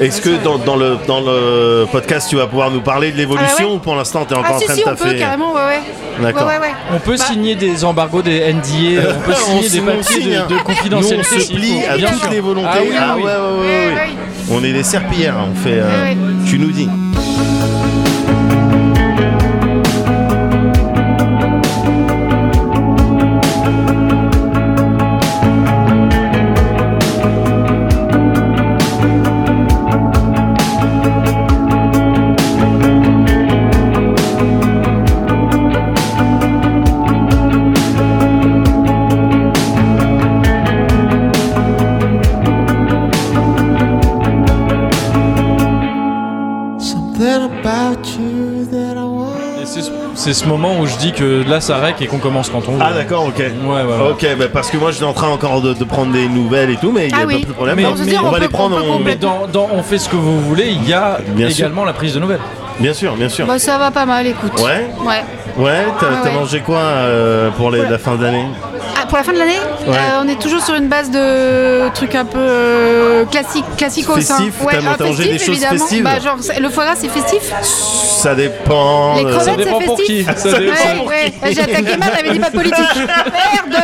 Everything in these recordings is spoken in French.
Est-ce que dans, dans le, dans le podcast, tu vas pouvoir nous parler de l'évolution Ah ouais. ou pour l'instant, tu es encore ah en si, train si, de on peut taffer carrément, ouais, ouais. D'accord. Ouais, ouais, ouais. On peut Bah- signer des embargos, des NDA, on peut On signer s- des on papiers signe, hein. de, de Nous, on confidentialité. se plie à Bien toutes sûr. les volontés. Ah oui, Ah oui, ouais, ouais, oui. ouais, Ouais, ouais, ouais. ouais. On est des serpillères, on fait. euh, Ouais, ouais. Tu nous dis. Et c'est ce- C'est ce moment où je dis que là ça rec et qu'on commence quand on veut. Ah d'accord, ok. Ouais, ouais, ouais. Ok, bah parce que moi j'étais en train encore de, de prendre des nouvelles et tout, mais il n'y a Ah oui. pas de problème. Mais- on, mais- va on peut- les prendre. on peut Mais dans, dans On fait ce que vous voulez, il y a Bien sûr. également la prise de nouvelles. Bien sûr, bien sûr. Bah, ça va pas mal, écoute. Ouais Ouais. Ouais, t'as Ouais, t'as ouais. mangé quoi euh, pour les- la fin d'année Ah, pour la fin de l'année, euh, on est toujours sur une base de trucs un peu euh, classique, classico. Festif, ouais, t'as ah, mangé des festif, choses évidemment. festives Bah, genre, c'est- le foie gras, c'est festif. Ça dépend. Les euh, crevettes, ça- Ça dépend c'est pour qui. festif. Ça dépend Ouais, pour ouais. Bah, J'ai attaqué mal, j'avais dit pas de politique. Merde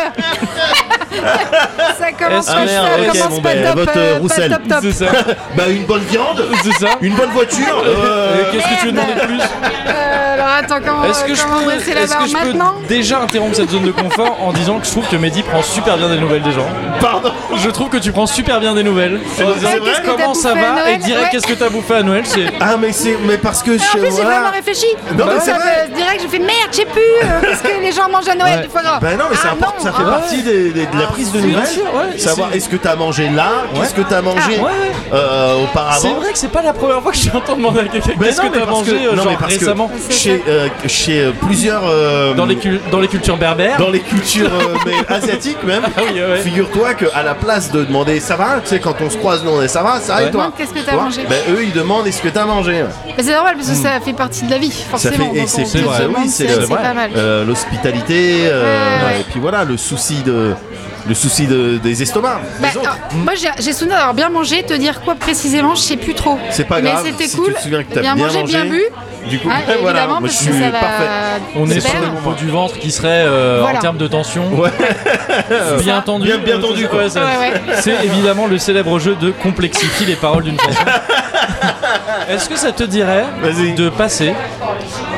Ça commence, Ah, comme merde, ça ok, commence bon, pas, ben, top, vote, euh, euh, Roussel. pas top, top. C'est ça. Bah une bonne viande, C'est ça. une bonne voiture. euh, Euh, Qu'est-ce que tu veux demander de plus Euh, alors attends, comment, Est-ce que je comment dresser peux, la est-ce barre que je peux maintenant déjà interrompre cette zone de confort en disant que je trouve que Mehdi prend super bien des nouvelles des gens Pardon. Je trouve que tu prends super bien des nouvelles. c'est vrai qu'est-ce que Comment t'as ça bouffé à va Et Noël direct, Ouais. qu'est-ce que t'as bouffé à Noël C'est Ah mais c'est mais parce que En je plus, j'ai voilà. vraiment réfléchi. Non, mais Ça c'est me- vrai. direct, je fais merde, je sais plus, euh, parce que les gens mangent à Noël Ouais. du foie gras. Bah non mais c'est Ah important, ça non, fait ah. partie des- des- de la prise de Bien nouvelles. sûr, ouais, Savoir c'est- est-ce que t'as mangé là, qu'est-ce que t'as mangé Ah, ouais, ouais. euh, auparavant. C'est vrai que c'est pas la première fois que j'entends demander à quelqu'un Mais qu'est-ce non, que mais t'as parce mangé euh, non, genre mais parce que récemment chez, euh, chez euh, plusieurs euh, dans, les cul- dans les cultures berbères. dans les cultures euh, mais asiatiques même. Ah oui, ouais, ouais. Figure-toi qu'à la place de demander ça va, tu sais quand on se croise nous on est ça va, ça va et Ouais. toi. Demande qu'est-ce que Tu t'as vois mangé. Ben, eux ils demandent est-ce que t'as mangé. Mais c'est normal parce que ça fait partie de la vie, forcément. Hmm. et donc c'est on se c'est- vrai, demande, oui, c'est c'est le- c'est pas mal. euh, l'hospitalité euh, Ouais, ouais. et puis voilà le souci de le souci de- des estomacs. des Bah, autres. alors, moi j'ai j'ai souvenir d'avoir bien mangé, te dire quoi précisément, je sais plus trop. C'est pas grave. Mais c'était si cool. Eh tu te souviens que t'as bien, bien, mangé, bien bu. Du coup, Ah, ouais, voilà, évidemment, moi je parce suis que ça va. parfait. On est sur super. le propos du ventre qui serait euh, Voilà. en termes de tension. Ouais. Bien tendu. Bien- bien euh, tendu, c'est- quoi. ouais, ça- Ouais, ouais. C'est évidemment le célèbre jeu de complexifie les paroles d'une chanson. Est-ce que ça te dirait Vas-y. de passer,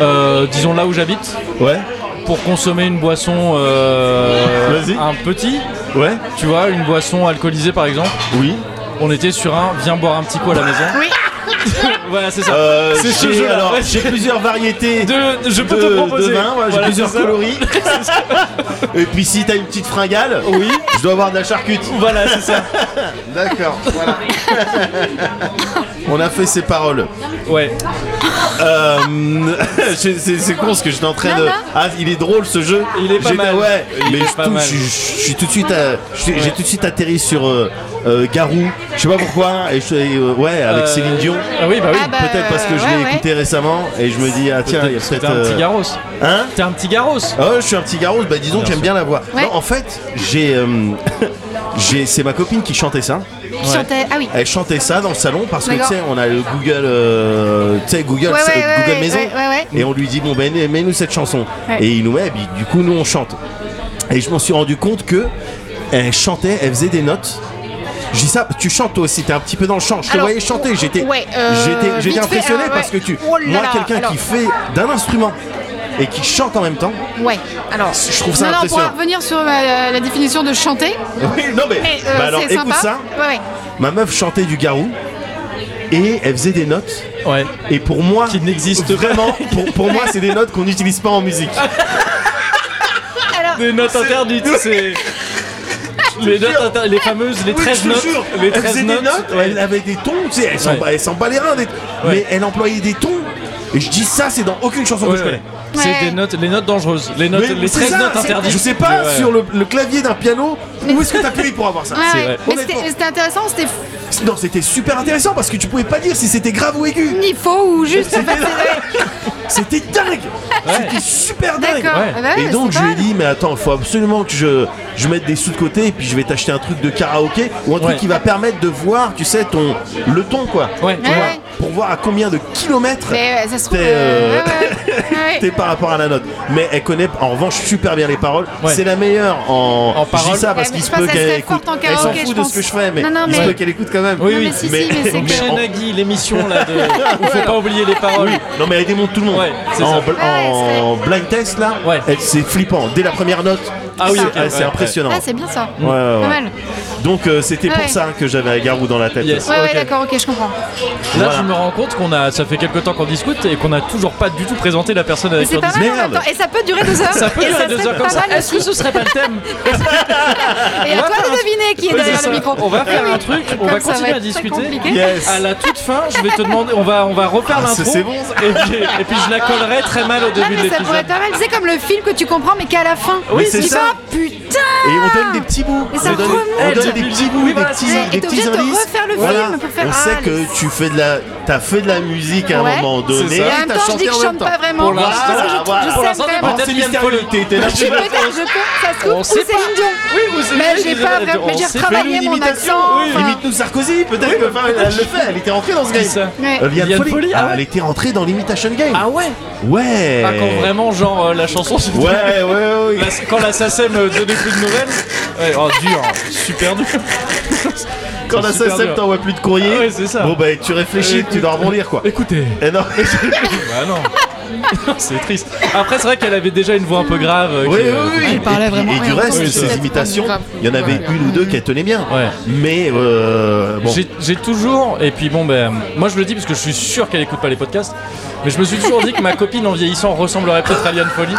euh, disons là où j'habite, Ouais, pour consommer une boisson, euh, Vas-y. un petit, ouais, tu vois, une boisson alcoolisée par exemple oui. On était sur un viens boire un petit coup à la maison. Oui. voilà, c'est ça. Euh, C'est ce j'ai- jeu-là, alors, ouais. J'ai plusieurs variétés de, De- je peux de, te proposer. vin, voilà, j'ai Voilà, plusieurs c'est ça. coloris. et puis si t'as une petite fringale, Oui. je dois avoir de la charcute. Voilà, c'est ça. D'accord, voilà. On a fait ces paroles. Ouais. Euh, c'est- c'est c'est con ce que j'étais en train de. Non, non. Ah, il est drôle ce jeu. Il est pas J'étais- mal. Ouais, Il mais est je pas tout- mal. je- je- je suis tout de suite. à- je suis- J'ai tout de suite atterri sur euh, euh, Garou. Je sais pas pourquoi. Et je, et, euh, ouais, avec Euh, Céline Dion. Ah oui, bah oui. Ah bah, Peut-être parce que je ouais, l'ai ouais. écouté récemment et je me dis ah tiens il y a Parce que peut-être t'es un euh, petit garros. hein T'es un petit garros. Ah ouais, je suis un petit garou, bah disons que j'aime bien la voix. Ouais. Non, en fait, j'ai. euh, j'ai- c'est ma copine qui chantait ça. Je chantais- Ah oui. Elle chantait ça dans le salon parce que tu D'accord. sais, on a le Google. euh, tu sais, Google, Ouais, c'est- ouais, ouais, Google ouais, Maison. ouais, ouais, ouais. Et on lui dit, bon, ben mets-nous cette chanson. Ouais. Et il nous met, et puis, du coup, nous on chante. Et je m'en suis rendu compte que elle chantait, elle faisait des notes. Je dis ça, tu chantes toi aussi, t'es un petit peu dans le chant. Je te Alors, voyais chanter, j'étais ouais, euh, j'étais- j'étais vite fait, impressionné euh, ouais. parce que tu. Oh là moi, là, quelqu'un qui alors. fait d'un instrument et qui chante en même temps. Ouais. Alors. Je trouve ça non, non, pour impressionnant. en revenir sur la, la définition de chanter. Oui, non mais, Mais, euh, bah alors c'est écoute sympa. ça. Ouais, ouais. Ma meuf chantait du garou et elle faisait des notes. Ouais. Et pour moi, Qui n'existe pas. vraiment, pour, pour moi, c'est des notes qu'on n'utilise pas en musique. Alors, Des notes interdites, c'est. Les, notes inter- les fameuses, les 13 Oui, je notes. te jure, les elle 13 faisait notes. des notes, elle avait des tons, tu sais, elle s'en Ouais. elle s'en bat les reins, des- Ouais. mais elle employait des tons. Et je dis ça, c'est dans aucune chanson Ouais, que je ouais. connais. C'est Ouais. des notes, les notes dangereuses, les notes, Mais les c'est 13 ça, notes c'est- interdites. Je sais pas Ouais, ouais. sur le, le clavier d'un piano où est-ce que t'as payé pour avoir ça. Ouais, c'est ouais. vrai. Mais Honnêtement. c'était c'était intéressant, c'était Non, c'était super intéressant parce que tu pouvais pas dire si c'était grave ou aigu. ni faux ou juste. en fait, C'était dingue. Ouais. C'était super dingue. D'accord. ouais. Ah bah Et ouais, donc c'est je lui ai pas dit mais attends faut absolument que je, je mette des sous de côté et puis je vais t'acheter un truc de karaoké ou un truc Ouais. qui va permettre de voir tu sais ton le ton quoi Ouais, mal. Ouais, ouais. ouais. pour voir à combien de kilomètres Mais euh, ça se trouve. T'es, euh, euh, ouais, ouais. Ouais. t'es par rapport à la note mais elle connaît en revanche super bien les paroles Ouais. c'est la meilleure en, En je dis ça paroles. parce Ouais, qu'il Eh, mais se je pense peut que ça qu'elle serait écoute forte en elle s'en karaoke, fout je de ce pense. que je fais mais Non, non, il se mais- peut qu'elle écoute quand même Oui, Non, oui. mais si, Mais- si, mais c'est Donc, clair. Chez en- Nagui, l'émission là de. où faut pas oublier les paroles. Non mais elle démonte tout le monde. Ouais, c'est en, ça. bl- Ouais, en blind test là, Ouais. elle- c'est flippant. Dès la première note, Ah oui, c'est- ok, elle- c'est ouais, impressionnant. Ah, c'est bien ça. Ouais, ouais, Pas ouais. mal. Donc euh, c'était pour Ouais. ça que j'avais à Garou dans la tête. Yes. Ouais, Ok. ouais, d'accord, ok, je comprends. Là, Voilà. je me rends compte qu'on a, ça fait quelques temps qu'on discute et qu'on a toujours pas du tout présenté la personne Mais avec c'est qui on pas mal en merde. même temps. Et ça peut durer deux heures. Ça peut Et durer ça deux serait heures comme pas ça. mal Est-ce que aussi. ce serait pas le thème Et à On va toi faire un- de deviner qui est Oui, derrière c'est le ça. micro. On va faire Oui, un oui. truc, on Comme va ça continuer être très à discuter. compliqué. Yes. À la toute fin, je vais te demander, on va, on va refaire Ah, c'est- l'intro. c'est bon, Et puis, et puis je la collerai très mal au Non, début de mais ça pourrait l'épisode. être pas mal. C'est comme le film que tu comprends, mais qu'à la fin. Oui, Tu c'est dis, ça. Ah, putain Et on donne des petits bouts. Et ça on donne, remonte. on donne des Oui, petits bouts, des voilà, petits, c'est- des et t'es petits obligé de indices. refaire le Voilà. film pour faire, on ah, sait les- que tu fais de la, t'as fait de la musique à un Ouais. moment donné. C'est ça. Ah, Et en même t'as temps, je chanté dis que je en même chante pas temps. vraiment. Pour parce que l'instant, je- voilà. je Pour sème l'instant, quand même. Oh, c'est Peut-être qu'il y a une mystérieux. folie. T'es- t'es là, Je suis peut-être, je peux, ça se trouve, On ou sait c'est pas. Dion. Oui, ou c'est Mais Céline j'ai Dion. pas vraiment- mais j'ai On sait retravaillé plus où Une mon imitation. accent, Oui. enfin. Imite-nous Sarkozy, peut-être que enfin, elle le fait. Elle était rentrée dans ce Qui game. ça Ouais. Euh, Liane Liane Folly. Folly, Ah, ouais. Elle était rentrée dans l'imitation game. hein. Ah ouais ouais. Pas quand vraiment, genre, euh, la chanson, c'était- Ouais, ouais, ouais. La- quand la SACEM euh, donnait plus de nouvelles. Ouais, oh, dur, hein. super dur. Quand la C'est super SACEM dur. t'envoie plus de courrier, Ah ouais, c'est ça. bon bah tu réfléchis, Euh, tu dois rebondir quoi. Écoutez. Et non, Bah non. c'est triste. Après, c'est vrai qu'elle avait déjà une voix un peu grave. euh, oui, qui- oui, oui. Elle Et parlait puis- vraiment Et, du rien. reste, Oui, ces c'est- imitations, grave. il y en avait Ouais. une ou deux qui tenaient bien. Ouais. Mais euh, bon. J'ai- J'ai toujours, et puis bon, ben, moi je le dis parce que je suis sûr qu'elle écoute pas les podcasts, mais je me suis toujours dit que ma copine en vieillissant ressemblerait peut-être à Liane Folly.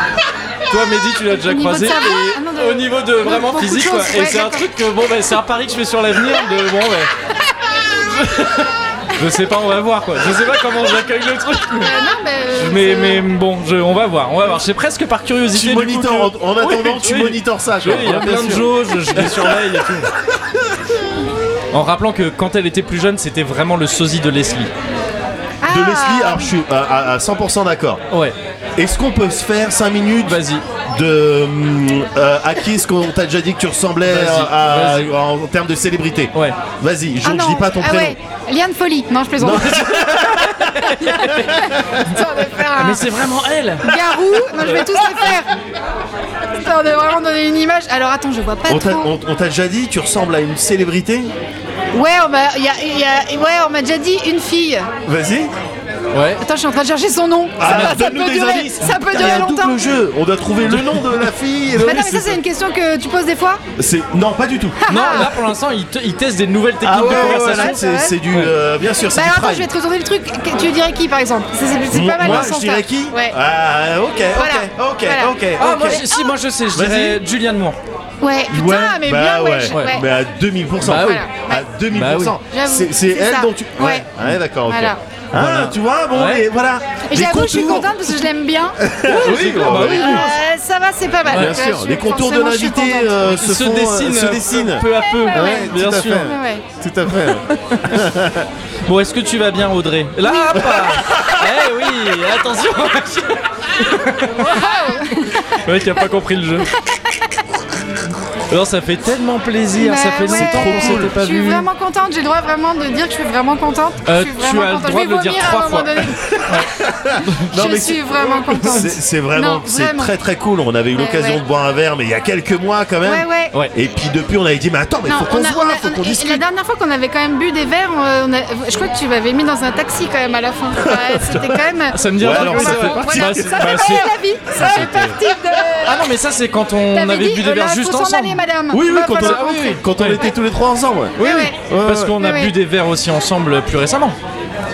Toi, Mehdi, tu l'as déjà Au niveau croisée, de sa voix et Ah non, de- au niveau de vraiment beaucoup de physique, choses, quoi. Et ouais, c'est un d'accord. truc que, bon, ben, c'est un pari que je fais sur l'avenir, de bon, ben. Je... je sais pas, on va voir, quoi. Je sais pas comment j'accueille le truc, Euh, mais- Non, mais. euh, mais, mais bon, je- on va voir, on va voir. C'est presque par Tu curiosité. du coup, monitors, que- en, en Oui, attendant, tu oui. monitors ça. Oui, Quoi. il y a Bien plein de sûr. jauges, je les surveille et tout. En rappelant que quand elle était plus jeune, c'était vraiment le sosie de Leslie. ah, De Leslie, alors je suis à, à- à 100% d'accord. Ouais, Est-ce qu'on peut se faire 5 minutes vas-y. de hum, euh, à qui est-ce qu'on t'a déjà dit que tu ressemblais Vas-y, à- à- vas-y. en, en termes de célébrité Ouais. Vas-y, je, Ah je non. dis pas ton ah prénom. ouais. Liane Folie. Non, je plaisante. Histoire de faire un Ah, Mais c'est vraiment elle garou. Non, je vais tous les faire. Histoire de vraiment donner une image. Alors attends, je vois pas On t'a- trop. On on t'a déjà dit tu ressembles à une célébrité Ouais, on m'a, y a- y a- ouais, on m'a déjà dit une fille. Vas-y. Ouais. Attends, je suis en train de chercher son nom. Ah, ça, va, ça donne-nous peut des durer, indices. ça peut Il y a durer un longtemps. double jeu. On doit trouver le nom de la fille. et le- Mais non, mais ça, c'est Ah une question que tu poses des fois. C'est- non, pas du tout. Non, là pour l'instant, il, te- il teste des nouvelles techniques Ah ouais, de ouais, conversation. ouais, c'est, c'est du, Ouais. euh, bien sûr, c'est Bah, du alors, attends, prime. je vais te retourner le truc. Que- Tu dirais qui, par exemple C'est, c'est- c'est pas mal Moi, dans ce je sens-là. dirais qui Ouais. Ah, ok, Voilà. Oh, ok, ok, Voilà. ok. Ah, ok. moi, je- si, moi je sais, je dirais Julianne Moore. Ouais, putain, Ouais, mais bah bien, ouais. ouais. je- Ouais. ouais. Mais à 2000%. Bah oui. À 2000%. Bah J'avoue, C'est, c'est elle ça. dont tu. Ouais. Ouais, d'accord, ok. Voilà. Ah, Voilà. tu vois, bon, Ouais. les- voilà. Et les j'avoue, je suis contours. contente parce que je l'aime bien. Oui, bah bah oui. oui. Euh, ça va, c'est pas mal. Bien Ouais, je sûr, suis- les contours de forcément, je suis l'invité contente. euh, se, font, euh, dessine, se dessinent. peu à peu, Ouais, bien tout à sûr. fait. Ouais, ouais. Tout à fait. Bon, est-ce que tu vas bien, Audrey Là, pas Eh oui, attention euh, Ah, Le mec qui a pas compris le jeu. Alors, ça fait tellement plaisir, ça fait Bah ouais. longtemps qu'on s'était pas Je suis vu. vraiment contente, j'ai le droit vraiment de dire que je suis vraiment contente. Euh, je suis tu vraiment as le contente. je droit vais de le dire vomir à trois un moment fois. donné. Non, je mais suis c'est- vraiment contente. C'est c'est vraiment, Non, c'est vraiment. très très cool. On avait eu Ouais, l'occasion ouais. de boire un verre, mais il y a quelques mois quand même. Ouais, ouais. Ouais. Et puis depuis, on avait dit mais attends, mais Non, faut on qu'on a- se on voit, a- faut on- qu'on et- discute. La dernière fois qu'on avait quand même bu des verres, on- on a- je crois que tu m'avais mis dans un taxi quand même à la fin. Ouais, C'était quand même. Ça me dit Ouais, rien, alors, mais ça bon, fait voilà. partie- Bah, Ça c'est- fait bah, partie c'est- de la vie. Ça fait partie de. Ah non, mais ça, c'est quand on T'avais avait dit, bu euh, des verres là, juste faut s'en ensemble. aller, madame. Oui, oui, Va quand on, falloir ah, oui, rentrer. oui, quand on était tous les trois ensemble. ouais. Ouais, ouais. Ouais, Parce ouais. qu'on a Ouais, bu ouais. des verres aussi ensemble plus récemment.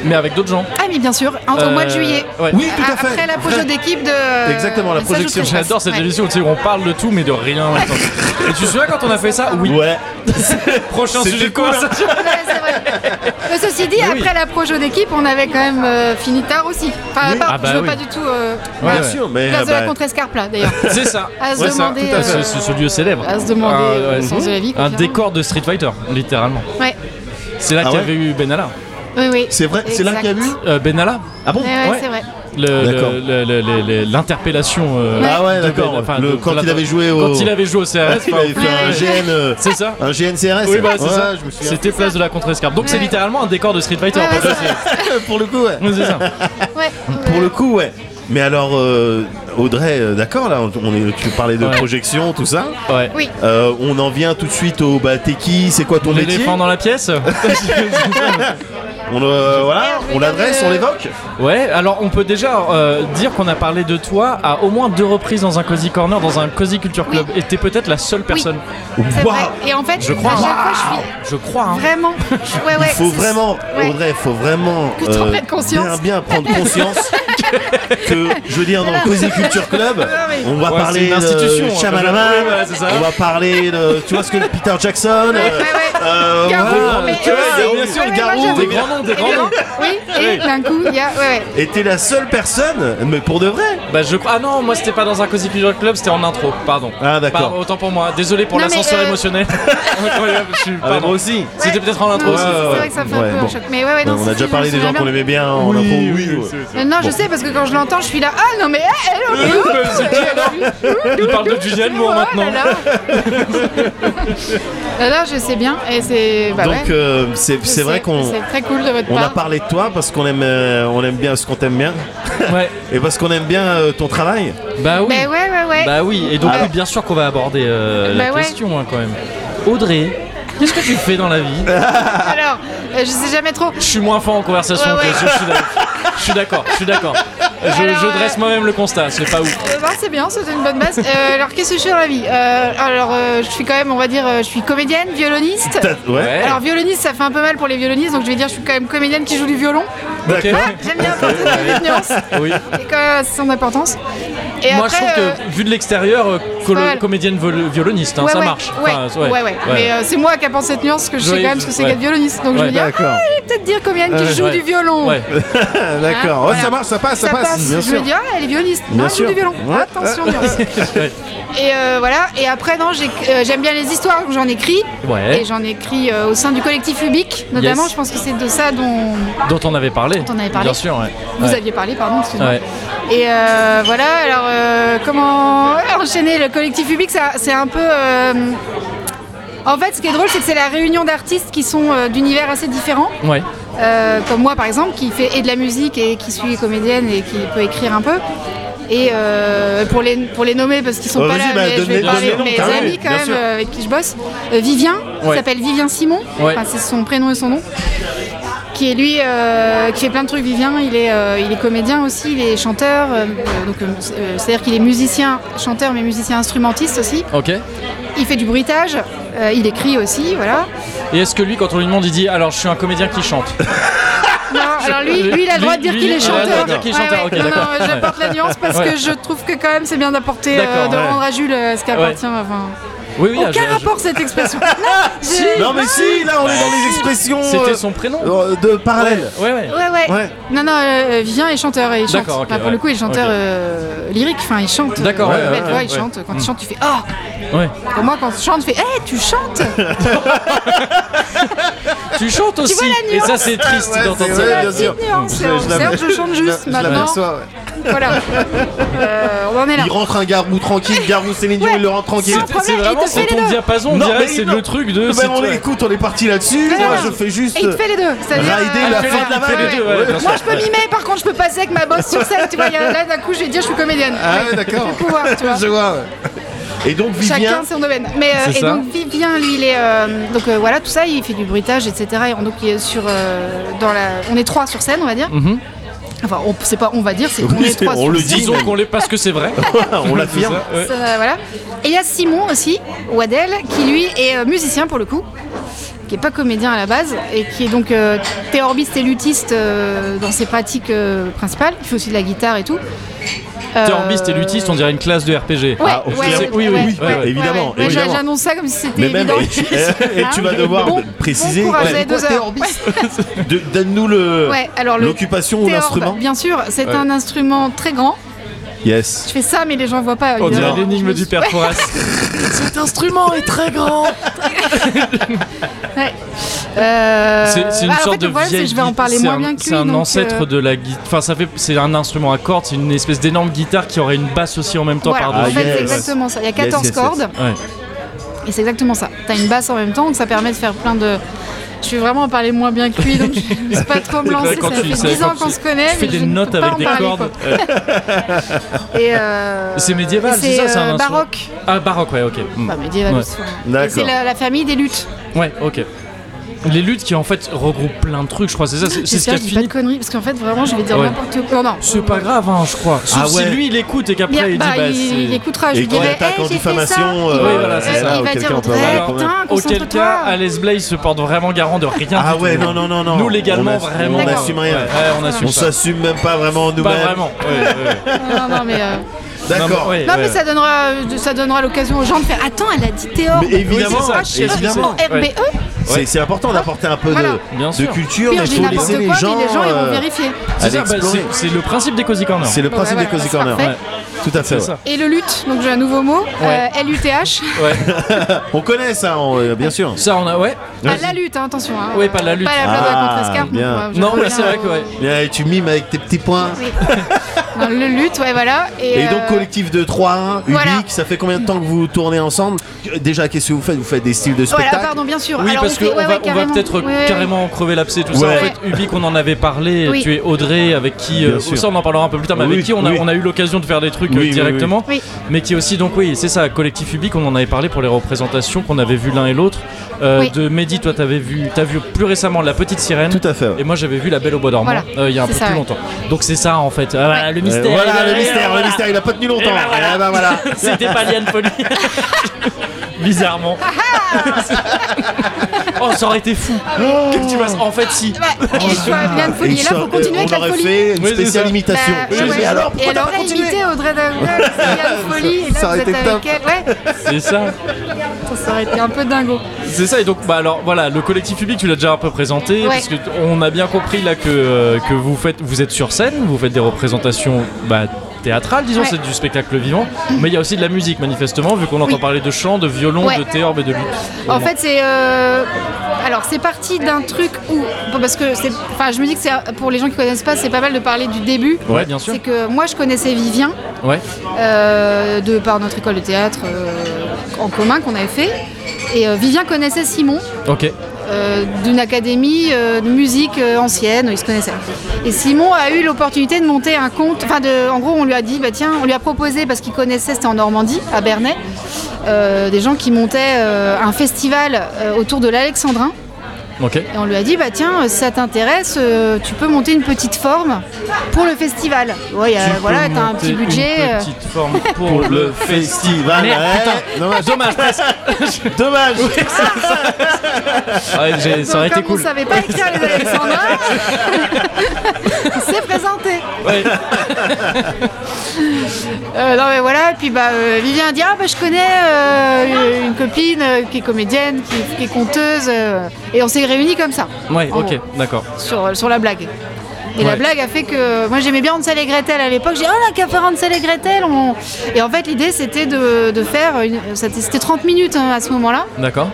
mais avec d'autres gens. Ah, mais bien sûr, entre au mois de Euh, juillet. ouais. Oui, tout à fait. Après la projo d'équipe de. euh, Exactement, la ça, je projection. trouve J'adore ça. cette Ouais. émission où tu sais, on parle de tout mais de rien. en même temps. Et tu te souviens quand on a fait ça Oui. Ouais. Prochain C'était sujet de cool, hein. conversation. Ouais, c'est vrai. Mais ceci dit, oui. après la projo d'équipe, on avait quand même euh, fini tard aussi. Enfin, Oui. pas- Ah bah je veux oui. pas du tout. euh, Ouais, Bien ouais. sûr, mais. place de la bah, contre-escarpe là, d'ailleurs. C'est ça. À se Ouais, ça, demander, tout à fait. Ah, euh, ce, ce lieu célèbre. à se demander, Un- euh, le sens de la vie, Un confirme. décor de Street Fighter, littéralement. Ouais. C'est là Ah qu'il y ouais avait eu Benalla. Oui, oui. C'est vrai, c'est là qu'il y a Exact. vu Euh, Benalla Ah bon Ouais, ouais, Ouais. c'est vrai. Le- D'accord. le- le- le- le- L'interpellation. euh, Ah ouais, de d'accord. Ben- enfin, Le- de- Quand de la- il avait joué au. Quand il avait joué Ouais, au CRS, il avait Ah, Ouais, fait un ouais. GN. euh, c'est ça Un GNCRS Oui, bah, c'est ouais, ça. je me souviens. C'était place de la contre-escarpe. Donc c'est Ouais. littéralement un décor de Street Fighter. Ouais, ouais, Enfin, c'est vrai. Pour le coup, ouais. c'est- c'est ça. Ouais, Pour ouais. le coup, ouais. Mais alors, euh, Audrey, euh, d'accord, là, on est, tu parlais de Ouais. projection, tout ça. Ouais. Oui. Euh, on en vient tout de suite au bah, t'es qui, c'est quoi ton métier L'éléphant dans la pièce On euh, voilà, Merde, je on l'adresse, vais on le- l'évoque. Ouais, alors on peut déjà euh, dire qu'on a parlé de toi à au moins deux reprises dans un Cozy Corner, dans un Cozy Culture Club, et t'es peut-être la seule personne, C'est Waouh. vrai. Et en fait, Je crois. à chaque fois, je suis je crois. hein. vraiment. Ouais, ouais, Il faut c'est- vraiment, ouais. Audrey, il faut vraiment euh, Que t'en prennes conscience. bien, bien prendre conscience que, je veux dire, dans le Cozy Culture Club, on va Ouais, c'est parler une de institution, hein, Shyamalan, oui, voilà, c'est ça. on va parler de, tu vois, ce que le Peter Jackson. Ouais, ouais, euh, ouais. euh, Garou, voilà, mais tu vois, aussi- ouais, Garou, bien sûr, ouais, moi, Garou, j'avoue. des Des grands- grands noms, des Et grands noms. d'un- Oui, et d'un coup, il y a. Ouais, ouais. Et t'es la seule personne, mais pour de vrai. Bah je crois. Ah non, moi c'était pas dans un Cozy Culture Club, c'était en intro, pardon. Ah, d'accord. Pardon, Autant pour moi, désolé pour Non, mais, l'ascenseur euh, émotionnel. Incroyable, je suis- Ah, pardon. aussi. C'était peut-être en intro Non, Ouais, aussi. c'est ouais, c'est ouais. vrai que ça fait un Ouais, peu bon. un choc. Mais ouais, ouais, Ah, non, si, on a si, déjà je parlé me des gens souviens qu'on bien. aimait bien en info. Oui, ouais. Euh, Non, je sais, parce que quand je l'entends, je suis là. Ah non, mais elle, elle, Euh, bah, c'est qui, alors Il parle de Julianne Moore Oh là maintenant. là. Là, là, je sais bien. Et c'est. bah Donc, ouais, euh, c'est je c'est sais, vrai qu'on C'est très cool de votre on part. a parlé de toi parce qu'on aime, euh, on aime bien ce qu'on t'aime bien Ouais. et parce qu'on aime bien euh, ton travail. Bah oui. Mais ouais, ouais, ouais. Bah oui, et donc Ah. oui, bien sûr qu'on va aborder euh, la Bah ouais. question hein, quand même. Audrey, qu'est-ce que tu fais dans la vie Alors, euh, je sais jamais trop. Je suis moins fort en conversation Ouais, que ouais. je suis d'accord. Je suis d'accord, je suis d'accord. Je, Alors, je euh, dresse moi-même le constat, c'est pas ouf. Euh, non, c'est bien, c'était une bonne base. Euh, alors, qu'est-ce que je suis dans la vie Euh, Alors, euh, je suis quand même, on va dire, euh, je suis comédienne, violoniste. T'as- Ouais, Ouais. Alors, violoniste, ça fait un peu mal pour les violonistes, donc je vais dire, je suis quand même comédienne qui joue du violon. Ah, Ok. d'accord. J'aime bien apporter cette nuance. Oui. Et quand c'est son importance. Et Moi, après, je trouve euh, que vu de l'extérieur, euh, colo- pas mal. comédienne vol- violoniste, hein, ouais, ça ouais, marche. Ouais, Enfin, ouais, ouais. Mais euh, c'est moi qui apporte cette nuance, parce que je sais Oui, quand même ce que c'est ouais. qu'être violoniste. Donc je Ouais, me dis, ah, D'accord, Ah, je vais peut-être dire comédienne qui Ouais, euh, joue ouais. du violon. Ouais. d'accord. Hein, Ouais, voilà. Ça marche, ça passe, ça, Ça passe, Bien je me sûr. dis, ah, elle est violoniste, Bien non, elle joue sûr. du violon. Ouais. Attention, nuance. Ouais. Et euh, voilà, et après, non, j'ai- euh, j'aime bien les histoires, donc j'en écris. Ouais. Et j'en écris euh, au sein du collectif Ubique, notamment, Eh Yes. je pense que c'est de ça dont Dont on avait parlé. on avait parlé. Bien sûr, ouais. vous Ouais. aviez parlé, pardon, excusez-moi. Ouais. Et euh, voilà, alors euh, comment enchaîner le collectif Ubique, ça c'est un peu... euh, En fait, ce qui est drôle, c'est que c'est la réunion d'artistes qui sont euh, d'univers assez différents. Ouais. Euh, comme moi par exemple, qui fait et de la musique et qui suis comédienne et qui peut écrire un peu. Et euh, pour, les, pour les nommer, parce qu'ils sont Ouais, pas là, vas-y, bah, mais je donne vais les- parler donne de les mes noms, carrément, amis quand bien même sûr. euh, avec qui je bosse. Euh, Vivien, Ouais. qui s'appelle Vivien Simon, Ouais. enfin, c'est son prénom et son nom, qui est lui, euh, qui fait plein de trucs. Vivien, il est, euh, il est comédien aussi, il est chanteur, euh, donc, euh, c'est- euh, c'est-à-dire qu'il est musicien, chanteur, mais musicien instrumentiste aussi. Ok. Il fait du bruitage, euh, il écrit aussi, voilà. Et est-ce que lui, quand on lui demande, il dit Alors, je suis un comédien qui chante Non, alors lui, lui, il a le droit de dire Lui- qu'il est lui, il a le chanteur. droit de dire qu'il est chanteur, ok, non, d'accord. non, j'apporte la nuance parce Ouais. que je trouve que quand même c'est bien d'apporter, euh, D'accord, de ouais. rendre à Jules euh, ce qui Ouais. appartient. Enfin, Oui, oui, ah, je- aucun je- rapport cette expression. Non, j'ai- Non mais si, là on est dans les expressions C'était euh, son prénom euh, de parallèle. Ouais, ouais. Ouais, ouais. Ouais. Non, non, euh, Vivien est chanteur et il chante. D'accord, ok, Enfin, pour ouais. le coup, il est chanteur Ok. euh, lyrique, enfin, il chante. euh, D'accord, ouais, de ouais, belle voix, ouais, il ouais. Mm. chante. Quand il chante, tu fais Ah ouais. Pour moi, quand je chante, je fais Eh, tu chantes Tu chantes aussi. vois la et nuance ça, c'est triste Ouais, d'entendre c'est vrai, ça. bien sûr. Petite nuance, Je- je on l'avais- sait que je chante juste je maintenant. l'aperçois, ouais. Voilà. Euh, on en est là. Il rentre un Garou tranquille, Garou Céline Dion, Ouais. il le rentre tranquille. Sans problème, C'est il te vraiment fait sur les ton deux. diapason, on Non, dirait mais c'est non. le truc de. Ben, c'est- on est- écoute, on est parti là-dessus. Non, Moi non. je fais juste. Et il te fait les deux. c'est-à-dire, Rider, euh, la voilà. fin de la Il fait les vanne. deux, ouais, Ouais. bien sûr. Moi, je peux mimer, par contre, je peux passer avec ma bosse sur scène, tu vois. y a- Là, d'un coup, je vais dire, je suis comédienne. Ah ouais, Oui, d'accord. Je vais pouvoir, tu vois. Je vois. ouais. Et donc Vivien, Chacun son domaine. Mais euh, C'est et ça. donc Vivien, lui, il est euh, donc euh, voilà tout ça, il fait du bruitage, etc. Et donc il est sur euh, dans la, on est trois sur scène, on va dire. Enfin, on, c'est pas, on va dire, c'est Mhm. Oui, on est c'est- trois. on sur le scène. dit. Disons qu'on l'est parce que c'est vrai. on l'affirme. C'est Euh, ça, ouais. euh, Ça, voilà. Et il y a Simon aussi, Wadel, qui lui est euh, musicien pour le coup, qui qui n'est pas comédien à la base et qui est donc euh, théorbiste et luthiste euh, dans ses pratiques euh, principales. Il fait aussi de la guitare et tout. Euh, Théorbiste et luthiste, on dirait une classe de RPG. Ouais, Ah, on ouais, peut dire- ouais, oui, oui, ouais, oui, ouais, ouais, évidemment, ouais, ouais, j'a- évidemment. J'annonce ça comme si c'était Mais même, évident. et tu, et tu vas devoir Bon- préciser, bon courage, vous avez ouais, deux heures. de- donne-nous le, Ouais, alors le l'occupation ou théorbe, l'instrument. Bien sûr, c'est Ouais. un instrument très grand. Je Yes. fais ça, mais les gens voient pas. Oh On dirait évidemment. Je l'énigme me du suis- père Fouras. Cet instrument est très grand. Ouais. Euh, C'est c'est une bah, en sorte fait, de le problème, c'est que vieille. je vais en guit- parler c'est moins un- bien que lui. C'est un donc, ancêtre euh, de la guitare. Enfin, ça fait. C'est un instrument à cordes. C'est une espèce d'énorme guitare qui aurait une basse aussi en même temps Voilà, en par-dessus. fait, Ah, yes. c'est exactement ça. Il y a Yes, 14 yes, yes. cordes. Ouais. Et c'est exactement ça. T'as une basse en même temps, donc ça permet de faire plein de. Je suis vraiment en parler moins bien que lui, donc je ne sais pas trop me C'est vrai, lancer. quand ça tu- fait c'est 10 quand ans qu'on tu- se connaît, tu fais mais des je ne notes peux pas avec en des parler, cordes. quoi. Et euh, C'est médiéval, et c'est ça, c'est un euh, instrument. baroque. Ah, baroque, ouais, ok. Hmm. Enfin, médiéval. Ouais. aussi, ouais. Et D'accord. C'est la, la famille des luttes. Ouais, ok. Les luttes qui en fait regroupent plein de trucs, je crois, c'est ça, c'est c'est ce qui J'espère a que je dis pas fini. de conneries, parce qu'en fait, vraiment, je vais dire Ouais. n'importe quoi. Non, non. C'est pas grave, hein, je crois. Sauf Ah ouais. si lui il écoute et Bien, qu'après il dit bah, bah. il, c'est- il écoutera, je Et lui quand il dirai attaque hey, en j'ai fait ça. diffamation, euh, Oui, voilà, c'est il ça, va auquel dire cas on peut avoir ouais, un problème. putain, Auquel cas, concentre-toi. Alice Blaze se porte vraiment garant de rien. Ah du ouais, tout. non, non, non, non. Nous légalement, on ass- vraiment. On D'accord. n'assume Ouais, rien. ouais, on assume On s'assume même pas vraiment pas. Pas nous-mêmes. vraiment. ouais, ouais. Non, non, mais, euh, D'accord. ouais, non, mais ouais. ça donnera, euh, ça donnera l'occasion aux gens de faire Eh, Attends, elle a dit Théor. Mais évidemment, Oui, c'est ça, ah, c'est- évidemment. c'est- ouais. RBE C'est c'est important d'apporter un peu Voilà. de, Bien de sûr. culture, Pire, mais je dis faut laisser n'importe les quoi, gens. puis les gens ils vont euh, vérifier. C'est ça, aller bah, explorer. c'est- c'est le principe des Cozy Corner. C'est le Bon, principe bah, des Cozy voilà, Corner. parfait. Tout à fait. C'est ouais. ça. Et le luth, donc j'ai un nouveau mot, Ouais. euh, L-U-T-H. Ouais. On connaît ça, on- euh, bien sûr. Ça, on a. Ouais. Ah, la lutte, hein, attention. Hein, Oui, pas la lutte. Pas la blague Ah, contre Escarpe, bien. donc, ouais, je Non, mais reviens c'est vrai que. au- Ouais. Et tu mimes avec tes petits points. Oui. Non, le lutte, ouais, voilà. Et, Et donc euh, collectif de 3, unique, voilà. ça fait combien de temps que vous tournez ensemble Déjà, qu'est-ce que vous faites Vous faites des styles de Voilà, spectacle pardon, bien sûr. Oui, Alors, parce on fait- qu'on ouais, va, ouais, on va peut-être ouais, ouais. carrément crever l'abcès, tout ça. Ouais. En fait, Ubique, on en avait parlé. Oui. Tu es Audrey, avec qui. Bien euh, sûr. ça, on en parlera un peu plus tard, mais Oui, avec qui on a, oui. on a eu l'occasion de faire des trucs Oui, euh, oui, oui. directement. Oui. Mais qui est aussi, donc, oui, c'est ça, Collectif Ubique, on en avait parlé pour les représentations qu'on avait vues l'un et l'autre. Euh, Oui. De Mehdi, toi, t'avais vu, t'as vu plus récemment La Petite Sirène. Tout à fait. ouais. Et moi, j'avais vu La Belle au Bois dormant euh, Voilà. il y a un peu C'est ça, plus ouais. longtemps. Donc, c'est ça, en fait. Ah, voilà, le Euh, mystère. voilà le Et mystère, voilà. le mystère, il a pas tenu longtemps. Ah, ben voilà. Eh ben voilà. C'était pas Liane Folie. Ah, Bizarrement. oh, ça aurait été fou. Ah, Que tu fasses- En fait, si. Ouais, et je vois bien de Et folie. Et là, ça, faut continuer euh, avec on la aurait folie. fait une Oui, c'est spéciale ça. imitation. Bah, ouais, Je dis, ouais. alors, et pourquoi elle t'as pas aurait continué imité Audrey Davout, c'est Liane Folie, et là Ça vous aurait êtes été top. avec elle. Ouais, C'est ça. ça aurait été un peu dingo. C'est ça. Et donc, bah alors, voilà, le collectif public, tu l'as déjà un peu présenté. Ouais. Parce que t- on a bien compris là que, euh, que vous, faites, vous êtes sur scène, vous faites des représentations bah, théâtrales, disons, Ouais. c'est du spectacle vivant. Mais il y a aussi de la musique, manifestement, vu qu'on entend Oui. parler de chant, de violon, Ouais. de théorbe et de lutte. En fait, c'est euh, alors c'est parti d'un truc où bon, parce que c'est, enfin, je me dis que c'est pour les gens qui connaissent pas, c'est pas mal de parler du début. Ouais, bien sûr. C'est que moi, je connaissais Vivien Ouais. euh, de par notre école de théâtre euh, en commun qu'on avait fait, et euh, Vivien connaissait Simon Ok. euh, d'une académie euh, de musique euh, ancienne, ils se connaissaient. Et Simon a eu l'opportunité de monter un compte, enfin de, en gros on lui a dit, bah tiens, on lui a proposé, parce qu'il connaissait, c'était en Normandie, à Bernay, euh, des gens qui montaient euh, un festival euh, autour de l'Alexandrin. Ok. Et on lui a dit, bah tiens, si ça t'intéresse, euh, tu peux monter une petite forme pour le festival. Ouais, euh, Tu peux voilà, t'as un monter petit budget. Une euh, petite forme pour, Pour le le festival. festival. Merde, ouais. putain. Dommage. Dommage, presque. Dommage. Ouais, Ah, j'ai- ça aurait Donc, été euh, comme cool. on savait pas écrire les Alexandrins, on s'est présenté. Ouais. Euh, non mais voilà, et puis bah, euh, Vivien dit Ah bah je connais euh, une copine euh, qui est comédienne, qui, qui est conteuse, euh. et on s'est réunis comme ça, Ouais, En ok, d'accord. sur, sur la blague. Et Ouais. la blague a fait que moi j'aimais bien Hansel et Gretel à l'époque, j'ai dit Oh là, qu'à faire Hansel et Gretel on... Et en fait l'idée c'était de, de faire, une... c'était c'était 30 minutes hein, à ce moment-là, D'accord.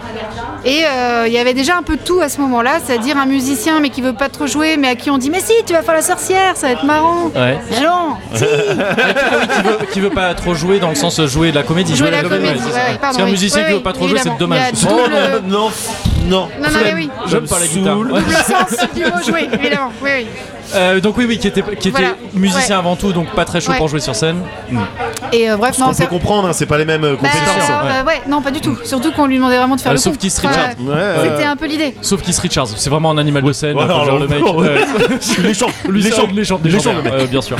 et euh, il y avait déjà un peu de tout à ce moment-là, c'est-à-dire un musicien mais qui veut pas trop jouer, mais à qui on dit Mais si, tu vas faire la sorcière, ça va être marrant Ouais. Mais non, si qui, veut, qui veut pas trop jouer dans le sens euh, jouer de la comédie. Jouer la de comédie, c'est ouais, ça. ouais, pardon, Parce qu'un oui. musicien Oui, qui veut oui, pas trop jouer, c'est évidemment. dommage. Il y a Oh, tout le- Non, non. Non, non, mais oui. J'aime pas la Saoul. guitare. Ouais. Double sens du mot jouer, évidemment, oui, oui. Euh, donc oui, oui, qui était, qui était Voilà. musicien Ouais. avant tout, donc pas très chaud Ouais. pour jouer sur scène. Et euh, bref, non, On peut c'est- comprendre, hein, c'est pas les mêmes euh, Bah, compétences. sûr, euh, ouais, non, pas du tout. Surtout qu'on lui demandait vraiment de faire hein. Euh, le sauf con. qu'il se Richard. Ouais, Ouais, euh, C'était un peu l'idée. Sauf Keith Richards, c'est vraiment un animal de scène. Voilà, enfin, genre alors, le mec. bon, euh, Léchant, lui, c'est léchant. un légendaire, Léchant, le mec. euh, bien sûr.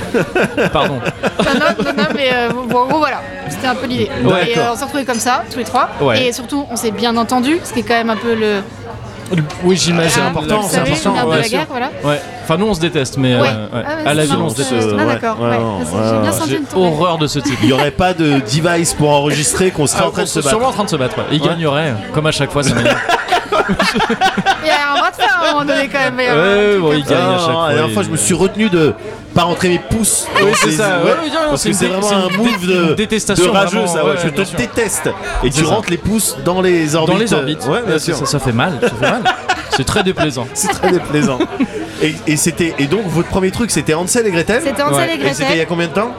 Pardon. Non, non, non, non, mais euh, bon, en gros, voilà. C'était un peu l'idée. Ouais, et d'accord. euh, on s'est retrouvés comme ça, tous les trois. Ouais. Et surtout, on s'est bien entendu, ce qui est quand même un peu le. Oui, j'imagine. c'est Ah, important, vous c'est savez, important, l'art de ouais, la sûr. guerre, voilà. Ouais. Enfin, nous on se déteste, mais euh, Ouais. ouais. Ah, ouais, à la c'est ville on marrant, se déteste. ça. Ah, d'accord. Ouais, ouais. ouais, Ça, J'ai bien ouais. senti J'ai le tourner. horreur de ce type. Il n'y aurait pas de device pour enregistrer qu'on serait Ah, en train de se sûrement battre. en train de se battre. ouais. Il gagnerait, comme à chaque fois. Ça m'énerve. Il y a un bras de fer à un moment donné quand même. il y a Ouais, un truc euh, bon, comme il ça. Ah, gagne à non, chaque non, fois. la dernière il- fois, je me suis retenu de pas rentrer mes pouces. Oui, dans c'est ces- ça. ouais. Ouais, oui, non, Parce c'est que une c'est dé- vraiment c'est une un move dé- de, une détestation, de rageux, vraiment, ça. ouais, ouais, je bien te sûr. déteste. Et tu ça. rentres les pouces dans les orbites. dans les orbites. Ouais, bien Ça- sûr. Ça, ça fait mal. Ça fait mal. C'est très déplaisant. C'est très déplaisant. et, et c'était et donc votre premier truc, c'était Hansel et Gretel. C'était Hansel Ouais. et Et c'était il y a Gretel. combien de temps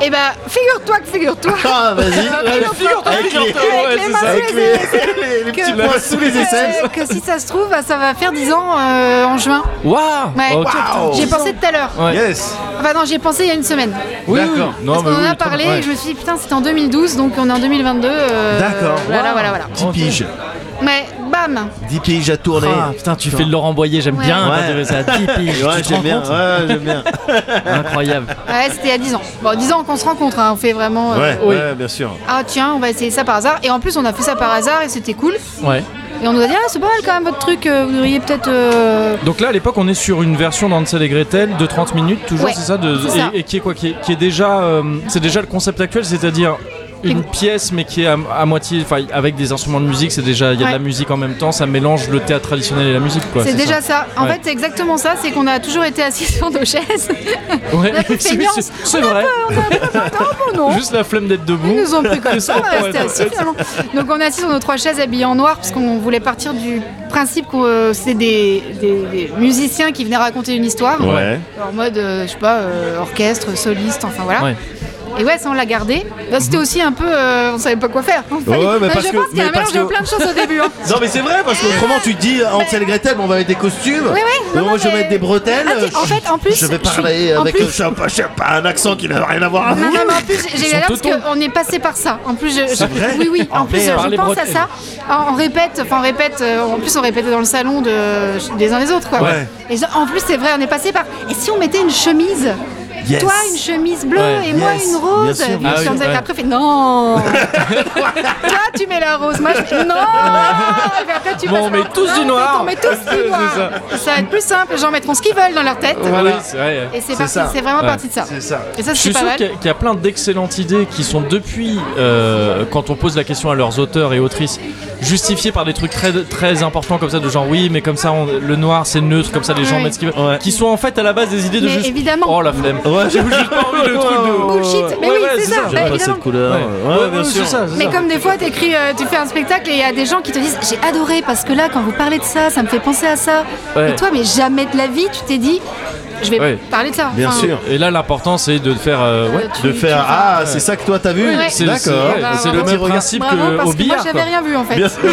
Et bah, figure-toi que figure-toi. Ah, vas-y. Figure-toi Avec les- Avec les mains sous les Avec les, aisselles. les- les petits Que- points sous les aisselles. Euh, que- Que si ça se trouve, bah, ça va faire 10 ans euh, en juin. Waouh. Ouais. Ok, Waouh. J'ai pensé tout à l'heure. Ouais. Yes. Enfin non, j'y ai pensé il y a une semaine. Oui, oui. D'accord. Non, Parce mais qu'on en oui, a attends, parlé ouais. et je me suis dit putain c'était en 2012 donc on est en 2022. euh, D'accord. Voilà Wow. voilà voilà. 10 Ok. piges. Mais bam 10 piges à tourner. Ah, putain, tu fais le Laurent Boyer, j'aime Ouais. bien. Ouais. quand tu fais ça, 10 piges, Ouais, tu te j'aime rends bien. compte Ouais, j'aime bien. Incroyable. Ah Ouais c'était il y a 10 ans. Bon 10 ans qu'on se rencontre, hein, on fait vraiment... euh, Ouais, Oui. ouais, bien sûr. Ah tiens on va essayer ça par hasard. Et en plus on a fait ça par hasard et c'était cool. Ouais. Et on nous a dit ah c'est pas mal quand même votre truc, euh, vous devriez peut-être... euh, Donc là, à l'époque, on est sur une version d'Hansel et Gretel de 30 minutes, toujours, Ouais, c'est ça, de- c'est ça. Et, et qui est quoi Qui est, qui est déjà, euh, c'est déjà le concept actuel, c'est-à-dire une pièce, mais qui est à, à moitié, enfin, avec des instruments de musique. C'est déjà, il y a de Ouais. la musique en même temps. Ça mélange le théâtre traditionnel et la musique, quoi. C'est déjà ça. ça. En Ouais. fait, c'est exactement ça. C'est qu'on a toujours été assis sur nos chaises. Ah, Ouais. un peu C'est- feignants. c'est- C'est vrai. Oh non. Juste la flemme d'être debout. Ils nous ont pris comme ça, on Ça est pourrait restés être- assis finalement. Donc on est assis sur nos trois chaises habillées en noir parce qu'on voulait partir du principe que c'était des, des- des musiciens qui venaient raconter une histoire. Ouais. En mode, euh, je sais pas, euh, orchestre, soliste, enfin voilà. Ouais. Et ouais, ça on l'a gardé. Bah, c'était aussi un peu, euh, on savait pas quoi faire. Enfin, Mhm. Ouais, mais je parce pense que- qu'il y a mais un mélange parce que- de plein de choses au début. hein. Non mais c'est vrai parce qu'autrement tu te dis euh, Hansel et Gretel mais on va mettre des costumes oui, non, moi non, je vais mais- mettre des bretelles Ah, tu- en fait, en plus, je vais je suis- parler en avec plus- je sais pas, je sais pas, un accent qui n'a rien à voir Non, non, mais en plus, j'ai- j'ai galère parce teutons. qu'on est passé par ça. En plus, je, je- vrai oui, oui. En Oh, plus, merde. je Parlez pense à breton. ça. On on répète, enfin, on répète. euh, En plus, on répétait dans le salon de, des uns des autres, quoi. Ouais. Et je- en plus, c'est vrai, on est passé par. Et si on mettait une chemise Yes. Toi, une chemise bleue Ouais. et moi, Yes. une rose. Bien sûr. Et puis, Ah oui, on s'est ouais. après, on fait non. Toi, tu mets la rose. Moi, je fais non. Et puis après, tu Bon, passes on met par- tous du Non, en fait, noir. On met tous du C'est noir. Ça va être plus simple. Les gens mettront ce qu'ils veulent dans leur tête. Voilà. Oui, c'est vrai. Et c'est C'est parti. ça. C'est vraiment Ouais. parti de ça. c'est ça Et ça, Je suis c'est pas sûr mal. qu'il y, a- qu'il y a plein d'excellentes idées qui sont depuis, euh, quand on pose la question à leurs auteurs et autrices, justifiées par des trucs très, très importants comme ça, de genre oui, mais comme ça on- le noir c'est neutre, comme ça les gens Oui. mettent ce qu'ils veulent, qui sont en fait à la base des idées de Mais juste. évidemment. Oh la flemme. ouais J'ai juste pas envie de truc de. Bullshit. Mais Ouais, oui, ouais, c'est ça. Bah, j'aime pas évidemment. cette couleur Ouais, ouais, ouais, bien ouais, c'est sûr ça, c'est Mais ça. comme des fois, t'écris, euh, tu fais un spectacle et il y a des gens qui te disent j'ai adoré parce que là, quand vous parlez de ça, ça me fait penser à ça. Ouais. Et toi, mais jamais de la vie, tu t'es dit je vais Ouais. parler de ça. bien Enfin, sûr Et là l'important c'est de faire. euh, ouais. euh, tu- de tu- faire enfin, ah c'est ça que toi t'as vu Ouais. C'est d'accord c'est- ouais, Bah, c'est le bravo. même Bravo, principe Bravo, que parce au que moi, billard. j'avais quoi. rien vu en fait. Bah, Bien- Ouais,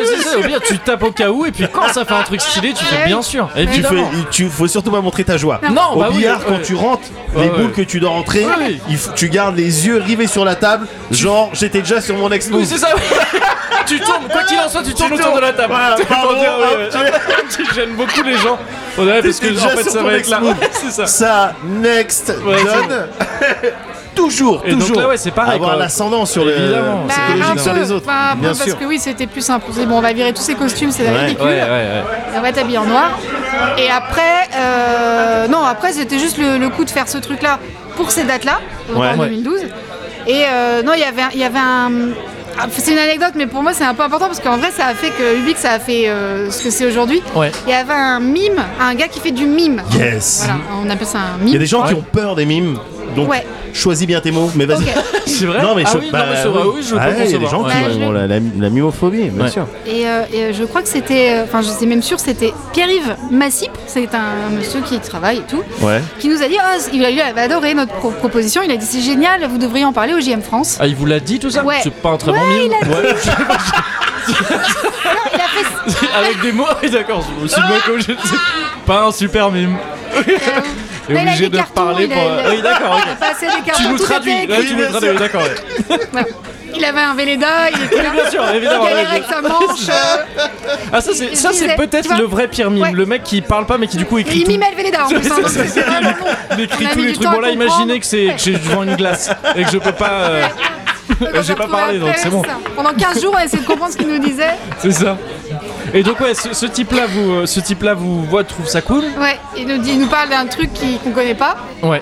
ouais, c'est ça, au billard, tu tapes au cas où et puis quand ça fait un truc stylé, tu fais Ouais. bien sûr. tu fais évidemment. tu faut surtout pas montrer ta joie Non, au bah oui, billard ouais. quand tu rentres les Ouais, boules ouais. que tu dois rentrer Ouais, ouais. il faut- tu gardes les yeux rivés sur la table genre j'étais déjà sur mon ex Oui, c'est ça. tu tournes, quoi qu'il en soit, tu tournes Tu autour de la table. Voilà, Tu- pardon, on dirait, hop, ouais, tu gênes beaucoup les gens. On dirait parce que T'étais en déjà fait sur ça ton va être là. ex-move. Ouais, c'est ça. ça next Ouais, done toujours Et donc toujours là, ouais, c'est pareil, avoir quoi. l'ascendant sur les Évidemment. hein. Bah, psychologique un sur peu. les autres Enfin, bah, un peu, bien parce sûr que oui, c'était plus simple. On s'est dit, bon, on va virer tous ces costumes, c'est Ouais. ridicule. Ouais, ouais, ouais. On va t'habiller en noir. Et après, euh, non, après c'était juste le, le coup de faire ce truc-là pour ces dates-là, donc Ouais. en 2012. Et euh, non, il y avait, un- il y avait un. ah, C'est une anecdote, mais pour moi c'est un peu important parce qu'en vrai ça a fait que Ubik ça a fait euh, ce que c'est aujourd'hui. Ouais. Il y avait un mime, un gars qui fait du mime. yes Voilà, on appelle ça un il y mime. a des gens qui Ouais. ont peur des mimes donc Ouais. choisis bien tes mots mais vas-y Ok. C'est vrai non mais Ah je oui, non, bah, mais c'est vrai, oui, je peux Ah ouais, il y a des concevoir. gens Ouais, qui je- ont la, la, la myophobie bien Ouais. sûr Et, euh, et, euh, je crois que c'était, euh, enfin je suis même sûre, c'était Pierre-Yves Massip, c'est un monsieur qui travaille et tout, ouais qui nous a dit, Ah, il, a, il avait adoré notre pro- proposition, il a dit c'est génial, vous devriez en parler au JM France. Ah, il vous l'a dit tout ça Ouais. C'est pas un très Ouais, bon il mime. a Ouais. Non, il a fait Ah. Avec des mots, oui, d'accord, je me suis moqué, je sais. Pas un super mime. Et mais il a obligé des de cartons, parler il a- pour. il a- Ah Oui, d'accord, ok. passer des cartons Tu nous tout traduis, était ouais, écrit. tu nous traduis, d'accord. ouais. Il avait un Véleda, il était là. Bien sûr, Il évidemment. galérait ouais, avec sa manche. euh, Ah, ça, c'est- Il- ça, il c'est disait, tu peut-être vois. le vrai pire mime, Ouais. le mec qui parle pas mais qui du coup écrit Il tout. mimait le Véleda en plus. hein, donc C'est c'est vraiment long. Il On écrit a tous mis les du trucs. temps Bon à là, imaginez comprendre. que c'est que j'ai devant une glace et que je peux pas. euh, Donc, on J'ai s'est pas retrouvés parlé, donc après, c'est bon. ça. Pendant 15 jours, on a essayé de comprendre ce qu'il nous disait. C'est ça. Et donc ouais, ce, ce type-là vous, euh, ce type-là vous voit, trouve ça cool. Ouais, il nous, dit, il nous parle d'un truc qui- qu'on connaît pas. Ouais.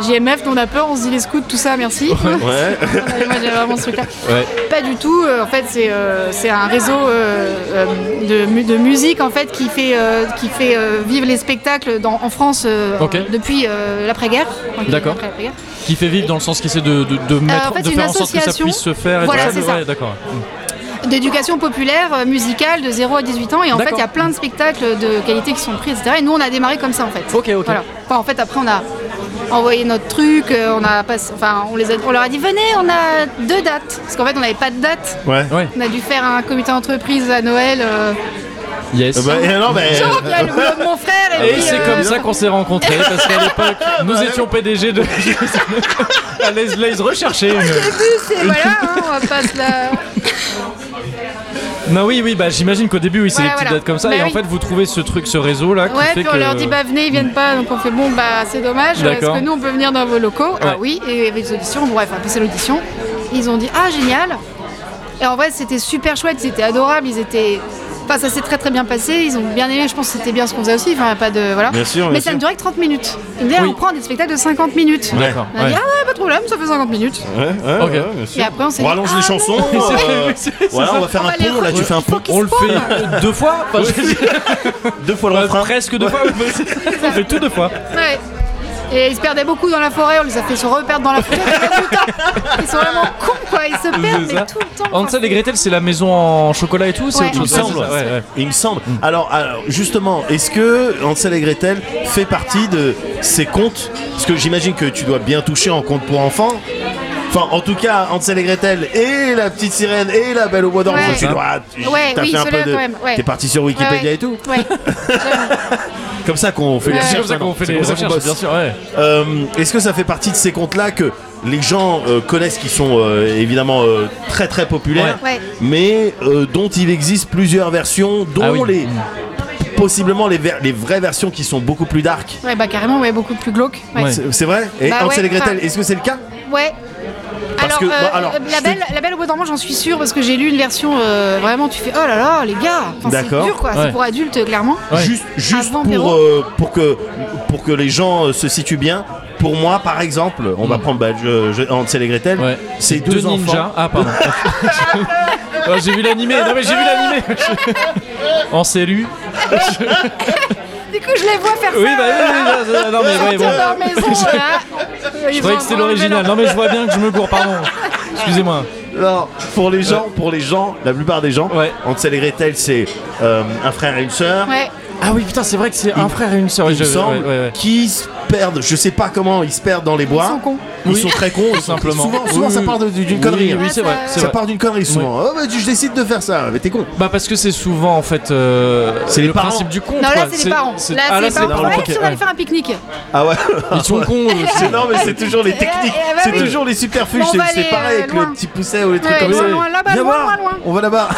JMF, dont on a peur, on se dit les scouts, tout ça, merci. Ouais. Moi j'avais vraiment ce truc-là. Ouais. Pas du tout. euh, En fait, c'est euh, c'est un réseau euh, euh, de, mu- de musique en fait qui fait euh, qui fait euh, vivre les spectacles dans- en France euh, Ok. depuis euh, l'après-guerre. Enfin, qui- D'accord. après l'après-guerre. Qui fait vivre dans le sens qui essaie de, de, de mettre, Euh, en fait, de c'est faire une en sorte que ça association. puisse se faire. Et Voilà, tout ça. c'est ça. Ouais, d'accord. D'éducation populaire euh, musicale de 0 à 18 ans et en fait D'accord. il y a plein de spectacles de qualité qui sont pris etc. Et nous on a démarré comme ça en fait. Ok, ok. Voilà. Enfin, en fait après on a envoyé notre truc, euh, on a passé- enfin on les a- on leur a dit venez on a deux dates parce qu'en fait on n'avait pas de date. Ouais. Ouais. On a dû faire un comité entreprise à Noël. euh, Yes. Euh, bah, et non, mais- Genre, il y a le boulot de mon frère et, Et puis, c'est euh, comme ça qu'on s'est rencontrés parce qu'à l'époque, nous étions PDG de. à Les Blaze recherchés. C'est voilà, hein, on va pas se la. Non oui oui bah j'imagine qu'au début oui c'est Voilà, des petites voilà. dates comme ça Bah et en oui. fait vous trouvez ce truc ce réseau là qui Ouais, fait puis on que leur dit bah venez, ils viennent pas, donc on fait bon bah c'est dommage. Est-ce D'accord. que nous on peut venir dans vos locaux Ah oui, et avec les auditions, bref, on a passé l'audition. Ils ont dit ah génial. Et en vrai c'était super chouette, ils étaient adorables, ils étaient. Enfin ça s'est très très bien passé, ils ont bien aimé, je pense que c'était bien ce qu'on faisait aussi, enfin pas de voilà. Bien sûr, bien Mais ça ne sûr. durait que 30 minutes. Ils me disaient, Oui. on prend des spectacles de 50 minutes. Ouais. D'accord. On a ouais. dit ah ouais pas de problème, ça fait 50 minutes. euh, Ouais, ouais, Ok. ouais, bien sûr. Et après, on s'est On dit, rallonge ah les non. chansons. euh, C'est- c'est voilà, ça. on va faire On un va les pont. Là, tu re- fais un pont. On le se fait euh, deux fois enfin, je veux dire, Deux fois le euh, refrain. presque deux fois on fait tout deux fois Ouais. Et ils se perdaient beaucoup dans la forêt, on les a fait se reperdre dans la forêt tout le temps. Ils sont vraiment cons quoi, ils se perdent C'est mais ça. tout le temps. Hansel et Gretel c'est la maison en chocolat et tout c'est Ouais. autre chose Il me semble. Ouais, ouais, Mm. ouais. Il me semble. Alors, alors, justement, est-ce que Hansel et Gretel fait partie de ces contes Parce que j'imagine que tu dois bien toucher en contes pour enfants. Enfin, en tout cas, Hansel et Gretel et la petite sirène et la belle au bois dormant. Ouais. Tu dois. tu- Ouais, t'as oui, fait un ceux-là, peu de. quand même, ouais. T'es parti sur Ouais, Wikipédia ouais. et tout. Ouais. Comme ça qu'on fait les Ouais. c'est comme recherches ça qu'on maintenant. fait C'est les comme ça qu'on recherches bosse. bien sûr ouais Euh, Est-ce que ça fait partie de ces contes-là que les gens euh, connaissent, qui sont euh, évidemment euh, très très populaires, Ouais. Ouais. mais euh, dont il existe plusieurs versions, dont Ah oui. les possiblement les, ver- les vraies versions qui sont beaucoup plus dark. Ouais, bah carrément, ouais, beaucoup plus glauque. Ouais. Ouais. C'est c'est vrai Et Bah Hansel ouais, et Gretel, enfin- est-ce que c'est le cas Ouais. Parce alors, que, euh, bah, alors, euh, la, je belle, la belle au bois dormant, j'en suis sûre parce que j'ai lu une version euh, vraiment, tu fais oh là là, les gars, Enfin, c'est D'accord. dur quoi, Ouais. c'est pour adultes clairement. Ouais. Juste, juste Avant pour, Perrault. euh, pour, que, pour que les gens euh, se situent bien. Pour moi, par exemple, on va prendre bah, je- je- Hansel et Gretel. Mm. Ouais. C'est deux, deux, enfants. ninjas. Ah pardon. Oh, j'ai vu l'animé. Non mais j'ai vu l'animé. en série. Du coup, je les vois faire Oui bah ça. oui, oui, oui, non mais sortir ouais, bon. de leur maison là. Je croyais que c'était l'original. Non mais je vois bien que je me gourre. Pardon. Excusez-moi. Alors, pour les gens, pour les gens, la plupart des gens, Ouais. Hansel et Gretel, c'est euh, un frère et une sœur. Ouais. Ah oui putain c'est vrai que c'est un frère et une sœur. Il me semble qui se perdent, je sais pas comment ils se perdent dans les bois. Ils sont cons. Ils Oui. sont très cons, ils sont- simplement. Souvent, souvent, Oui, ça oui. part de- d'une Oui, connerie. Oui, hein. c'est vrai. c'est Ça vrai. part d'une connerie souvent. Oh, bah, je décide de faire ça, mais t'es con. Bah parce que c'est souvent en fait euh, C'est les le parents. principe du con. Non, quoi. là, c'est les parents. Là, c'est ah, les c'est les parents. Ouais, ok, si on ouais. allait faire un pique-nique. Ah ouais. Ils sont cons. euh, C'est- non, mais c'est toujours les Et- techniques, et- bah c'est oui. toujours les superfuges, Bon, on c'est- va c'est aller, pareil euh, avec loin. le petit pousset ou les trucs Ouais, comme ça. loin, loin, là-bas, Viens loin, voir, loin, loin. On va là-bas.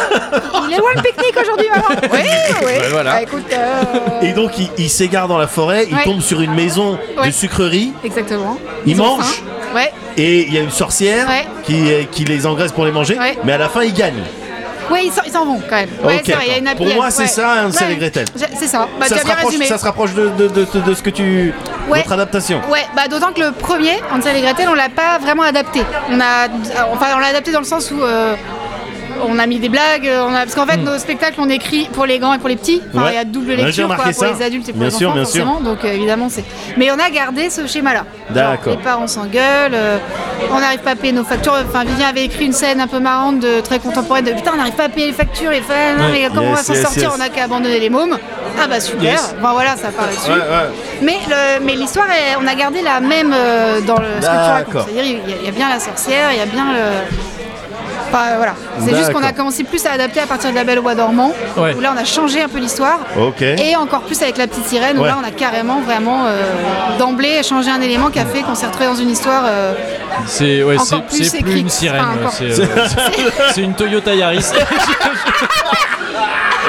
Il est loin le pique-nique aujourd'hui, maman. Oui, oui. Bah, voilà. Bah, écoute, euh, Et donc, ils ils s'égarent dans la forêt, ils Ouais. tombent sur une maison de Ouais. sucrerie Exactement. Ils ont mangent. faim. Ouais. et il y a une sorcière Ouais. qui, euh, qui les engraisse pour les manger, Ouais. mais à la fin, ils gagnent. Ouais, ils s'en- ils s'en vont quand même. Ouais, Ok, c'est vrai, il y a une d'accord. Pour happy moi, end, c'est ouais. ça, Hansel et Gretel. j'ai- C'est ça. Bah, tu ça, as se bien rapproche, résumé. ça se rapproche de, de- de- de- de ce que tu. Ouais. Votre adaptation. Ouais, bah d'autant que le premier, Hansel et Gretel, on l'a pas vraiment adapté. On a, enfin, on l'a adapté dans le sens où euh, on a mis des blagues, euh, on a, parce qu'en fait nos spectacles on écrit pour les grands et pour les petits. Enfin, Hmm. Ouais. il y a double Ouais, j'ai lecture quoi, remarqué pour ça. les adultes et pour Bien les sûr, enfants bien sûr. forcément. Donc euh, évidemment c'est. Mais on a gardé ce schéma-là. Genre, D'accord. Les parents s'engueulent, euh, on n'arrive pas à payer nos factures. Enfin, Vivien avait écrit une scène un peu marrante, de, très contemporaine, de putain on n'arrive pas à payer les factures et fait, non, mais comment on va Yes, s'en yes, sortir yes. On a qu'à abandonner les mômes. Ah bah super. Yes. Bon voilà, ça part là-dessus. Ouais, ouais. Mais le- mais l'histoire, est- on a gardé la même euh, dans le, ce que tu D'accord. racontes. C'est-à-dire, il y a- il y, a bien la sorcière, il y a bien le. Enfin, euh, voilà. C'est juste qu'on a D'accord. commencé plus à adapter à partir de la Belle au Bois dormant, Ouais. où là, on a changé un peu l'histoire. Ok. Et encore plus avec la petite sirène, où Ouais. là, on a carrément vraiment euh, d'emblée changé un élément qui a fait qu'on s'est retrouvé dans une histoire. euh, C'est ouais, Encore c'est plus c'est plus écrit. une sirène, Enfin, encore. c'est euh, c'est- c'est une Toyota Yaris.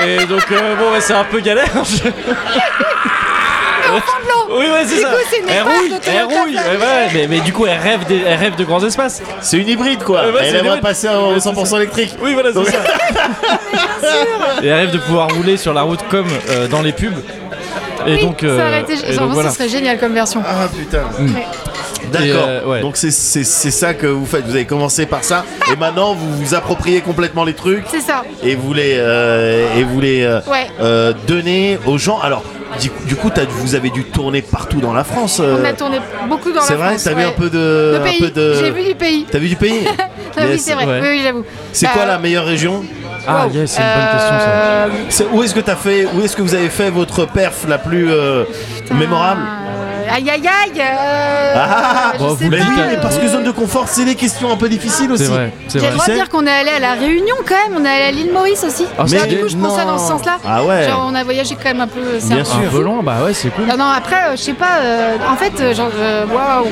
Et donc euh, bon ouais, c'est un peu galère. au fond de l'eau hein, Oui, ouais, c'est Du ça. coup, c'est une elle espace rouille, d'autoroute elle rouille. à ouais, ouais, mais, mais du coup, elle rêve, des, elle rêve de grands espaces. C'est une hybride quoi. Ouais, ouais, c'est Elle une aimerait hybride. passer en Ouais, c'est 100% ça. électrique. Oui, voilà, c'est ça. Et elle rêve de pouvoir rouler sur la route comme euh, dans les pubs. Et Oui, donc, ça euh, aurait été- et genre, donc voilà. ça serait génial comme version. Ah putain. Ouais. D'accord. Et, euh, ouais. Donc c'est c'est- c'est ça que vous faites. Vous avez commencé par ça et maintenant vous vous appropriez complètement les trucs C'est ça. et vous les euh, et vous les euh, Ouais. euh, donner aux gens. Alors du, du coup t'as- vous avez dû tourner partout dans la France. euh, On a tourné beaucoup dans la C'est vrai. France, T'as vu ouais. un peu de Le un pays. peu de. J'ai vu du pays. T'as vu du pays Ah oui, Yes. c'est vrai. ouais. Oui, oui, j'avoue. C'est Bah, quoi la meilleure région Ah, wow. yes, c'est une bonne question ça. Euh, C'est- Où est-ce que t'as fait Où est-ce que vous avez fait votre perf la plus euh, mémorable Euh, Aïe aïe aïe euh, Ah, je bon, sais vous Mais le pas, oui, dites, mais parce que euh, zone de confort, c'est des questions un peu difficiles aussi. C'est vrai, c'est J'ai vrai. le droit Tu de sais dire qu'on est allé à la Réunion quand même, on est allé à l'île Maurice aussi. Ah, Mais Ah, du coup, je pense ça dans ce sens-là. Ah ouais. Genre, on a voyagé quand même un peu. c'est Bien un- sûr. Un volant, bah ouais, c'est cool. Non, non, après, euh, je sais pas, euh, en fait, euh, genre, euh, waouh,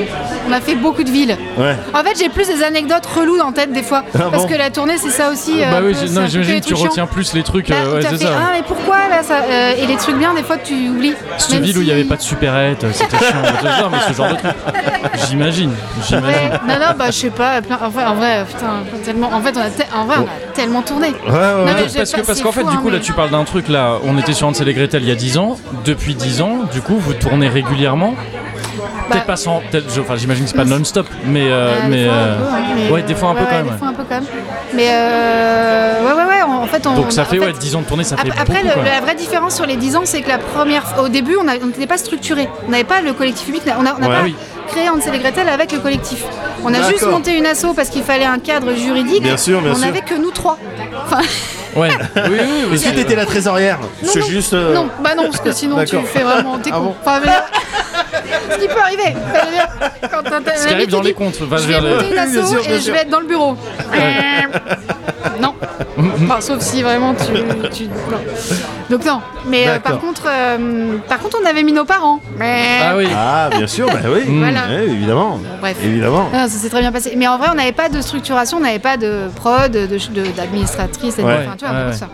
on a fait beaucoup de villes. Ouais. En fait, j'ai plus des anecdotes reloues en tête des fois. Ah parce bon que la tournée, c'est ça aussi. euh, bah un oui, peu, j'ai- c'est un non, peu j'imagine les que tu trucs retiens chiants. plus les trucs. Bah, euh, ouais, t'as c'est fait, ça. ouais. Ah, mais pourquoi là ça euh, Et les trucs bien, des fois, tu oublies. Cette Même ville où il n'y si- avait pas de supérette, euh, c'était chiant. Non, mais ce genre de truc. J'imagine, Ouais, j'imagine. non, non, bah je sais pas. plein- En vrai, en vrai, putain, tellement. En fait, on a, te- en vrai, on a tellement tourné. Ouais, ouais. Non, mais Parce j'ai parce pas- que, parce c'est qu'en fait, fou, du hein, coup, là, mais- tu parles d'un truc. Là, on était sur Hansel et Gretel il y a 10 ans. Depuis 10 ans, du coup, vous tournez régulièrement. Bah, Peut-être pas sans. peut-être- je- enfin, j'imagine que c'est pas non-stop, mais. euh, Euh, des mais fois, un euh, peu, hein, mais, ouais, des fois un peu ouais, quand même. Des ouais. fois un peu quand même. Mais euh, ouais, ouais, ouais. on- en fait, on. Donc ça fait, en ouais, 10 ans de tournée, ça fait Après, après, beaucoup. le- quoi. la vraie différence sur les 10 ans, c'est que la première, au début, on a- on n'était pas structuré. On n'avait pas le collectif public. On n'a on n'a Ouais. pas Oui. créé Hansel et Gretel avec le collectif. On a juste D'accord. monté une asso parce qu'il fallait un cadre juridique. Bien sûr, bien on sûr. n'avait que nous trois. Enfin, Ouais. oui, oui, oui. Est-ce que t'étais la trésorière C'est juste. euh, non, bah non, parce que sinon tu D'accord. fais vraiment tes Ah cons. bon Enfin, mais- ce qui peut arriver. Ça veut dire, Quand t'as- Ce qui arrive dans les comptes, va Je vais vers le- monter une asso Bien sûr, bien et je sûr. vais être dans le bureau. Euh, non. Enfin, sauf si vraiment tu. tu- non. Donc non. Mais euh, par D'accord. contre, euh, par contre, on avait mis nos parents. Mais Ah oui. Ah, bien sûr, bah oui. Voilà. Ouais, évidemment. Bref. Évidemment. Ah, ça s'est très bien passé. Mais en vrai, on n'avait pas de structuration, on n'avait pas de prod, de- de- d'administratrice, de, Ouais. enfin, tu vois, un peu Ouais, ouais. ça.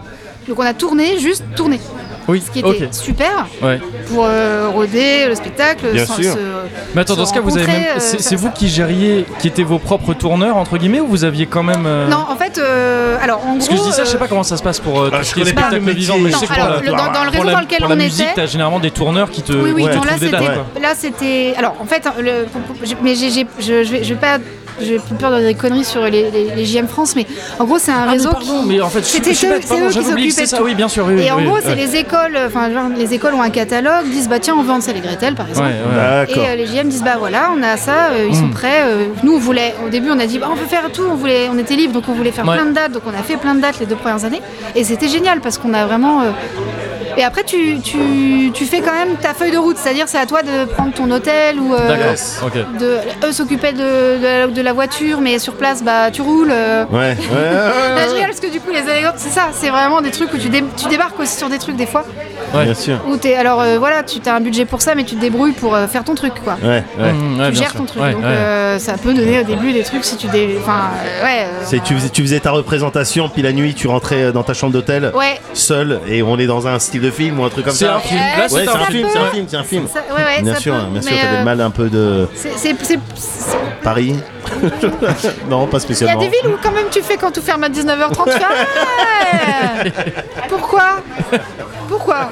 Donc on a tourné, juste tourné, Oui, ce qui était ok. super Ouais. pour euh, roder le spectacle. Bien sans sûr. Euh. se- Mais attends, dans se ce cas, vous avez rencontrer, même. euh, C'est ça- c'est vous qui gériez, qui étiez vos propres tourneurs, entre guillemets, ou vous aviez quand même. euh, Non, en fait, euh, alors en Parce que gros. je dis ça, je sais euh, pas comment ça se passe pour euh, Ah, tout je ce qui est connais pas le spectacle métier. vivant, mais je non, sais que pour alors, la- le- dans, dans le réseau pour la, dans lequel pour la on musique, était, t'as généralement des tourneurs qui te euh, Oui, oui, qui te non, là trouvent des dates. c'était. quoi. Là c'était. Alors en fait, le... mais j'ai, j'ai- je, je vais, je vais pas. J'ai plus peur de dire des conneries sur les, les- les JM France, mais en gros c'est un Ah, mais réseau. pardon, qui- mais en fait, je suis- C'était je suis eux- bête, c'est pardon, eux qui j'avais oublié que s'occupaient c'était de ça. tout. Oui, bien sûr, oui. Et en oui, gros, oui, c'est ouais. les écoles, enfin, genre, les écoles ont un catalogue, disent bah tiens, on veut Hansel et Gretel par Ouais, exemple. ouais. Et D'accord. euh, les JM disent bah voilà on a ça euh, ils sont Hmm. prêts euh, nous on voulait au début on a dit bah, on peut faire tout on voulait on était libre donc on voulait faire Ouais. plein de dates donc on a fait plein de dates les deux premières années et c'était génial parce qu'on a vraiment euh, et après tu, tu, tu fais quand même ta feuille de route c'est à dire c'est à toi de prendre ton hôtel ou euh, D'accord, Yes. ok. de eux s'occupaient de, de la- de la voiture mais sur place bah tu roules euh. Ouais. ouais, ouais, Là, ouais, je ouais. rigole parce que du coup les anecdotes c'est ça c'est vraiment des trucs où tu, dé- tu débarques aussi sur des trucs des fois Ouais. Bien sûr. où t'es alors euh, voilà tu as un budget pour ça mais tu te débrouilles pour euh, faire ton truc quoi Ouais, ouais. Mmh, ouais, tu bien gères sûr. ton truc. Ouais, donc ouais. euh, ça peut donner au début des trucs si tu dé... Enfin, euh, ouais. euh, C'est- Tu faisais, tu faisais ta représentation, puis la nuit tu rentrais dans ta chambre d'hôtel Ouais. seul, et on est dans un style de film ou un truc comme C'est ça. un film. Là, Ouais, Ouais, c'est c'est un un ça film. film, peut. c'est un film, c'est un film. Ça- ouais, ouais, Bien ça sûr, peut, bien sûr, mais, t'avais euh, le mal un peu de c'est- c'est- c'est- c'est- Paris. non, Il y pas a spécialement. des villes où quand même tu fais quand tout ferme à 19h30, tu fais Ah Pourquoi Pourquoi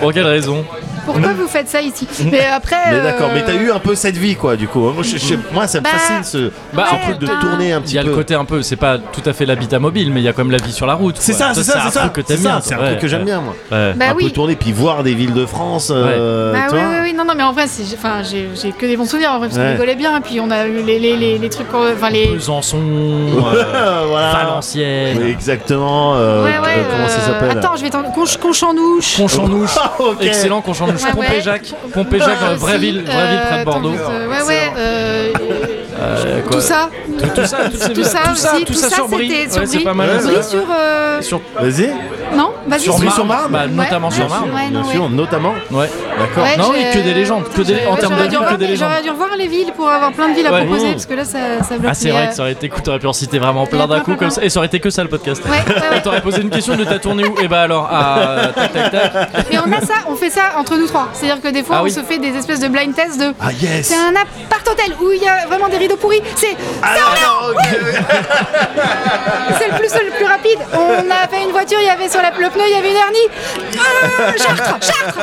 Pour quelle raison Pourquoi vous faites ça ici Mais après. Mais d'accord, euh, mais t'as eu un peu cette vie quoi, du coup. Moi, je- je- moi, ça me Bah, fascine ce, bah, ce ouais, truc de bah. tourner un Il petit y a peu. le côté un peu, c'est pas tout à fait l'habitat mobile, mais il y a quand même la vie sur la route. C'est quoi. ça, c'est ça, c'est un ça. truc que C'est t'aimes ça, bien. c'est un toi. truc que Ouais, j'aime bien moi. ouais. Bah un oui. peu tourner puis voir des villes de France. euh, Bah tu oui, vois. oui, oui, non, non, mais en vrai, c'est- enfin, j'ai j'ai que des bons souvenirs en vrai, parce qu'on Ouais. rigolait bien, et puis on a eu les, les, les, les trucs, qu'on- enfin les. Besançon, euh, Euh, voilà. Valenciennes, Oui, Exactement. euh, Ouais, ouais, euh, comment ça euh, s'appelle Attends, je vais t'en. Conche, conche en douche. Conchandouche. Ah, ok. Excellent Conchandouche. Ouais, ouais. Pompéjac. Pompéjac, euh, vraie aussi, ville, vraie ville près de euh, Bordeaux. attends, juste, euh, ouais, ouais. euh, euh, quoi. Tout ça, tout ça, tout tout, ça, tout ça, aussi, tout ça sur Brie. c'était sur Ouais, c'est Brie. pas mal. Ouais, ça. ouais. Brie sur, euh, Sur- Vas-y. non, vas-y Sur sur, Brie, sur Marne Bah, notamment Ouais, sur ouais, Marne. ouais, Bien non, sûr, ouais. notamment. Ouais. D'accord. Ouais, non, j'ai- euh, et que des légendes, que des, Ouais, en termes j'aurais de dû villes, que revoir- des légendes. J'aurais dû revoir les villes pour avoir plein de villes à Ouais. proposer Mmh. parce que là ça, ça bloque. Ah, c'est mais, vrai euh, que ça aurait été cool, t'aurais pu en citer vraiment Il y plein a d'un plein, coup plein, comme plein. ça. Et ça aurait été que ça le podcast. Ouais, ouais, ouais. T'aurais posé une question de t'as tourné où Et bah alors, à tac tac tac. Mais on a ça, on fait ça entre nous trois. C'est-à-dire que des fois Ah on oui. se fait des espèces de blind tests de. Ah yes C'est un appart hôtel où il y a vraiment des rideaux pourris. C'est Alors, Ah ok. c'est le plus c'est le plus rapide. On avait une voiture, il y avait sur la- le pneu, il y avait une hernie. Euh, Chartres, Chartres.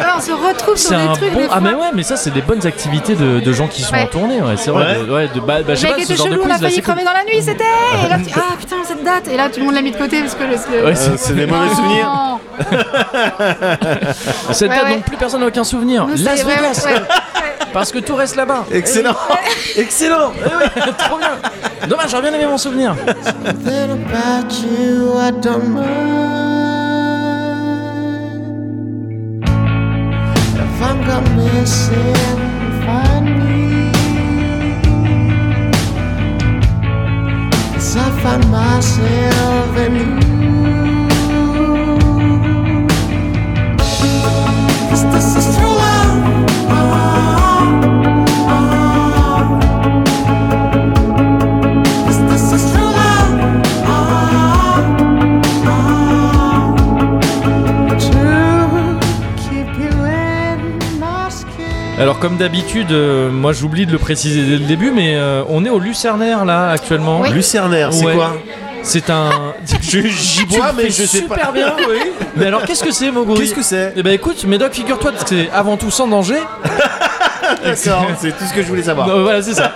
Alors, on se retrouve sur C'est des un trucs. bon. des Ah, fois. mais ouais, mais ça, c'est des bonnes activités de, de gens qui sont en Ouais. tournée, ouais, c'est vrai. Ouais. de- Ouais, de, bah, bah, je Le sais mec pas, ce était genre de chelou, on a quiz là, failli c'est cool. crever dans la nuit, c'était. Et là, tu- Ah putain, cette date. Et là, tout le monde l'a mis de côté parce que le. le- Ouais, c'est- Euh, C'est des mauvais Non. souvenirs. Cette Ouais, date ouais. dont plus personne n'a aucun souvenir. Nous, c'est- Las ouais, Vegas, ouais, ouais. parce que tout reste là-bas. Excellent. Excellent Eh ouais, Trop bien Dommage, j'aurais bien aimé mon souvenir Something about you I don't mind. If I'm gone missing, find me. 'Cause I find myself in you. 'Cause this is true love. Oh, oh, oh. 'Cause this is true love, oh, oh, to keep you in my skin. Alors comme d'habitude, euh, moi j'oublie de le préciser dès le début, mais euh, on est au Lucernaire là actuellement. Oui. Lucernaire, c'est Ouais. quoi C'est un... Je- J'y Tu bois, le mais fais je sais super pas. bien, oui. Mais alors qu'est-ce que c'est Moguri Qu'est-ce que c'est Eh ben écoute, Médoc, figure-toi que c'est avant tout sans danger. D'accord, c'est tout ce que je voulais savoir. Non, voilà, c'est ça.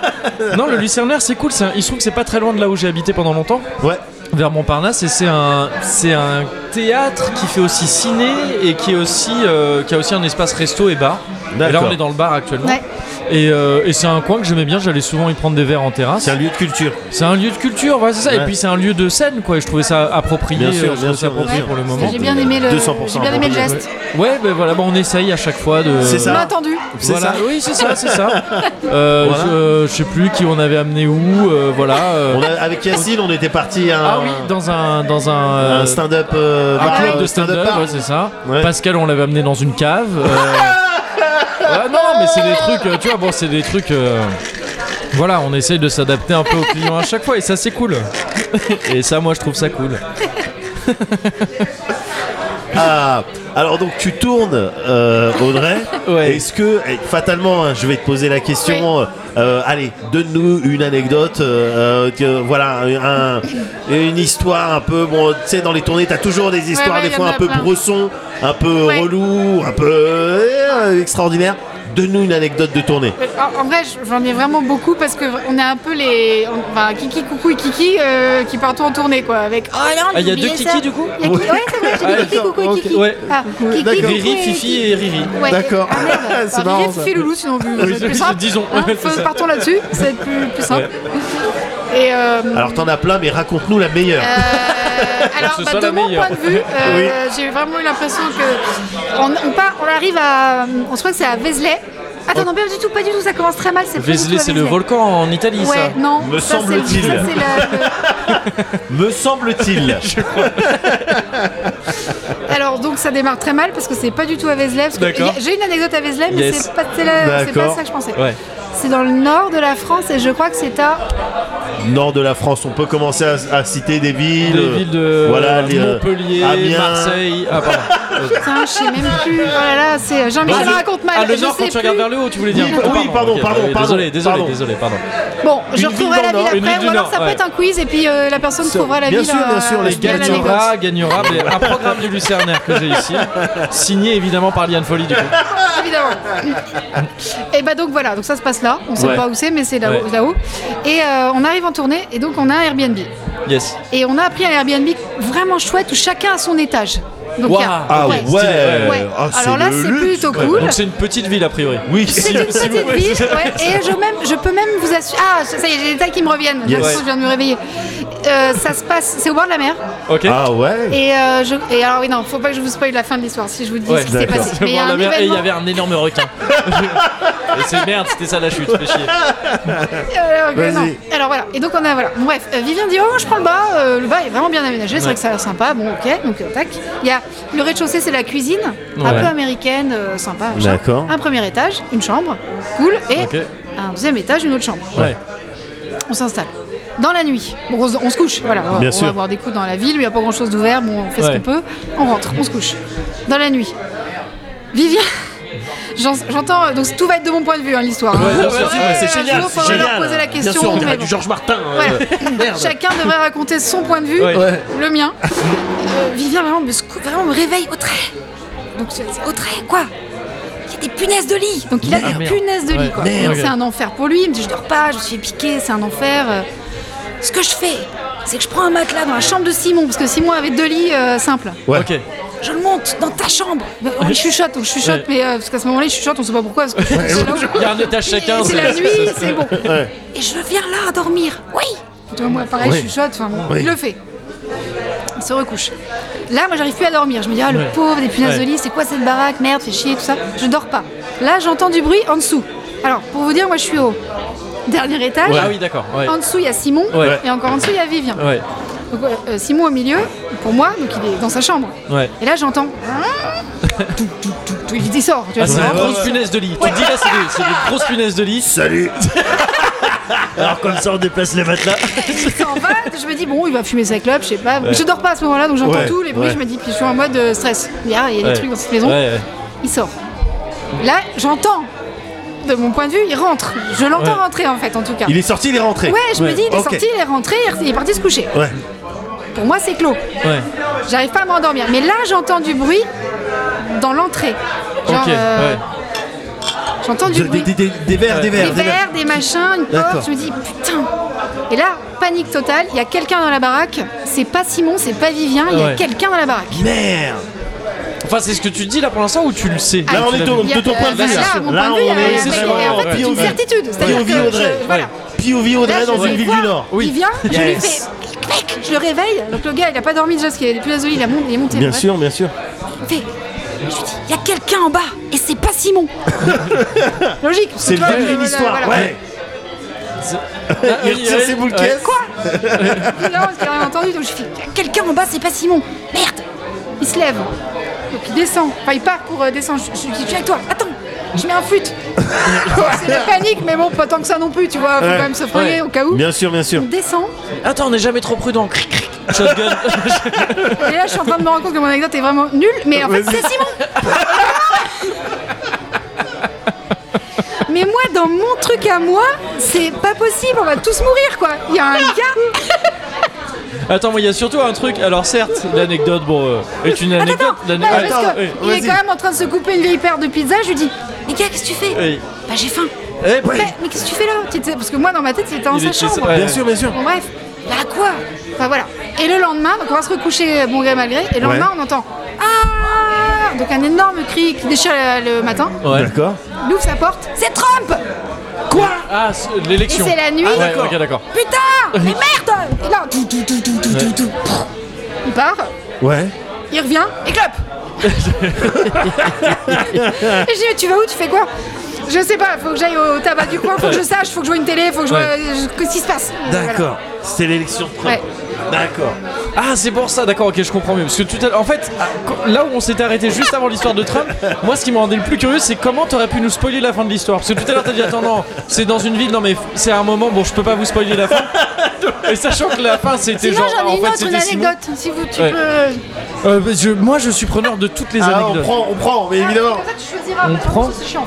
Non, le Lucernaire c'est cool, c'est un- il se trouve que c'est pas très loin de là où j'ai habité pendant longtemps. Ouais. vers Montparnasse et c'est un c'est un théâtre qui fait aussi ciné et qui est aussi euh, qui a aussi un espace resto et bar. Et là D'accord. on est dans le bar actuellement. Ouais. Et, euh, et c'est un coin que j'aimais bien, j'allais souvent y prendre des verres en terrasse. C'est un lieu de culture. C'est un lieu de culture, voilà, c'est ça. Et Ouais. puis c'est un lieu de scène, quoi. Et je trouvais ça approprié, Bien sûr, euh, je bien trouvais ça sûr, bien approprié sûr. pour le Parce que moment. J'ai bien aimé le. 200% J'ai bien aimé le approprié, geste. Ouais, ben voilà, bon, on essaye à chaque fois de. C'est ça. On a attendu. C'est Voilà. ça. Oui, c'est ça, c'est ça. Euh, Voilà. je, euh, je sais plus qui on avait amené où, euh, voilà. euh. On a- avec Yacine, on était parti à un, Ah oui, dans un dans un, un euh, stand-up. euh, Un bar, club de euh, stand-up, bar. ouais, c'est ça. Ouais. Pascal, on l'avait amené dans une cave. euh. Ouais, non, mais c'est des trucs, euh, tu vois, bon, c'est des trucs. euh, Voilà, on essaye de s'adapter un peu aux clients à chaque fois et ça, c'est cool. Et ça, moi, je trouve ça cool. Ah, alors donc tu tournes, euh, Audrey. Ouais. Est-ce que eh, fatalement, hein, je vais te poser la question. euh, allez, donne-nous une anecdote. euh, euh, que- voilà, un- une histoire un peu. Bon, tu sais, dans les tournées, t'as toujours des histoires ouais, des y en fois un a peu plein. brosson, un peu Ouais. relou, un peu euh, extraordinaire. Donne-nous une anecdote de tournée. Euh, En, en vrai, j'en ai vraiment beaucoup parce que on est un peu les, on- enfin, Kiki, Coucou et Kiki euh, qui partent en tournée quoi. Avec. Oh là, on Ah, il y a oublié deux ça. Kiki, du coup Il y a Kiki- Ouais, c'est vrai, j'ai Ah, dit Kiki, d'accord, Coucou ok, et Kiki. ouais. Ah, Kiki, d'accord. Coucou Riri, et Fifi et Riri. Ouais. D'accord. Ah, merde. C'est Enfin, marrant, Riri, ça. Fifi, Loulou, sinon vu. ça va être plus simple. disons, Hein, ouais, c'est faut- ça. partons là-dessus, ça va être plus, plus simple. Et euh, Alors t'en as plein, mais raconte-nous la meilleure. euh, alors, ce bah, soit de la mon meilleure. point de vue, euh, j'ai vraiment eu l'impression que on, on part, on arrive à, euh, on se croit que c'est à Vézelay. Attends, non, pas du tout, pas du tout, ça commence très mal. c'est pas du Vézelay, tout à c'est le Vézelay. volcan en Italie, ça. Ouais, non. Me ça, c'est le- semble-t-il. ça, c'est la- le- Me semble-t-il. Alors donc ça démarre très mal parce que c'est pas du tout à Vézelay. parce que- D'accord. J'ai une anecdote à Vézelay, mais Yes. c'est pas, c'est la- c'est pas D'accord. ça que je pensais. Ouais. C'est dans le nord de la France et je crois que c'est à Nord de la France, on peut commencer à, à citer des villes. Les villes de voilà, les, euh, Montpellier, Amiens. Marseille. Ah, pardon. Putain, je sais même plus. Oh là là, c'est Jean-Michel Vas-y. raconte mal. Ah, le je nord, sais quand tu regardes plus. vers le haut, tu voulais dire. Oui, Oh, oui, pardon, ok, pardon, oui, pardon, Désolé, désolé, pardon. désolé, pardon. Bon, je Une ville retrouverai la dans ville le nord, après. une ville du Ou alors nord, ça peut ouais. être un quiz et puis euh, la personne Sur- trouvera la bien ville. sûr, bien sûr, euh, les je dirais l'anecdote. Gagnera, gagnera mais un programme du Lucernaire que j'ai ici, signé évidemment par Liane Folly du coup. Évidemment. et bah donc voilà, donc ça se passe là. On sait Ouais. pas où c'est, mais c'est là-haut. Ouais. là-haut. Et euh, on arrive en tournée et donc on a un Airbnb. Yes. Et on a appris un Airbnb vraiment chouette où chacun a son étage. Donc, Waouh. il y a- Ah ouais. ouais, ouais. Ouais. Ah, Alors là, le c'est luxe, plutôt quoi. cool. Donc c'est une petite ville a priori. Oui, C'est une petite ville, ouais, et je, même, je peux même vous assurer. Ah, ça y est, j'ai des détails qui me reviennent. J'ai Yes. l'impression que je viens de me réveiller. Euh, ça se passe, c'est au bord de la mer. Ok. Ah ouais Et, euh, je, et alors, oui, non, faut pas que je vous spoil la fin de l'histoire si je vous dis Ouais, ce qui s'est d'accord. passé. Voir il y a la Eh, un mer, et il y événement- avait un énorme requin. Et c'est merde, c'était ça la chute, fais chier. Alors, que Vas-y. Euh, non. Alors voilà, et donc on a voilà. Bon, bref, euh, Vivien dit oh je prends le bas, Euh, le bas est vraiment bien aménagé, c'est vrai que ça a l'air sympa, bon ok, donc euh, tac. Il y a le rez-de-chaussée c'est la cuisine, un Ouais. peu américaine, euh, sympa. machin. D'accord. Un premier étage, une chambre, cool, et Ok. un deuxième étage, une autre chambre. Ouais. On s'installe. Dans la nuit, Bon, on, se- on se couche, voilà, on, Bien on sûr. va voir des coups dans la ville, il n'y a pas grand chose d'ouvert, bon on fait ce Ouais. qu'on peut, on rentre, on se couche. Dans la nuit. Vivien j'en- J'entends, donc tout va être de mon point de vue hein, l'histoire. hein. bien sûr, Ouais, mais c'est un génial, jour, c'est faudrait leur génial. poser la question. Bien sûr, on dirait mais du bon. Georges Martin. euh, Voilà. merde. Chacun devrait raconter son point de vue, Ouais. Ouais. le mien. Euh, Vivien vraiment me, secou- vraiment me réveille au trait. Donc c'est c'est au trait, quoi Il y a des punaises de lit Donc il a des Ah, Merde. punaises de lit, Ouais. quoi. Merde. Donc, C'est un enfer pour lui, il me dit je dors pas, je me suis piqué, c'est un enfer. euh. Ce que je fais, c'est que je prends un matelas dans la chambre de Simon, parce que Simon avait deux lits euh, simples. Ouais. Ok. Je le monte dans ta chambre On le chuchote, on le chuchote, Ouais. mais euh, parce qu'à ce moment-là, il chuchote, on sait pas pourquoi. parce que- Il y a un étage chacun. c'est la nuit, c'est bon. Ouais. Et je viens là dormir. Oui. Tu vois, moi, pareil, Oui. je chuchote. Enfin, bon, Oui. il le fait. Il se recouche. Là, moi, j'arrive plus à dormir. Je me dis, ah, le Ouais. pauvre, des punaises Ouais. de lit, c'est quoi cette baraque Merde, fait chier, tout ça. Je dors pas. Là, j'entends du bruit en dessous. Alors, pour vous dire, moi, je suis au dernier étage. Ouais. Ah oui, d'accord. Ouais. En dessous, il y a Simon. Ouais. Et encore en dessous, il y a Vivien. Ouais. Donc, euh, euh, Simon au milieu, pour moi, donc il est dans sa chambre. Ouais. Et là, j'entends. tout, tout, tout, tout. Il dit, sort. Tu vois, Ah, c'est Simon. des grosses punaises de lit. Tu te dis là, c'est des, c'est des grosses punaises de lit. Salut Alors comme ça, on déplace les matelas. il s'en va, je me dis bon il va fumer sa clope, je sais pas. Je dors pas à ce moment-là, donc j'entends Ouais, tout, les bruits, ouais. je me dis, puis je suis en mode euh, stress. Il y a, il y a Ouais. des trucs dans cette maison. Ouais, Il sort. Là, j'entends, de mon point de vue, il rentre. Je l'entends Ouais. rentrer en fait en tout cas. Il est sorti, il est rentré. Ouais, je me Ouais. dis, il est Ok. sorti, il est rentré, il est parti se coucher. Ouais. Pour moi, c'est clos. ouais. ouais. J'arrive pas à m'endormir. Mais là, j'entends du bruit dans l'entrée. Genre, Ok. euh, Ouais. j'entends du Des, bruit. des- des- des verres, des des verres, des verres. verres, des machins, une D'accord. porte. Je me dis putain. Et là, panique totale. Il y a quelqu'un dans la baraque. C'est pas Simon, c'est pas Vivien. Il y a Ouais. quelqu'un dans la baraque. Merde Enfin, c'est ce que tu dis là pour l'instant ou tu le sais Ah, Là, on Tu est l'as de, vu Il y a- de ton point de bah, vue. là, Là, mon point de vue, on il y a- est c'est vraiment en fait, ouais. une certitude. Pio C'est-à-dire que Viaudrey. je- voilà. Pio Audrey Là, dans je une vais ville voir du Nord. Vivien, je lui fais. Yes. Mec, je le réveille. Donc le gars, il a pas dormi déjà parce qu'il y a des punaises de lit, il a mon- il est monté. Bien bref. sûr, bien sûr. Il fait, Je lui dis, il y a quelqu'un en bas et c'est pas Simon. Logique. parce que C'est le toi, début je- d'une histoire. voilà. Ouais. Ah, Il oui, retire ouais, ses boules ouais. caisses. Non, parce qu'il a rien entendu, donc je fais quelqu'un en bas, c'est pas Simon. Merde Il se lève. Donc il descend. Enfin, il part pour euh, descendre. Je, je lui dis, je suis avec toi. Attends, je mets un fut. c'est la panique, mais bon, pas tant que ça non plus, tu vois. Faut Ouais. quand même se frayer Ouais. au cas où. Bien sûr, bien sûr. On descend. Attends, on n'est jamais trop prudent. Cric, cric. Shotgun. Et là, je suis en train de me rendre compte que mon anecdote est vraiment nulle, mais en fait, Vas-y. c'est Simon Mais moi, dans mon truc à moi, c'est pas possible, on va tous mourir, quoi. Il y a un gars. Attends, moi il y a surtout un truc. Alors certes, l'anecdote, bon, euh, est une Attends, anecdote. attends, l'ane- non, parce Attends, que oui, il est vas-y. quand même en train de se couper une vieille paire de pizza. Je lui dis, mais gars, qu'est-ce que tu fais Oui. Bah j'ai faim. Eh, Bah, mais qu'est-ce que tu fais là Tu sais, Parce que moi dans ma tête, il était dans Il sa était- chambre. ouais. Bien sûr, bien sûr. Bon, bref, bah quoi Enfin voilà. Et le lendemain, donc on va se recoucher euh, bon gré malgré. Et le lendemain, Ouais. on entend ah donc un énorme cri qui déchire euh, le matin. Ouais. D'accord. Il ouvre sa porte. C'est Trump Quoi Ah, c'est- Et l'élection. c'est la nuit. Ah, ouais, ok, d'accord. Putain Mais merde Et là, tout, tout, tout, tout, tout, tout, tout. Il part. Ouais. Il revient et clope Et je dis, mais tu vas où Tu fais quoi Je sais pas, faut que j'aille au tabac du coin, faut que je sache, faut que je vois une télé, faut que je vois Ouais. euh, qu'est-ce qui se passe. Voilà. D'accord. C'était l'élection de Trump. Ouais. D'accord. Ah, c'est pour ça, d'accord, ok, je comprends mieux. Parce que tout à l'heure, en fait, à- quand- là où on s'était arrêté juste avant l'histoire de Trump, moi ce qui me rendait le plus curieux, c'est comment t'aurais pu nous spoiler la fin de l'histoire. Parce que tout à l'heure, t'as dit, attends, non, c'est dans une ville, non, mais f- c'est un moment, bon, je peux pas vous spoiler la fin. Et sachant que la fin, c'était Sinon genre. j'en ai en une fait, autre, une c'était Simon. anecdote, si vous tu Ouais. peux. Euh, bah, je- moi, je suis preneur de toutes les Ah, on anecdotes. prend, on prend, mais évidemment. Comme ça tu choisiras, On parce que prend. c'est chiant.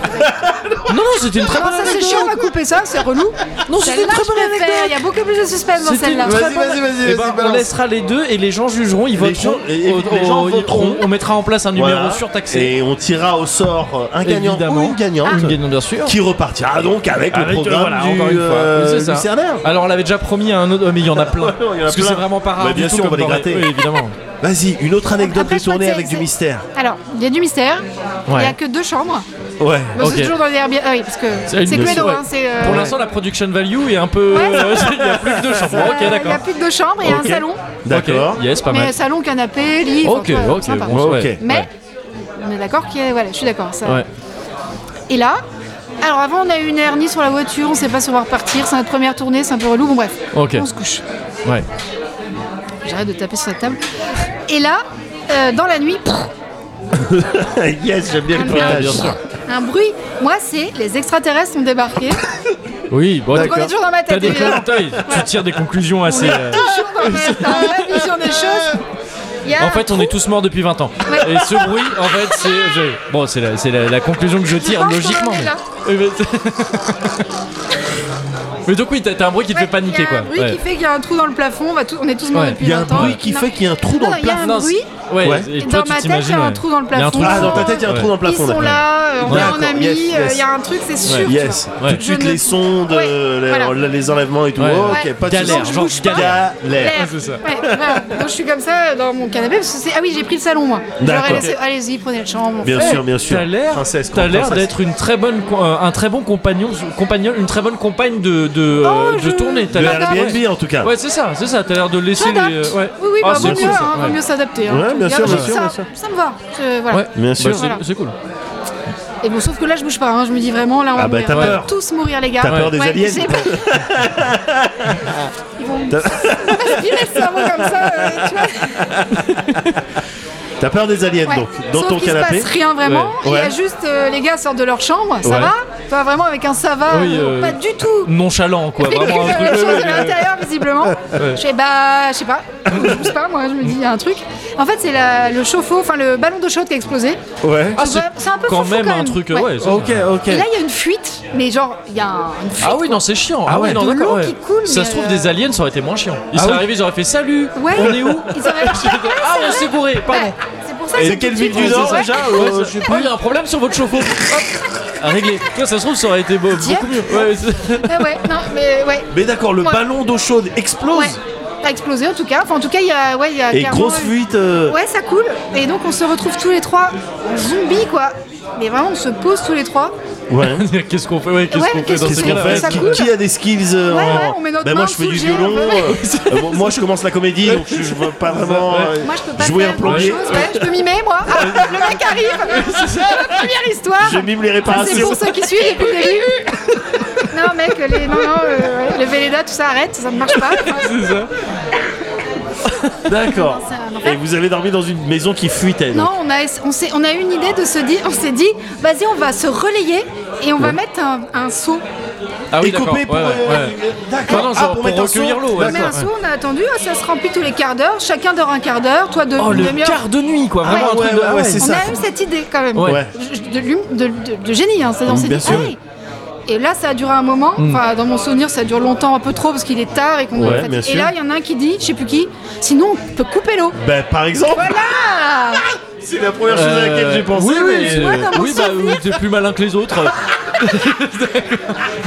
Non, non, c'était une très Non, bonne ça c'est anecdote. chiant, on va couper ça, c'est relou. Non, c'était une Celle-là, très je bonne préfère, Il y a beaucoup plus de suspense dans C'était celle-là. une Vas-y, vas-y, vas-y, Eh ben, vas-y, on balance. laissera les deux et les gens jugeront, ils Les voteront. gens- et- et au- les gens au- voteront. On, on mettra en place un numéro Voilà. surtaxé. Et on tirera au sort euh, un gagnant Évidemment. Ah. ou une gagnante Une gagnante, bien sûr. qui repartira donc avec, Avec, le euh, programme voilà, du encore une fois. euh, Oui, c'est ça. Lucernaire. Alors on l'avait déjà promis à un autre, oh, mais il y en a plein. Ouais, il y en a parce que plein. c'est vraiment pas rare. Bah, Ah, du bien tout sûr, on comme va les dans gratter. Oui, évidemment. Vas-y, une autre anecdote Après, je crois détournée que avec c'est- du mystère. Alors, il y a du mystère, il n'y Ouais. a que deux chambres. Ouais. Bon, Ok. C'est toujours dans les Airbnb. Ah oui, parce que C'est une c'est notion, Cluedo, ouais. hein, c'est. euh, Pour l'instant, la production value est un peu. euh, Ouais. il y a plus que deux chambres. euh, ok, Il n'y d'accord. a plus que deux chambres et un Ok. salon. D'accord. Ok, Yes, pas Mais mal. salon, canapé, lit. enfin, Ok, tu vois, ok, sympa. bon, Ouais, ouais. ok. Mais on est d'accord qu'il y a- Voilà, je suis d'accord. ça. Ouais. Et là, Alors avant, on a eu une hernie sur la voiture, on sait pas si on va repartir, c'est notre première tournée, c'est un peu relou, bon bref. Ok. On se couche. Ouais. J'arrête de taper sur la table. Et là, euh, dans la nuit, yes, j'aime bien le Ah, pointage. bien sûr. un bruit. Moi, c'est les extraterrestres ont débarqué. Oui, bon, Donc on est toujours dans ma T'as tête, des évidemment. tailles, tu tires des conclusions assez. euh, Toujours dans ma, dans ma vision des choses. Il y a En fait, on est tous morts depuis 20 ans. Ah, Ouais. Et ce bruit, en fait, c'est. je- Bon, c'est la, c'est la- la conclusion que je tire pense qu'on en logiquement. est Mais... là. Euh, mais- mais donc, oui, t'as t'as un bruit qui te fait paniquer, Il y a quoi. un bruit Ouais. qui fait qu'il y a un trou dans le plafond, on, va tous- on est tous morts Ouais. depuis Il y a un 20 ans. bruit qui Non. fait qu'il y a un trou dans Non, le il y a un plafond. Non, bruit. c'est- Ouais, Ouais. et Dans toi, ma tête, tu il y a t'imagines. un ouais. trou dans le Il y a un trou plafond. Ah, dans ta tête, il y a un Ouais. trou dans Ils le plafond. sont d'accord. là, euh, on est en D'accord, ami, euh, yes, il yes. y a un truc, c'est sûr. tu Yes. vois. Ouais. Tout de suite, Je ne- les sondes, Ouais, euh, les, voilà. les enlèvements et tout. Ouais. Ok, Ouais. pas de Galère, soucis. genre bouge pas. galère. Galère. Claire. c'est ça. Ouais, voilà. Donc je suis comme ça euh, dans mon canapé parce que c'est- ah oui j'ai pris le salon moi. Je leur ai D'accord. laissé- Allez-y prenez le chambre. Bien sûr, bien sûr. Eh, T'as l'air, Princesse, t'as l'air princesse. d'être une très bonne, co- euh, un très bon compagnon, compagnon, une très bonne compagne de de, euh, de Oh, je- tournée. T'as De l'air J'adore. Airbnb en tout cas. Ouais, c'est ça, c'est ça. T'as l'air de laisser les. euh, ouais. Oui oui Ah, bah, c'est vaut cool, mieux ça. hein, vaut Ouais. mieux s'adapter. hein. Ouais, bien Et sûr, alors, bien sûr, ça, bien sûr. ça me va. Je- voilà. Ouais. Bien Bah, sûr. c'est- Voilà. c'est cool. Et bon sauf que là je bouge pas. hein. Je me dis vraiment là on Ah, va bah, mourir. t'as On va peur. tous mourir les gars. T'as peur des Ouais, aliens j'ai peur. Ils vont me virer le cerveau comme ça. euh, tu vois. T'as peur des aliens Ouais. donc dans Sauf ton qu'il canapé. se passe rien vraiment. Ouais. Il y a Ouais. juste euh, les gars sortent de leur chambre. Ça Ouais. va Enfin vraiment avec un ça va. Oui, euh, euh, Pas du tout. Nonchalant, quoi. Vraiment un Il y truc. a quelque chose euh, de l'intérieur visiblement. Je fais bah je sais pas, je pousse pas moi, je me dis il y a un truc. En fait c'est la- le chauffe-eau, enfin le ballon d'eau chaude qui a explosé. Ouais. Ah, C'est c'est un peu quand foufou, même quand un même. truc. euh, Ouais. Ouais. c'est ça. Ok, ok. Et là il y a une fuite, mais genre il y a un- une fuite. Ah oui, non, c'est chiant. Ah ouais. non, De d'accord, l'eau qui coule, Ça mais se trouve, euh, des aliens, ça aurait été moins chiant. Ah Ils seraient oui. arrivés, ils auraient fait salut. Ouais. Ah, On est où Ils auraient- Ah, on s'est gouré, pardon. C'est pour ça que C'est tout de quelle suite, ville du on Nord se- déjà Ouais, Euh, ça- je sais Oh, plus. il y a un problème sur votre chauffe-eau. Hop, à régler. Toi, ça se trouve, ça aurait été beau- Dieppe. beaucoup mieux. Ouais, c'est- Ah ouais, non mais ouais. Mais d'accord, le Ouais. ballon d'eau chaude explose ouais. A explosé en tout cas. Enfin en tout cas il y a ouais il y a et clairement grosse eu- fuite. euh, Ouais, ça coule. Et donc on se retrouve tous les trois zombies quoi. Mais vraiment on se pose tous les trois. Ouais. Qu'est-ce qu'on fait Ouais, qu'est-ce Ouais, qu'on fait qu'est-ce dans qu'on ces Qu'est-ce qu'on cas-là fait Ça qui, coule. qui a des skills euh, Ouais, en- ouais, on met notre Bah, main moi je fais sous du le gel, violon. on fait- euh, euh, bon, moi je commence la comédie donc je, je veux pas vraiment Ouais. euh, Moi, je peux pas jouer faire un plombier. grand-chose, ouais, je peux mimer, moi. Ah, le mec arrive. Première histoire. Je mime les Ah, C'est réparations. pour ceux qui suivent depuis le début. non, mec, les, non, non, euh, le Véleda, tout ça arrête, ça ne marche pas. Enfin, C'est ça. D'accord. c'est un enfer. Et vous avez dormi dans une maison qui fuitait. donc. Non, on a, on, s'est- on a eu une idée de se dire, on s'est dit, vas-y, on va se relayer et on va mettre un, un seau. Ah oui, Et d'accord. coupé pour. ouais, ouais, euh, ouais. D'accord. Ah non, Ah, genre pour mettre un recueillir son. l'eau, ouais. On met un D'accord, seau, on a attendu, ah, ça se remplit tous les quarts d'heure, chacun dort un quart d'heure, toi deux, Oh, une le demi-heure. quart de nuit, quoi. Vraiment Ah un truc ouais, de. ouais, ouais, c'est on ça. a eu cette idée quand même. Ouais. Ouais. Mm, de, l'hum- de- de- de génie, hein, c'est-à-dire on s'est Bien dit, sûr. Mm. allez. Et là, ça a duré un moment. Enfin, dans mon souvenir, ça dure longtemps, un peu trop, parce qu'il est tard et qu'on Ouais, est fatigué. bien sûr. Et là, il y en a un qui dit, je sais plus qui, sinon on peut couper l'eau. Ben par exemple, Voilà c'est la première chose à laquelle Euh, j'ai pensé. Oui, oui, mais- c'est- Ouais, dans mon oui, bah, vous êtes plus malin que les autres.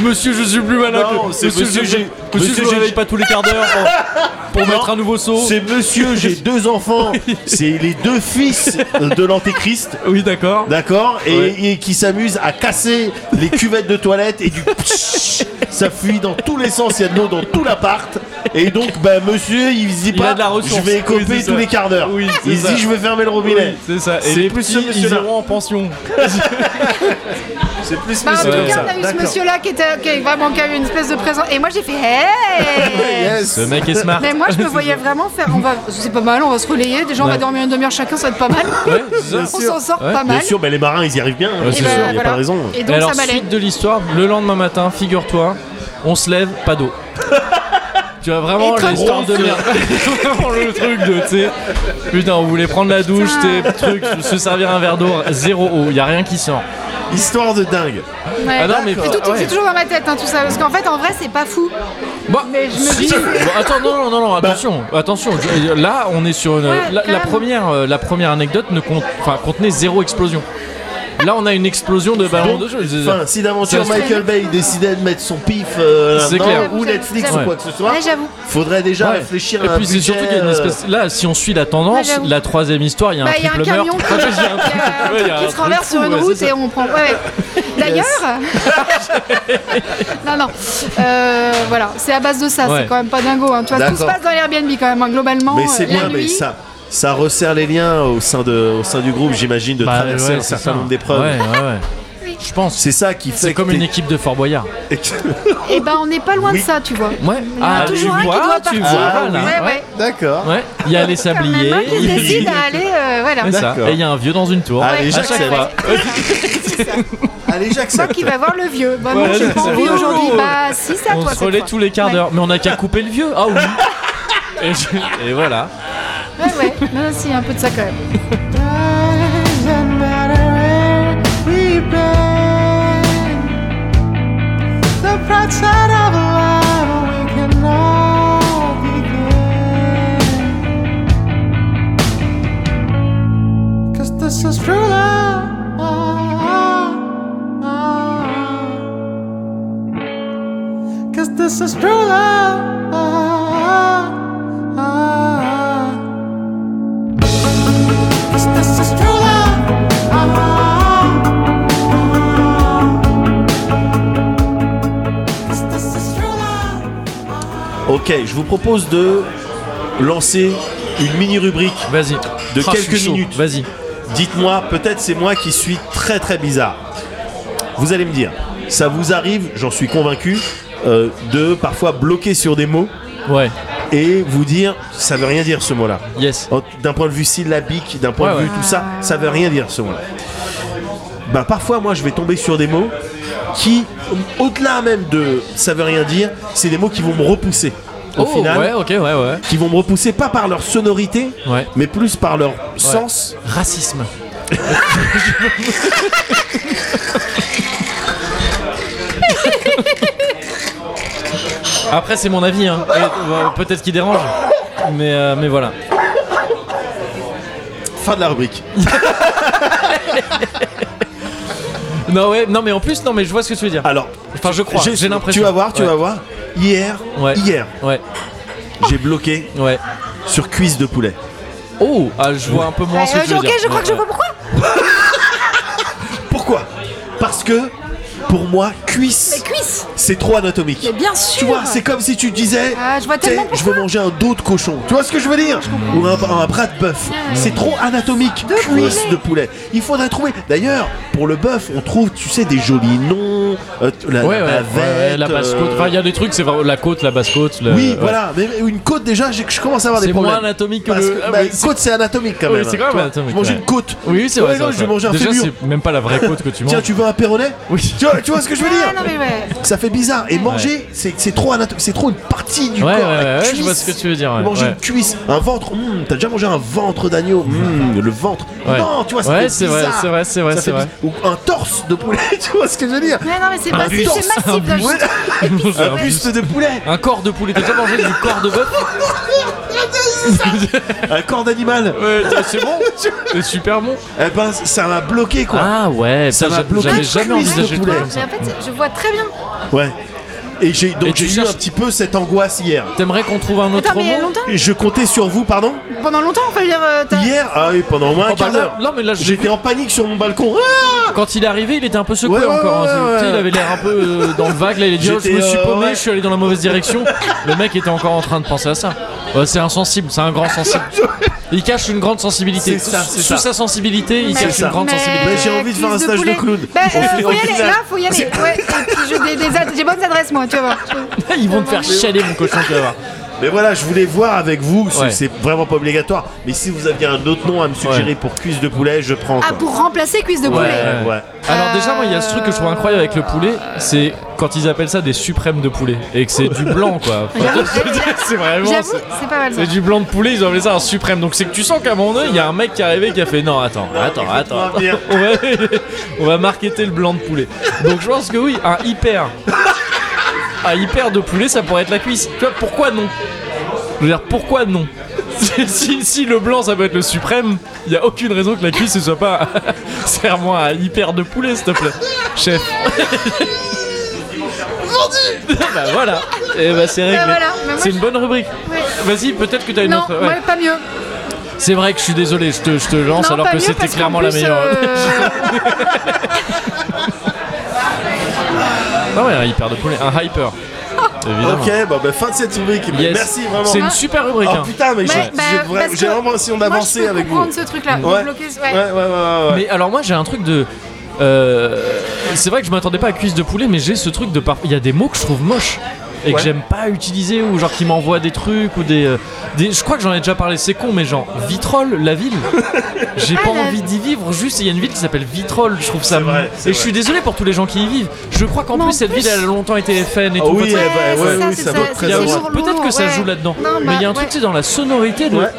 monsieur, je suis plus malin Non, que c'est monsieur, je- j'ai- monsieur, monsieur, je j'ai- me réveille pas tous les quarts d'heure pour, pour mettre un nouveau saut. C'est monsieur, j'ai deux enfants. C'est les deux fils de l'antéchrist. Oui, d'accord. D'accord et, Ouais. et qui s'amusent à casser les cuvettes de toilette et du psh, ça fuit dans tous les sens, il y a de l'eau dans tout l'appart. Et donc, bah, monsieur, il se dit Il pas, a de la ressource. je vais écoper Oui, c'est tous ça. les quarts d'heure. Oui, c'est il se ça. dit, je vais fermer le robinet. Oui, c'est ça. Et C'est les plus ce petits, ils monsieur-là. iront en pension. C'est plus Bah, en tout monsieur comme cas, ça. on a eu ce D'accord. monsieur-là qui était qui est vraiment qui a eu une espèce de présent. Et moi, j'ai fait Hey Yes. Ce mec est smart. Mais moi, je me voyais vraiment faire. On va, c'est pas mal, on va se relayer. Déjà, on Ouais. va dormir une demi-heure chacun, ça va être pas mal. Ouais, c'est ça. on s'en sort Ouais. pas Bien mal. sûr, bah, les marins, ils y arrivent bien. hein. Ouais, Et c'est Il y bah, a sûr, pas voilà. de raison. Et Mais donc, alors, ça m'allait. suite de l'histoire, le lendemain matin, figure-toi, on se lève, pas d'eau. Tu vois vraiment Et crac- l'histoire de merde. vraiment le truc de, tu sais, putain, on voulait prendre la douche, tes trucs, se servir un verre d'eau, zéro eau, y a rien qui sort. Histoire de dingue. Ouais. Ah non, mais- C'est tout- ouais. c'est toujours dans ma tête, hein, tout ça. Parce qu'en fait, en vrai, c'est pas fou. Bah, Mais je me si. dis- Bon, attends, non, non, non, Bah. non, attention, attention. je- Là, on est sur une. Ouais, la, quand la même. première, euh, la première anecdote ne compte, enfin, contenait zéro explosion. Là, on a une explosion de ballon Donc, de jeu. enfin, si d'aventure Ça se fait. Michael Bay décidait de mettre son pif euh, C'est là-dedans, clair. ou Netflix Ouais. ou quoi que ce soit, Ouais, j'avoue. faudrait déjà Ouais. réfléchir Et à un puis c'est budget, surtout qu'il y a une euh, espèce. Là, si on suit la tendance, Ouais, j'avoue. la troisième histoire, il y a un Bah, il y a un triple camion meurtre. qui, euh, Il y a un qui- truc qui se renverse fou, sur une ouais, route c'est et ça. on prend. ouais, ouais. D'ailleurs. euh, non, non. Euh, voilà, c'est à base de ça. Ouais. C'est quand même pas dingo. hein. Tu vois, tout se D'accord. passe dans l'Airbnb quand même, hein, globalement. Mais c'est euh, la bien, mais nuit. ça, ça resserre les liens au sein, de, au sein du groupe, j'imagine, de Bah, traverser ouais, un c'est certain ça. nombre d'épreuves. Ouais, ouais, ouais. Oui. je pense. C'est ça qui fait. C'est que comme une t'es- équipe de Fort Boyard. Et ben on n'est pas loin Oui. de ça, tu vois. Ouais. Ah, Il y en a toujours un tu qui vois, doit tu partir. vois, là. ouais, ouais. D'accord. Ouais. Il y a les Quand même, sabliers. un qui il y a- se décide à aller, euh, voilà. C'est ça. D'accord. Et il y a un vieux dans une tour. Allez, Ouais, j'accepte. ouais, ouais. C'est ça. Allez, Toi j'accepte. qui va voir le vieux. Bah, moi, Ouais, j'ai pas j'accepte. envie Oh. aujourd'hui. Bah, si, c'est à On toi. se relaie cette tous les quarts Ouais. d'heure, mais on n'a qu'à couper le vieux. Ah oui. Et, je- et voilà. fois. Ouais, ouais. Non, non, si, un peu de ça quand même. Doesn't matter where we've been. The bright side of life we can all begin. 'Cause this is true love. Cause this is true love. Cause this is true love. Ah, ah, ah. 'Cause this is true love. Ok, je vous propose de lancer une mini rubrique. Vas-y. De Ah, je quelques suis chaud. minutes. Vas-y. Dites-moi, peut-être c'est moi qui suis très très bizarre. Vous allez me dire, ça vous arrive, j'en suis convaincu, euh, de parfois bloquer sur des mots Ouais. et vous dire, ça veut rien dire ce mot-là. Yes. En- Oh, D'un point de vue syllabique, d'un point Ouais, de vue ouais. tout ça, ça veut rien dire ce mot-là. Bah parfois moi je vais tomber sur des mots qui, au-delà même de ça veut rien dire, c'est des mots qui vont me repousser. Au Oh, final, Ouais. Ok. Ouais. Ouais. qui vont me repousser pas par leur sonorité, Ouais. mais plus par leur sens. Racisme. Après, c'est mon avis, hein. Et, euh, Peut-être qu'il dérange, mais, euh, mais voilà. Fin de la rubrique. Non, ouais, non, mais en plus, non, mais je vois ce que tu veux dire. Alors, Enfin, je crois, j'ai- j'ai l'impression. Tu vas voir, tu Ouais. vas voir. Hier, Ouais. hier, Ouais, j'ai bloqué ouais. sur cuisse de poulet. Oh, ah, je vois un peu moins Ouais, ce que tu euh, veux ok, dire. je crois Ouais, que je vois ouais. pourquoi. Pourquoi Parce que pour moi, cuisse, Les cuisses. c'est trop anatomique. Mais bien sûr. Tu vois, c'est comme si tu disais, Ah, je vois t'sais, tellement je veux manger un dos de cochon. Tu vois ce que je veux dire Ou un, un bras de bœuf. C'est trop anatomique. Ah, De cuisse poulet. de poulet. Il faudrait trouver. D'ailleurs, pour le bœuf, on trouve, tu sais, des jolis noms. euh, t- la, Ouais, la ouais, bavette, ouais, la basse côte. euh, Enfin, il y a des trucs, c'est vraiment la côte, la basse côte. le- Oui, ouais. voilà. Mais mais une côte déjà, j'ai- je commence à avoir des C'est problèmes. moins anatomique que Parce le. que, Ah, bah, mais une c'est- côte, c'est anatomique quand Oui, même. c'est quand même Tu vois, anatomique, Je mange ouais. une côte. Oui, c'est vrai. Ouais, non, ça, je ça. vais manger un Déjà, fémur. c'est même pas la vraie côte que tu manges. Tiens, tu veux un péronet Oui. tu, vois, tu vois ce que je veux Ah, dire non, mais ouais. Ça fait bizarre. Et manger, c'est c'est trop anato- c'est trop une partie du Ouais, corps. ouais, la ouais, cuisse. je vois ce que tu veux dire, ouais, manger ouais. une cuisse, un ventre. hum, T'as déjà mangé un ventre d'agneau Hum, Le ventre. Ouais. Non, tu vois, Ouais, fait c'est vrai, bizarre. c'est vrai, c'est vrai, Ça c'est fait vrai. bi- Ou un torse de poulet, tu vois ce que je veux dire Ouais, non, mais Ah, c'est pas c'est buste, massif. un là, buste. je- épicé, Un ouais. buste de poulet, Un corps de poulet. T'as déjà mangé du corps de bœuf un corps d'animal. Ouais, c'est bon. C'est Euh, super bon. Eh ben, ça m'a bloqué quoi. Ah ouais, Ça ça, m'a j'a- bloqué. j'avais Cuisse jamais de envisagé le poulet. truc Ouais, comme mais ça. en fait, je vois très bien. Ouais. Et j'ai Hein Et donc tu j'ai eu cherches- un petit peu cette angoisse hier. T'aimerais qu'on trouve un autre Attends, mais il y a mot longtemps Et Je comptais sur vous, pardon Pendant longtemps, on va dire. euh, t'as- Hier Ah oui, pendant au moins un Oh, bah, quart là- hein. d'heure. non, mais là, je l'ai J'étais en panique sur mon balcon. Ah Quand il est arrivé, il était un peu secoué Ouais, ouais, encore. hein. ouais, ouais, Tu sais, ouais. Il avait l'air un peu euh, dans le vague. Là, il a dit oh, Je J'étais, me suis euh, paumé, ouais. je suis allé dans la mauvaise direction. Le mec était encore en train de penser à ça. Ouais, c'est insensible, c'est un grand sensible. Il cache une grande sensibilité. C'est ça, c'est Sous ça. sa sensibilité, il Mais- cache ça. une grande mais- sensibilité. Bah, j'ai envie de faire un cuisse stage de poulet. clown. Bah, On euh, fait- faut on y fait aller, ça. là, faut y aller. Ouais, et puis je- des- des ad- j'ai bonnes adresses, moi, tu vas voir. Ils vont te faire chialer, mon cochon, tu vas voir. Mais voilà, je voulais voir avec vous, ce- Ouais. c'est vraiment pas obligatoire. Mais si vous aviez un autre nom à me suggérer Ouais. pour cuisse de poulet, je prends. Ah, quoi. pour remplacer cuisse de poulet. Ouais, ouais. Alors déjà moi il y a ce truc que je trouve incroyable avec le poulet, c'est quand ils appellent ça des suprêmes de poulet et que c'est du blanc quoi. Enfin, J'avoue, c'est vraiment J'avoue, c'est- c'est pas mal ça. c'est du blanc de poulet, ils ont appelé ça un suprême. Donc c'est que tu sens qu'à un moment donné, il y a un mec qui est arrivé qui a fait non attends attends attends, Faites-moi bien. on va on va marketer le blanc de poulet. Donc je pense que oui un hyper un hyper de poulet ça pourrait être la cuisse. Tu vois pourquoi non Je veux dire pourquoi non si, si le blanc ça peut être le suprême, il y a aucune raison que la cuisse ne soit pas. Serre-moi un hyper de poulet s'il te plaît, chef. bah voilà, et bah c'est réglé. Bah voilà, mais moi, c'est une bonne rubrique. Ouais. Vas-y, peut-être que t'as une Non, autre. ouais. ouais, pas mieux. C'est vrai que je suis désolé, je te, je te lance non, alors pas que mieux c'était parce qu'en clairement la plus, meilleure. euh, Non, mais un hyper de poulet, un hyper. Évidemment. Ok, bah, bah, fin de cette rubrique. Mais Yes. Merci vraiment. C'est une super rubrique. Oh hein. putain, mais j'ai- ouais, bah, j'ai parce vra- que j'ai vraiment l'impression moi, d'avancer avec Je peux vous. comprendre ce truc-là. de Ouais. bloquer- Ouais, ouais. ouais, ouais, ouais, ouais. Mais alors, moi j'ai un truc de. euh, c'est vrai que je m'attendais pas à cuisse de poulet, mais j'ai ce truc de par... Il y a des mots que je trouve moches et que Ouais. j'aime pas utiliser ou genre qui m'envoient des trucs ou des, euh, des- Je crois que j'en ai déjà parlé, c'est con, mais genre Vitrolles, la ville. j'ai pas la- envie d'y vivre. Juste, il y a une ville qui s'appelle Vitrolles. Je trouve ça. Ah, C'est vrai, c'est et je suis vrai. désolé pour tous les gens qui y vivent. Je crois qu'en Mais en plus, cette plus- ville elle a longtemps été FN et Ah tout. oui, Peut-être- eh ben, ouais, c'est ça, oui, c'est ça ça, doit être c'est très il y a- lourd, lourd. Peut-être que ça ouais. joue là-dedans. Non, mais il y a un bah, truc, ouais. c'est dans la sonorité de. Ouais.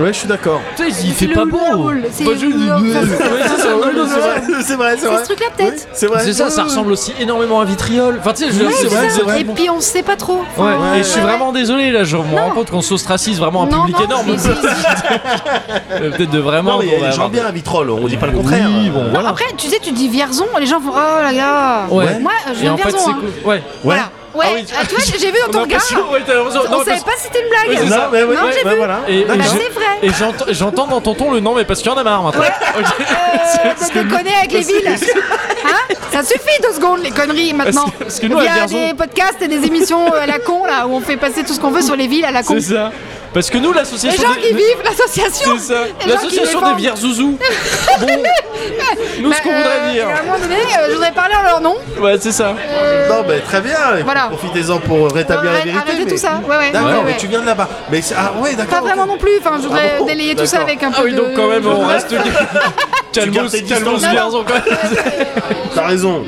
Ouais, je suis d'accord. Putain, il fait le pas beau. houlhoul, c'est- Bah, je- Ouais, Ouais, c'est ça, Ouais, ouais, non, non, c'est vrai. C'est vrai, c'est C'est vrai. ce truc-là, peut-être Oui, C'est vrai. C'est ça, ça ressemble aussi énormément à vitriol. Enfin, tu sais, je veux Ouais, dire, c'est c'est vrai, ça. c'est vrai. Et puis on sait pas trop. Ouais, Enfin, et je suis ouais, vraiment désolé là, je me rends Non. compte qu'on s'ostracise vraiment un Non, public non, énorme. mais si, si. Euh, Peut-être de vraiment. Non, mais il y a bon, des bah, gens bien à Vitrolles, on dit pas le contraire. Oui, bon, voilà. Après, tu sais, tu dis Vierzon, les gens font Oh là là Ouais. Moi, je Et viens en de fait, Vierzon. c'est hein. cool. Ouais. Ouais. Voilà. Ouais, Ah oui. ah, tu vois, j'ai vu dans ton regard. L'impression- ouais, t'as l'impression- On non, savait parce- pas si c'était une blague. Ouais, c'est ça. Non, mais ouais, Non, j'ai ouais, vu. voilà. Et, et Bah, j'en- c'est vrai. et j'entends- j'entends dans ton ton le nom, mais parce qu'il y en a marre maintenant. Ok. Euh, de déconner avec les villes. Hein Ça suffit deux secondes, les conneries maintenant. Parce que- parce que nous, à Il y a Vierzon- des podcasts et des émissions euh, à la con, là, où on fait passer tout ce qu'on veut sur les villes à la con. C'est ça. Parce que nous, Les l'association. gens des- qui vivent l'association. C'est ça. Les gens qui L'association des défendent. vieilles zouzous. Bon. Nous, ce qu'on Bah, voudrait euh, dire. À un moment donné, euh, je voudrais parler en leur nom. Ouais, c'est ça. Non, mais très bien. Voilà. Profitez-en pour euh, rétablir la Arrête- vérité. arrêtez mais- tout ça. Ouais, ouais, D'accord, ouais, mais ouais. tu viens de là-bas. Mais c'est- ah ouais, d'accord. Pas ok. vraiment non plus. Enfin, je voudrais Ah bon délayer tout ça D'accord. avec un peu Ah oui, de- donc quand même, je on voudrais- reste. Calmos, gardes tes distances. calmos, Non, non. Vierzon, quand même. T'as raison.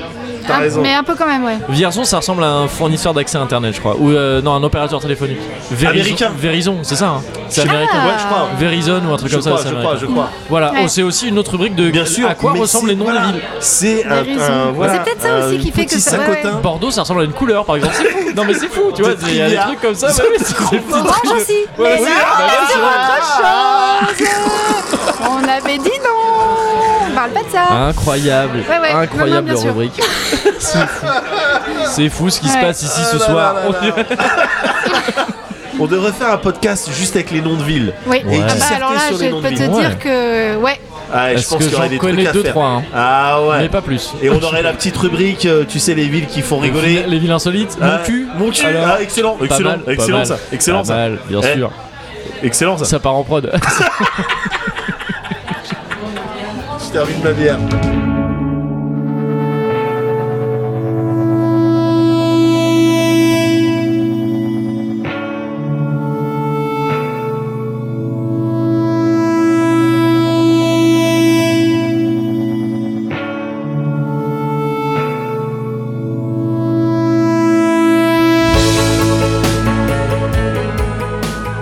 T'as Un- raison. Ah, Mais un peu quand même, ouais. Vierzon, ça ressemble à un fournisseur d'accès internet, je crois. Ou euh, non, un opérateur téléphonique. Verizon- Américain. Verizon, c'est ça. hein. c'est Ah. américain. Ouais, je crois. Verizon ou un truc Je comme crois, ça. c'est je crois, américain. je crois. Voilà, Ouais. oh, c'est aussi une autre brique de Bien sûr. à quoi mais ressemblent c'est- les noms voilà. des villes. C'est un, raisons. un- voilà, C'est peut-être ça aussi un qui fait que petit ça- ouais, sacotin. Bordeaux, ça ressemble à une couleur par exemple. C'est fou. Non, mais c'est fou, tu vois. Il y a des trivia. trucs comme ça. bah oui, c'est des petits Orange trucs de- aussi. Ouais, Oh, mais oui, là, bah on Ah, ouais, est c'est sur vrai. autre chose. On avait dit non. On parle pas de ça. Ah. Incroyable, Ouais, ouais. Non, non, incroyable bien sûr. rubrique. C'est fou. C'est fou ce qui se Ouais. passe ici Ah ce là soir. là là là. bah, On devrait faire un podcast juste avec les noms de villes. Oui. Ouais. Ah bah Disserter alors là, sur je les noms de peux te villes. Ouais. dire que ouais. Ah, je Parce pense que qu'il y aurait j'en des connais trucs à deux, faire. trois, hein. Ah Mais ouais. pas plus. Et on aurait la petite rubrique, euh, tu sais, les villes qui font rigoler. Les villes insolites, Ah, mon cul. Mon cul. Alors, ah, excellent, Pas excellent, mal, pas excellent mal, ça, excellent pas ça, mal, bien Eh. sûr. excellent ça. Ça part en prod. Je termine ma bière.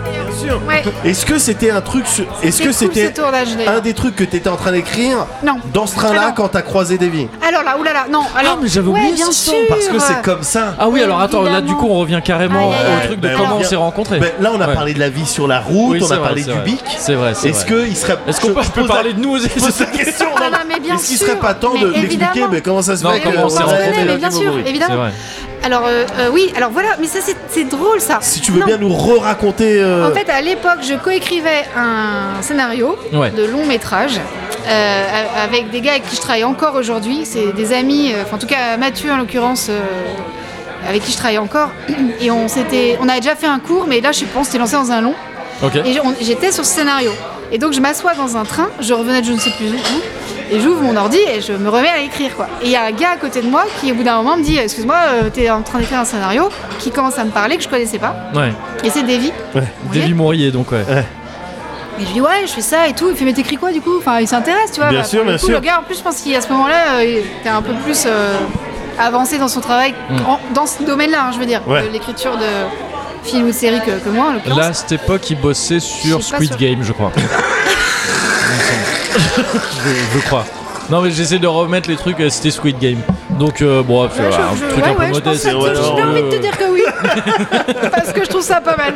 Bien sûr. Ouais. Est-ce que c'était un truc sur- Est-ce C'est que cool, c'était ce tournage, d'ailleurs. un des trucs que t'étais en train d'écrire Non. dans ce train-là Ah non. quand t'as croisé des vies Alors là, oulala, non. Alors, Ah, mais j'avais ouais, oublié bien ce son, sûr. Parce que c'est comme ça. Ah oui, alors attends, là du Évidemment. coup on revient carrément Aïe, aïe, au aïe. truc de Ben, comment on on revient- s'est rencontrés. Ben, là, on a Ouais. parlé de la vie sur la route, Oui, on c'est a vrai, parlé c'est du vrai. bic. C'est vrai, c'est Est-ce vrai. que il serait Est-ce qu'on je peut, pose peut la- parler de nous aussi je pose la question Ah non, non, mais bien Est-ce qu'il sûr. serait pas temps de Mais l'expliquer évidemment. Mais comment ça se Non, fait comment que on s'est Ouais, rencontrés, ouais, mais ouais, bien ouais, sûr, ouais. C'est évidemment. vrai. Alors euh, euh, oui, alors voilà, mais ça c'est- c'est drôle ça. Si tu veux Non. bien nous re-raconter. euh, En fait, à l'époque, je coécrivais un scénario Ouais. de long métrage euh, a- avec des gars avec qui je travaille encore aujourd'hui. C'est des amis, euh, enfin, en tout cas Mathieu en l'occurrence, euh, avec qui je travaille encore. Et on s'était, on avait déjà fait un cours, mais là, je pense, s'était lancé dans un long. Ok. Et on- j'étais sur ce scénario. Et donc je m'assois dans un train, je revenais de je ne sais plus où, et j'ouvre mon ordi et je me remets à écrire quoi. Et il y a un gars à côté de moi qui au bout d'un moment me dit excuse-moi, euh, t'es en train d'écrire un scénario, qui commence à me parler que je connaissais pas. Ouais. Et c'est Davy. Vous voyez Davy Mourier donc ouais. Et je lui dis ouais, je fais ça et tout. Il fait mais t'écris quoi du coup Enfin il s'intéresse, tu vois. Bien Bah, sûr, pour le bien coup, sûr. Le gars en plus je pense qu'à ce moment-là, euh, il était un peu plus euh, avancé dans son travail Mm. en- dans ce domaine-là, hein, je veux dire, Ouais. de l'écriture de films ou de séries que, que moi en l'occurrence. Là, à cette époque, il bossait sur Je sais pas Squid sur- Game, je crois. Il me semble. je, je crois. Non, mais j'essaie de remettre les trucs, euh, c'était Squid Game. Donc, euh, bon, c'est Ouais, je- un je- truc ouais, un peu ouais, je pense modeste. que ouais, j'ai alors, envie de te dire que oui. Parce que je trouve ça pas mal.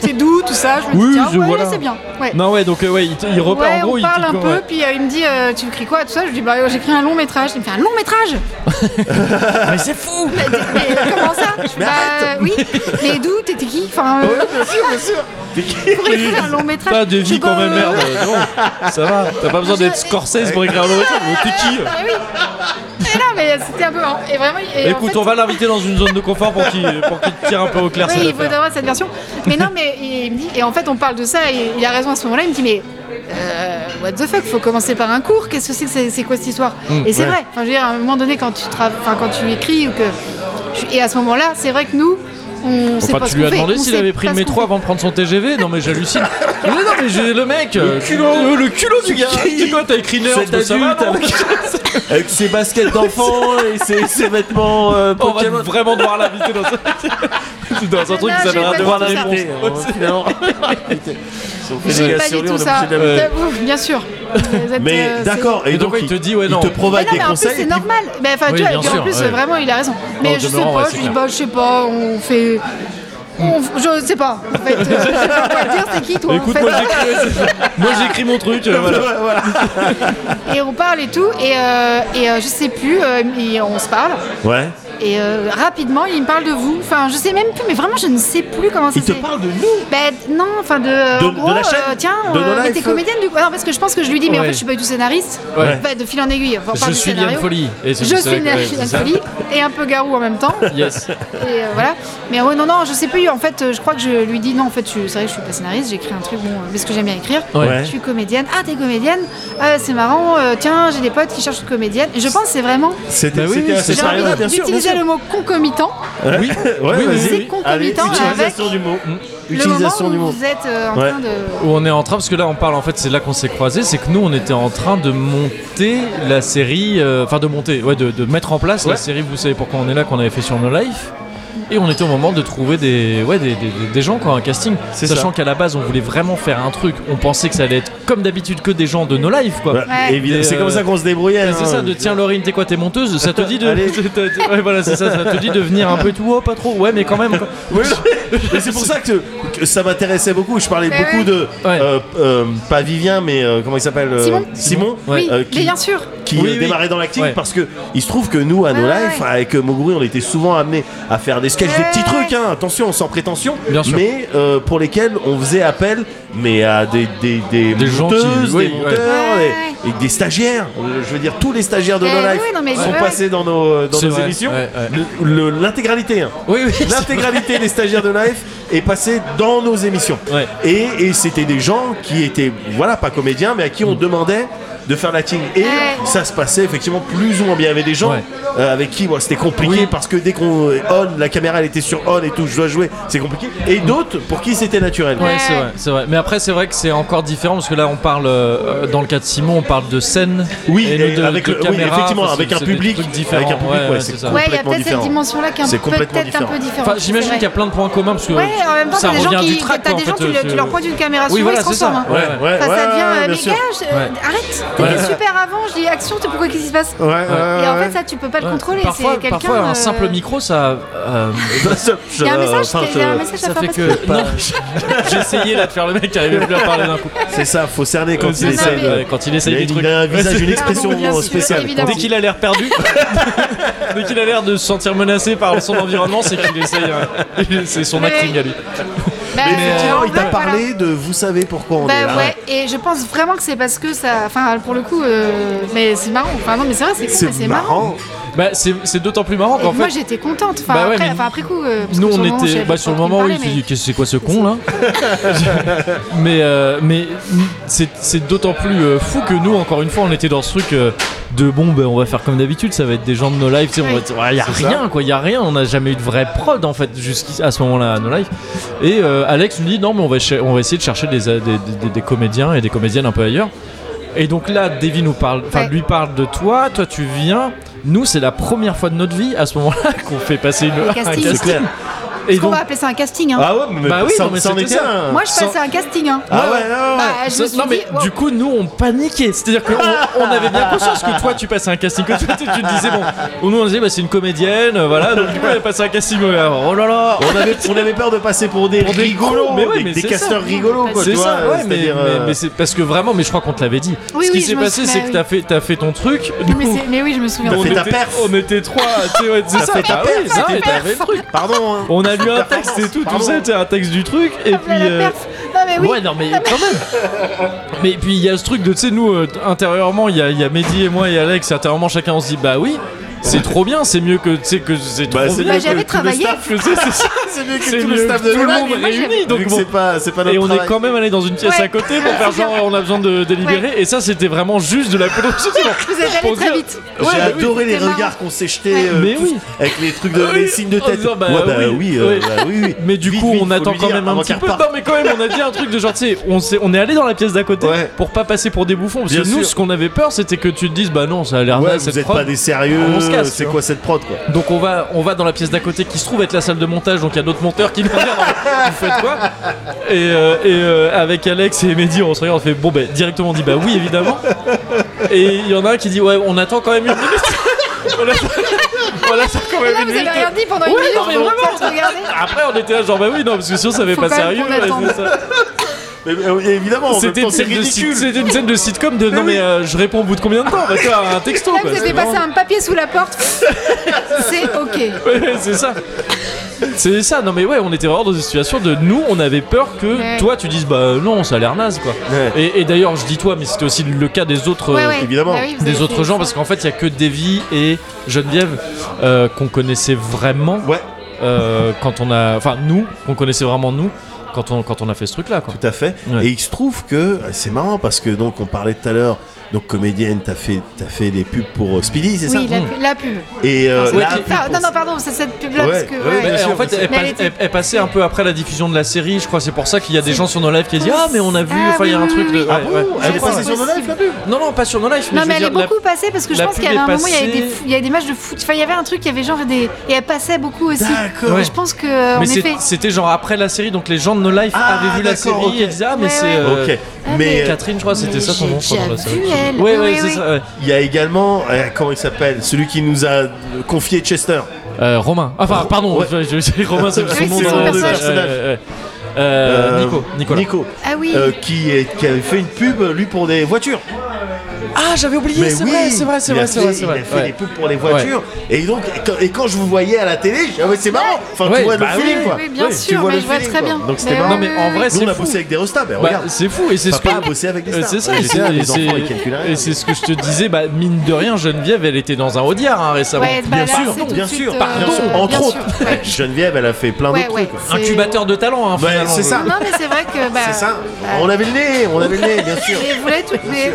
C'est doux, tout ça. Je me Oui, dis, tiens, je- ouais, voilà. là, c'est bien. Ouais. Non, ouais, donc, euh, ouais, il, t- il repart Ouais, en gros. on il- parle un il- peu, ouais. puis euh, il me dit euh, Tu écris quoi Tout ça. Je lui dis Bah, j'écris un long métrage. Il me fait Un long métrage Mais c'est fou! Mais, mais comment ça Je fais, Bah, oui. Mais d'où T'étais qui Enfin, euh, pour écrire un long métrage. Pas de Je vie dis, quand Bah, même, euh, merde! Non, ça va, t'as pas besoin Je- d'être Scorsese pour écrire un long métrage, mais t'es qui? bah oui. Et non, mais c'était un peu marrant. Et vraiment, et en Écoute, fait, on va l'inviter dans une zone de confort pour qu'il pour qu'il tire un peu au clair. Oui, cette il faut affaire. avoir cette version. Mais non, mais il me dit, et en fait, on parle de ça, et il a raison à ce moment-là, il me dit, mais euh, what the fuck, faut commencer par un cours, qu'est-ce que c'est que c'est- c'est quoi cette histoire Mm, Et c'est ouais. vrai, enfin, je veux dire, à un moment donné, quand tu, trava- enfin, quand tu écris, ou que... et à ce moment-là, c'est vrai que nous, on sait Enfin, pas ce tu lui qu'on as fait, demandé on s'il sait avait pris pas le ce qu'on métro fait. avant de prendre son TGV Non, mais j'hallucine. Mais non, mais j'ai le mec Le culot. Le culot du gars Tu quoi, t'as écrit Nerd Cet ça va, adulte non avec, avec ses baskets d'enfant et ses, ses vêtements euh, On va Pokémon. vraiment devoir l'inviter dans un, dans un truc Non, qui j'ai s'appelle pas devoir dit ça. l'inviter. J'ai pas dit tout ça, de- j'avoue, bien sûr. Vous êtes, Mais euh, c'est- d'accord, et Et donc, donc ouais, il te dit, ouais, il non. te Mais provide non, des mais en plus, c'est conseils. et puis- normal. Mais enfin, Oui, tu vois, bien et puis sûr, en plus, ouais. vraiment, il a raison. Mais je sais demeurant, ouais, pas, c'est je dis, clair. bah, je sais pas, on fait. on- Je sais pas. En fait, euh, je sais pas quoi dire, c'est qui toi en Écoute, fait moi j'écris, euh, moi, j'écris mon truc. euh, voilà. Et on parle et tout, et, euh, et euh, je sais plus, euh, et on se parle. Ouais. Et euh, rapidement, il me parle de vous. Enfin, je sais même plus, mais vraiment, je ne sais plus comment ça Il te s'est- parle de nous Ben non, enfin de, euh, De- en gros, de la chaîne euh, tiens, De euh, No mais Life t'es comédienne du coup. Non, parce que je pense que je lui dis, mais en Ouais. fait, je suis pas du tout scénariste. Ouais. Bah, de fil en aiguille. Enfin, on parle Je du suis scénario. Liane Folie. Et Je c'est- c'est suis vrai que- Liane ouais, c'est ça. Folie et un peu Garou en même temps. Yes. Et euh, voilà. Mais ouais, non, non, je sais plus. En fait, euh, je crois que je lui dis non. En fait, je suis- c'est vrai que je suis pas scénariste. J'écris un truc, bon, euh, mais ce que j'aime bien écrire. Ouais. Je suis comédienne. Ah, t'es comédienne. Euh, c'est marrant. euh, tiens, j'ai des potes qui cherchent une comédienne. Et je pense que c'est vraiment. C'était Bah oui, c'était à c'est cette J'ai envie période-là, bien sûr. bien d'utiliser sûr. le mot concomitant. Oui. Ouais, Oui, oui, vas-y. C'est Allez, concomitant utilisation du mot. Utilisation le du moment où mot. vous êtes euh, en Ouais. train de. Où on est en train, parce que là on parle en fait, c'est là qu'on s'est croisés, c'est que nous on était en train de monter la série, euh, enfin de monter, ouais, de, de mettre en place la Ouais. série, vous savez pourquoi on est là, qu'on avait fait sur No Life. Et on était au moment de trouver des, ouais, des, des- des- des gens, quoi, un casting. C'est Sachant ça. qu'à la base on voulait vraiment faire un truc, on pensait que ça allait être comme d'habitude que des gens de No Life, quoi. Ouais, Ouais. évidemment, Et, C'est euh, comme ça qu'on se débrouillait. Ouais, C'est hein. ça, de tiens Laurine, t'es quoi, t'es monteuse Ça te dit de. Allez. ouais, voilà, c'est ça, ça te dit de venir un peu et tout, oh, pas trop, ouais, mais quand même. quoi. Oui, oui. Mais c'est pour ça que, que ça m'intéressait beaucoup. Je parlais Mais beaucoup oui. de Ouais. euh, euh, pas Vivien, mais euh, comment il s'appelle euh, Simon. Simon, Ouais, oui, euh, mais qui, bien sûr. qui Oui, euh, oui. démarrait dans l'acting Ouais. parce que il se trouve que nous à nos Ouais, ouais, lives ouais. avec euh, Moguri, on était souvent amenés à faire des sketchs, des Ouais, petits ouais, trucs. hein, attention, sans prétention, Bien sûr. mais euh, pour lesquels on faisait appel, mais à des des des, Des gens qui- monteuses, oui, des ouais. monteurs Ouais, et, et des stagiaires. Euh, Je veux dire, tous les stagiaires de Eh, nos oui, lives non, mais je- sont ouais, ouais. passés dans nos dans C'est nos vrai, émissions. ouais, ouais. Le- le- L'intégralité. hein. Oui, oui. L'intégralité des stagiaires de Life est passée dans nos émissions. Ouais. Et, et c'était des gens qui étaient, voilà, pas comédiens, mais à qui on demandait de faire l'acting. Et Ouais. ça se passait effectivement plus ou moins bien. Il y avait des gens Ouais. euh, avec qui bon, c'était compliqué Oui. parce que dès qu'on euh, on, la caméra elle était sur on et tout, je dois jouer, c'est compliqué. Et d'autres pour qui c'était naturel. Ouais, c'est vrai, c'est vrai. Mais après, c'est vrai que c'est encore différent parce que là, on parle euh, euh, dans le cas de Simon, on parle de scène. Oui, nous, et avec le- oui, effectivement, Enfin, avec c'est- un c'est des public, trucs différents. avec un public, ouais, c'est ça. cool. Ouais, il y a complètement peut-être cette différent. dimension-là qui est un- C'est complètement peut-être un différent. peu différente. Enfin, j'imagine c'est vrai. qu'il y a plein de points communs parce que Ouais, en même temps, ça t'as des gens revient du qui. track. T'as quoi, des en gens, fait, tu, le- euh, tu leur prends une caméra Oui, souvent, voilà, ils se c'est transforment. ça. hein. Ouais, Ouais, ouais, Enfin, ça devient, ouais, ouais, euh, bien mais sûr. gars, je- euh, Ouais. arrête, t'étais super avant, je dis action, t'es pourquoi qu'est-ce qui se passe Ouais, ouais, Et en ouais. fait, ça, tu peux pas le ouais. contrôler, Parfois, c'est quelqu'un. parfois un euh, simple micro, ça. euh, Il y a un message, Enfin, il y a un je- message à ça faire fait passer. que. Non, j'ai essayé là de faire le mec qui arrivait plus à parler d'un coup. C'est ça, faut cerner quand il non, essaye. mais- de- Ouais, Quand il Il essaye a, des trucs. il a un visage, une Pardon, bien expression sûr, spéciale. évidemment. Dès qu'il a l'air perdu, dès qu'il a l'air de se sentir menacé par son environnement, c'est qu'il essaye. euh, C'est son Mais- acting à lui. bah, Mais euh, effectivement, il t'a voilà. parlé de vous savez pourquoi on est Bah là. ouais, et je pense vraiment que c'est parce que ça. Enfin, pour le coup, euh, mais c'est marrant. Enfin, non, mais c'est vrai, c'est con, mais C'est c'est marrant. marrant. Bah, c'est c'est d'autant plus marrant Et qu'en moi fait. j'étais contente, enfin, Bah ouais, après, mais enfin, après coup. euh, parce Nous que sur on le moment, je était savais bah, pas sur le trop de qui moment où me il s'est parlait, dit qu'est-ce que c'est quoi ce con là mais euh, mais mm, c'est c'est d'autant plus euh, fou que nous encore une fois on était dans ce truc euh, de bon ben on va faire comme d'habitude ça va être des gens de nos lives tu sais, on va Ouais. être- ouais, y a rien quoi y a rien on n'a jamais eu de vraie prod en fait jusqu'à ce moment là à nos lives et euh, Alex nous dit non mais on va cher- on va essayer de chercher des, euh, des- des- des- des comédiens et des comédiennes un peu ailleurs et donc là, Davy nous parle, enfin Ouais. lui parle de toi, toi tu viens. Nous, c'est la première fois de notre vie à ce moment-là qu'on fait passer une un casting. C'est clair. Et Parce qu'on donc, va appeler ça un casting. hein. Ah ouais, mais, Bah oui, ça, non, mais ça en c'était était ça. un. Moi je sans- passais un casting. hein. ah ouais, ouais, ouais. Bah, je me suis non mais dit, wow. du coup nous on paniquait, c'est-à-dire qu'on on avait bien conscience que toi tu passais un casting, que toi tu tu te disais bon, nous on disait bah c'est une comédienne, euh, voilà, donc du coup elle passait un casting, mais, euh, oh là là, on, avait, on avait peur de passer pour des Pour des rigolos, cons, mais ouais, des, mais des c'est casteurs ça. rigolos, quoi. C'est tu ça, vois, ouais, mais, c'est-à-dire, mais- euh, mais c'est parce que vraiment, mais je crois qu'on te l'avait dit. Oui, Ce qui oui, s'est je me passé, souviens, c'est que oui. t'as fait, t'as fait ton truc. Non, nous, mais, c'est- mais oui, je me souviens. T'as on fait ta était- perf. On était trois, tu sais, ouais, c'est ça. fait ta bah oui, perf, non, t'as mais fait ta t'avais le truc. Pardon. hein. On a lu un performance, texte et tout, tout pardon. ça, c'est un texte du truc, et Ah, puis. voilà, euh, perf. Non mais Eh oui. Ouais, non, mais quand même. mais puis il y a ce truc de, tu sais, nous, euh, intérieurement, il y a, il y a Mehdi et moi et Alex, intérieurement, chacun on se dit, bah oui. C'est trop bien, c'est mieux que. C'est que c'est trop Bah, c'est bien. mieux Bah, que j'avais tout le travaillé. staff le sait, c'est ça, c'est mieux que C'est tout le mieux staff que de tout le Lola. monde mais moi, j'avais- réuni. Vu Donc que bon. c'est pas, c'est pas notre Et on est travail. quand même allé dans une pièce Ouais. à côté pour faire genre on a besoin de délibérer. Et ça, c'était vraiment juste de la pédopsie. Vous êtes allé très vite. J'ai adoré les C'était marrant. regards qu'on s'est jetés Ouais. euh, Mais tous- oui. avec les trucs de Ah oui, les signes de en tête. disant, bah, Ouais, oui, oui, euh, oui. bah, oui, oui. Mais du Vite, coup, vite, on faut attend lui quand dire même un avant petit qu'il peu. Non, reparte. mais quand même, on a dit un truc de genre, tu sais, on, s'est- on est allé dans la pièce d'à côté Ouais. pour pas passer pour des bouffons. Parce Bien que nous, sûr. ce qu'on avait peur, c'était que tu te dises, bah non, ça a l'air Ouais, naze, vous cette êtes prod. pas des sérieux, On se casse, tu c'est vois. quoi cette prod quoi Donc on va, on va dans la pièce d'à côté qui se trouve être la salle de montage, donc il y a d'autres monteurs qui nous regardent. Vous faites quoi Et, euh, et, euh, avec Alex et Mehdi, on se regarde, on fait bon, ben directement on dit bah oui évidemment. Et il y en a un qui dit ouais, on attend quand même une minute. on, attend, on attend quand Et même là, une vous avez minute. rien dit pendant une Ouais, minute. non, mais vraiment. vous êtes regardés. Après on était là genre bah oui non parce que sinon ça fait Faut pas quand même sérieux. qu'on attende. ouais, c'est ça. Mais, euh, Évidemment, en même C'était temps, une, c'est scène de sit- ridicule. c'était une scène de sitcom de non mais euh, je réponds au bout de combien de temps bah, tu vois, un texto Là, quoi. vous avez C'est passé vraiment- un papier sous la porte. C'est ok. Ouais, c'est ça. C'est ça, non mais ouais, on était vraiment dans une situation de nous, on avait peur que Ouais. toi tu dises bah non, ça a l'air naze quoi. Ouais. Et, et d'ailleurs, je dis toi, mais c'était aussi le cas des autres. Ouais, ouais. Euh, évidemment. Bah oui, vous Des avez autres fait gens, ça. parce qu'en fait, il y a que Davy et Geneviève euh, qu'on connaissait vraiment Ouais, euh, quand on a. Enfin, nous, qu'on connaissait vraiment nous quand on, quand on a fait ce truc là quoi. tout à fait. Ouais. Et il se trouve que c'est marrant parce que donc on parlait tout à l'heure. Donc comédienne, t'as fait, t'as fait des pubs pour euh, Speedy, c'est Oui, ça la, Hmm. pu- la pub. Et euh, Ouais, la qui- pub Enfin, pour- non, non, pardon, c'est cette pub-là. Ouais, parce que, ouais, ouais. bien Mais sûr, en fait, bien elle, sûr. Mais passe- elle était- elle- elle passait un peu après la diffusion de la série, je crois. C'est pour ça qu'il y a des gens sur nos lives qui disent C'est- Ah, mais on a vu. Ah, Enfin, il y a oui, un oui, truc de. oui. Ah ouais, bon ouais. Elle Ouais, est passée c'est sur nos lives possible. la pub Non, non, pas sur nos lives. Non, je mais veux elle est dire, la- beaucoup passée parce que je la pense qu'il y pub avait est un moment, il y avait passée- des, fou- il y avait des matchs de foot. Enfin, il y avait un truc, il y avait genre des. Et elle passait beaucoup aussi. D'accord. Et Ouais. je pense que, euh, en Mais c'est- effet. c'était genre après la série, donc les gens de No Life Ah, avaient vu la série d'accord, ok. et disaient Ah, mais Ouais, c'est. ouais. euh, Ok, Ah, mais mais- euh, Catherine, je crois, c'était ça son nom je J'ai crois, dans déjà la série. vu elle. Ouais, ouais, Oui, c'est oui, ça. ouais. il y a également euh, comment il s'appelle Celui qui nous a euh, confié Chester. Euh, Romain. Enfin, pardon, Ouais. je- je- je- Romain, c'est Oui, son nom c'est dans son la- personnage. ouais, ouais, ouais. Euh, Euh, Nico, Nicolas. Nico. Ah oui. Euh, qui, est- qui avait fait une pub lui pour des voitures. Ah, j'avais oublié, c'est vrai, c'est vrai, c'est il a vrai, c'est vrai, fait- c'est vrai. Il a fait Ouais. des pubs pour les voitures. Et donc, et quand, et quand je vous voyais à la télé, je dis, ah ouais, c'est marrant. Enfin, Ouais, tu vois bah le feeling, oui, quoi. Oui, bien Oui, tu sûr, vois mais le je vois feeling, très quoi. bien. Donc, c'était Mais marrant. Non, mais en vrai, Nous, c'est on a fou. bossé avec des restas, ben Bah, regarde. c'est fou et c'est ce Papa a que bossé avec des Euh, stars. c'est ça, Ouais, et les c'est- stars, les et enfants, c'est- ils hein. calculent rien. et c'est ce que je te disais, bah, mine de rien, Geneviève, elle était dans un Audiard hein, récemment. Ouais, bah, là, c'est tout de Bien suite, sûr, euh, pardon, bien sûr, entre bien autres. sûr, ouais. Geneviève, elle a fait plein Ouais, d'autres ouais. trucs. c'est- Incubateur de talent, hein, Ouais, finalement. c'est ça. Non, mais c'est vrai que. Bah, C'est ça. bah, On avait le nez, on avait le nez, bien sûr. Mais vous l'êtes, mais.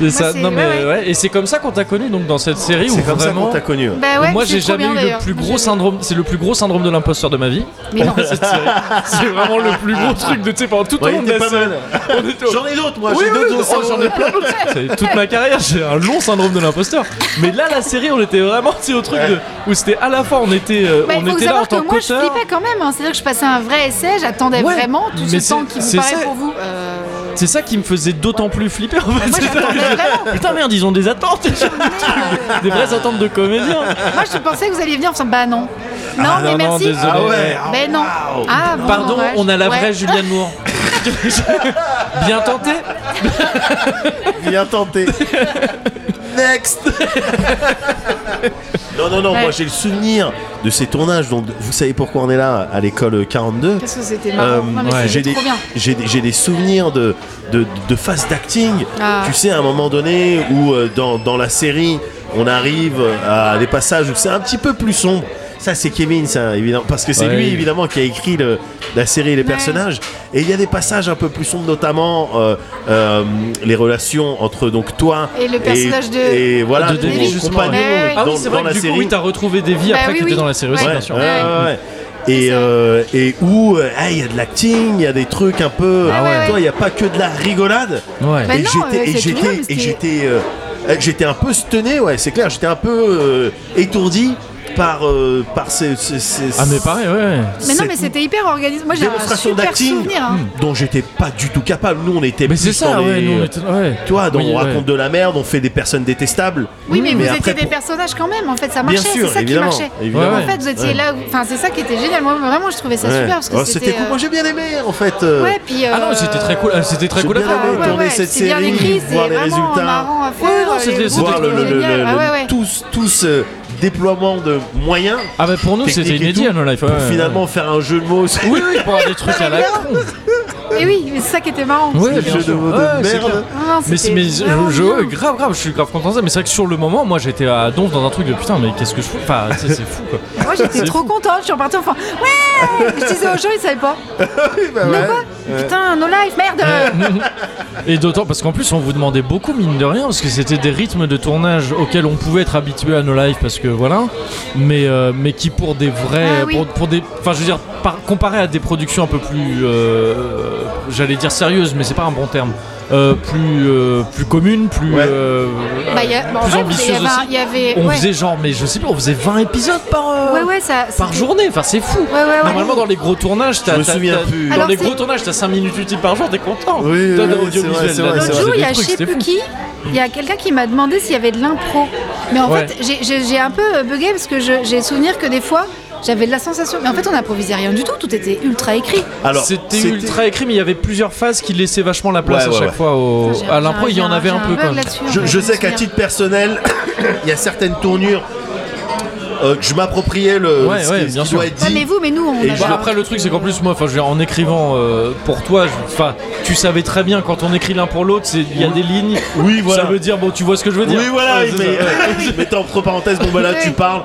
C'est ça. c'est- Non, mais, ouais, ouais. ouais, Et c'est comme ça qu'on t'a connu donc dans cette série où C'est comme ça qu'on vraiment. t'a connu. ouais. Bah ouais, moi c'est j'ai trop jamais bien, eu le d'ailleurs. plus gros J'ai- syndrome, c'est le plus gros syndrome de l'imposteur de ma vie. Mais non. Cette série. c'est vraiment le plus gros truc de tu sais pendant tout au Ouais, long il de était la pas série. mal. On était au- J'en ai d'autres, moi. Oui, J'ai oui, d'autres oui, au oh, j'en cerveau. ai plein d'autres. C'est- Toute ma carrière, j'ai un long syndrome de l'imposteur. Mais là, la série, on était vraiment tu sais, au truc de, où c'était à la fois on était, euh, Bah, il on faut était là savoir en tant que moi, je qu'auteur. flippais quand même. hein. C'est-à-dire que je passais un vrai essai, j'attendais Ouais, vraiment tout mais ce c'est- temps qui c'est me paraît ça. pour vous. Euh, C'est ça qui me faisait d'autant plus flipper en fait. Moi, j'attendais vraiment. Putain merde, ils ont des attentes, euh, des vraies attentes de comédiens. moi, je pensais que vous alliez venir en me disant bah non. Non, Ah, mais non, non, merci. désolé. Ah ouais. ah Mais non. waouh. Ah, bon, Pardon, dommage. on a la Ouais. vraie Julianne Moore. Bien tenté. Bien tenté. Next. non, non, non, Ouais. moi j'ai le souvenir de ces tournages. Donc, vous savez pourquoi on est là à l'école 42 Qu'est-ce que c'était Euh, marrant. Non, mais ouais. c'était J'ai des, trop bien. j'ai des- j'ai des souvenirs de, de, de phases d'acting. Ah. Tu sais, à un moment donné où euh, dans, dans la série, on arrive euh, à des passages où c'est un petit peu plus sombre. Ça, c'est Kevin, ça, évidemment, parce que c'est Ouais. lui, évidemment, qui a écrit le- la série et les personnages. Et il y a des passages un peu plus sombres, notamment euh, euh, les relations entre donc toi Et le personnage de- et voilà, de ton David, justement. compagnon Ouais, ouais. Ah dans, oui, c'est dans vrai que la du série. coup, oui, t'as retrouvé des vies Bah après oui, qui étaient oui. dans la série aussi, Ouais. bien sûr. Ouais, Ouais, ouais, ouais. C'est Et, ça. euh, et où euh, ah, il y a de l'acting, il y a des trucs un peu. Ah ouais, Toi, ouais. il n'y a pas que de la rigolade. Ouais. Bah et non, j'étais, ouais, et c'est tout le j'étais, monde, et c'était- j'étais, euh, euh, j'étais un peu stunné, ouais, c'est clair. J'étais un peu euh, étourdi par euh, par ces, ces- ces- Ah mais pareil, ouais, ouais. Mais non, cette mais c'était hyper organisé. Moi, j'ai un démonstration super d'acting Hmm. souvenir. Hmm. hein. dont j'étais pas du tout capable. Nous, on était Mais plus c'est ça, dans les- ouais, nous, on était- ouais. Tu vois, donc Oui, on ouais. raconte de la merde, on fait des personnes détestables. Oui, mais, vous après, étiez des pour- personnages quand même. En fait, ça marchait. Bien C'est sûr, ça évidemment, qui marchait. évidemment. En fait, vous étiez Ouais. là. où- Enfin, c'est ça qui était génial. Moi, vraiment, je trouvais ça Ouais. super parce que Oh, c'était. cool. euh, Moi, j'ai bien aimé, en fait. euh, Ouais, puis. Ah non, euh, mais c'était très cool, ah, c'était très j'ai cool. à bien faire. aimé. ouais, tourner ouais, cette c'est bien série, écrit, c'est voir les vraiment résultats. marrant à faire, euh, Ouais, non, les c'était- groupes, c'était voir le, trop le- le- génial. le- Ah ouais, ouais. tout, ce- tout ce déploiement de moyens Ah bah pour nous, c'était techniques et inédit à tout, No Life. ouais, pour ouais, finalement faire un jeu de mots. ouais. Oui, oui, pour avoir des trucs à la con. Et oui, mais c'est ça qui était marrant. Ouais, bien jeu de sûr. mots de Ouais, c'est clair. merde. Ah, Mais, c'était mais je, vraiment je- bien. ouais, grave, grave, je suis grave content de ça. Mais c'est vrai que sur le moment, moi j'étais à Donf dans un truc de putain, mais qu'est-ce que je fous Enfin, tu sais, c'est fou quoi. Moi j'étais trop contente, je suis repartie enfin ouais Je disais aux gens, ils savaient pas. Bah Mais ouais. quoi Putain, no life, merde Et d'autant parce qu'en plus on vous demandait beaucoup mine de rien parce que c'était des rythmes de tournage auxquels on pouvait être habitué à nos lives parce que voilà mais euh, mais qui pour des vrais Ah oui. pour, pour des enfin je veux dire par- comparé à des productions un peu plus euh, j'allais dire sérieuses mais c'est pas un bon terme euh, plus euh, plus communes plus Ouais. euh, Bah, il y a- bah, en plus vrai, il y ambitieuses avait un- aussi il y avait. on ouais. faisait genre mais je sais pas on faisait 20 épisodes par euh, Ouais, ouais, ça. par c'était- journée enfin c'est fou Ouais, ouais, ouais. Normalement, dans les gros tournages, t'as. Je me t'as- souviens t'as- plus. Dans Alors, les c'est- gros tournages, t'as 5 minutes utiles par jour, t'es content. Oui, Toi, oui, dans oui, c'est l'audiovisuel, vrai, c'est là, vrai, t'as L'autre c'est vrai. des jour, il y a je trucs, sais c'était plus fou. qui, il y a quelqu'un qui m'a demandé s'il y avait de l'impro. Mais en Ouais. fait, j'ai- j'ai j'ai un peu euh, bugué parce que je- j'ai souvenir que des fois, j'avais de la sensation. Mais en fait, on n'improvisait rien du tout, tout était ultra écrit. Alors, C'était ultra écrit, mais il y avait plusieurs phases qui laissaient vachement la place Ouais, à ouais, chaque ouais. fois. Au... J'ai- À j'ai l'impro, un- il y j'ai en un- avait j'ai un peu bug quand même. là-dessus, hein. en Je, fait, je me sais qu'à souviens. titre personnel, il y a certaines tournures euh, que je m'appropriais le Ouais, ce ouais, qui, ce bien qui sûr. doit être Ouais, dit. Ah, mais vous, mais nous, on Et avait bah, un- Après, le truc, c'est qu'en plus, moi, enfin, je veux dire, en écrivant euh, pour toi, je- enfin, tu savais très bien quand on écrit l'un pour l'autre, c'est- il y a des lignes. Oui, voilà. Ça veut dire, bon, tu vois ce que je veux dire. Oui, voilà, Ouais, c'est mais, ça, ouais. mettez entre parenthèses, bon bah là tu parles,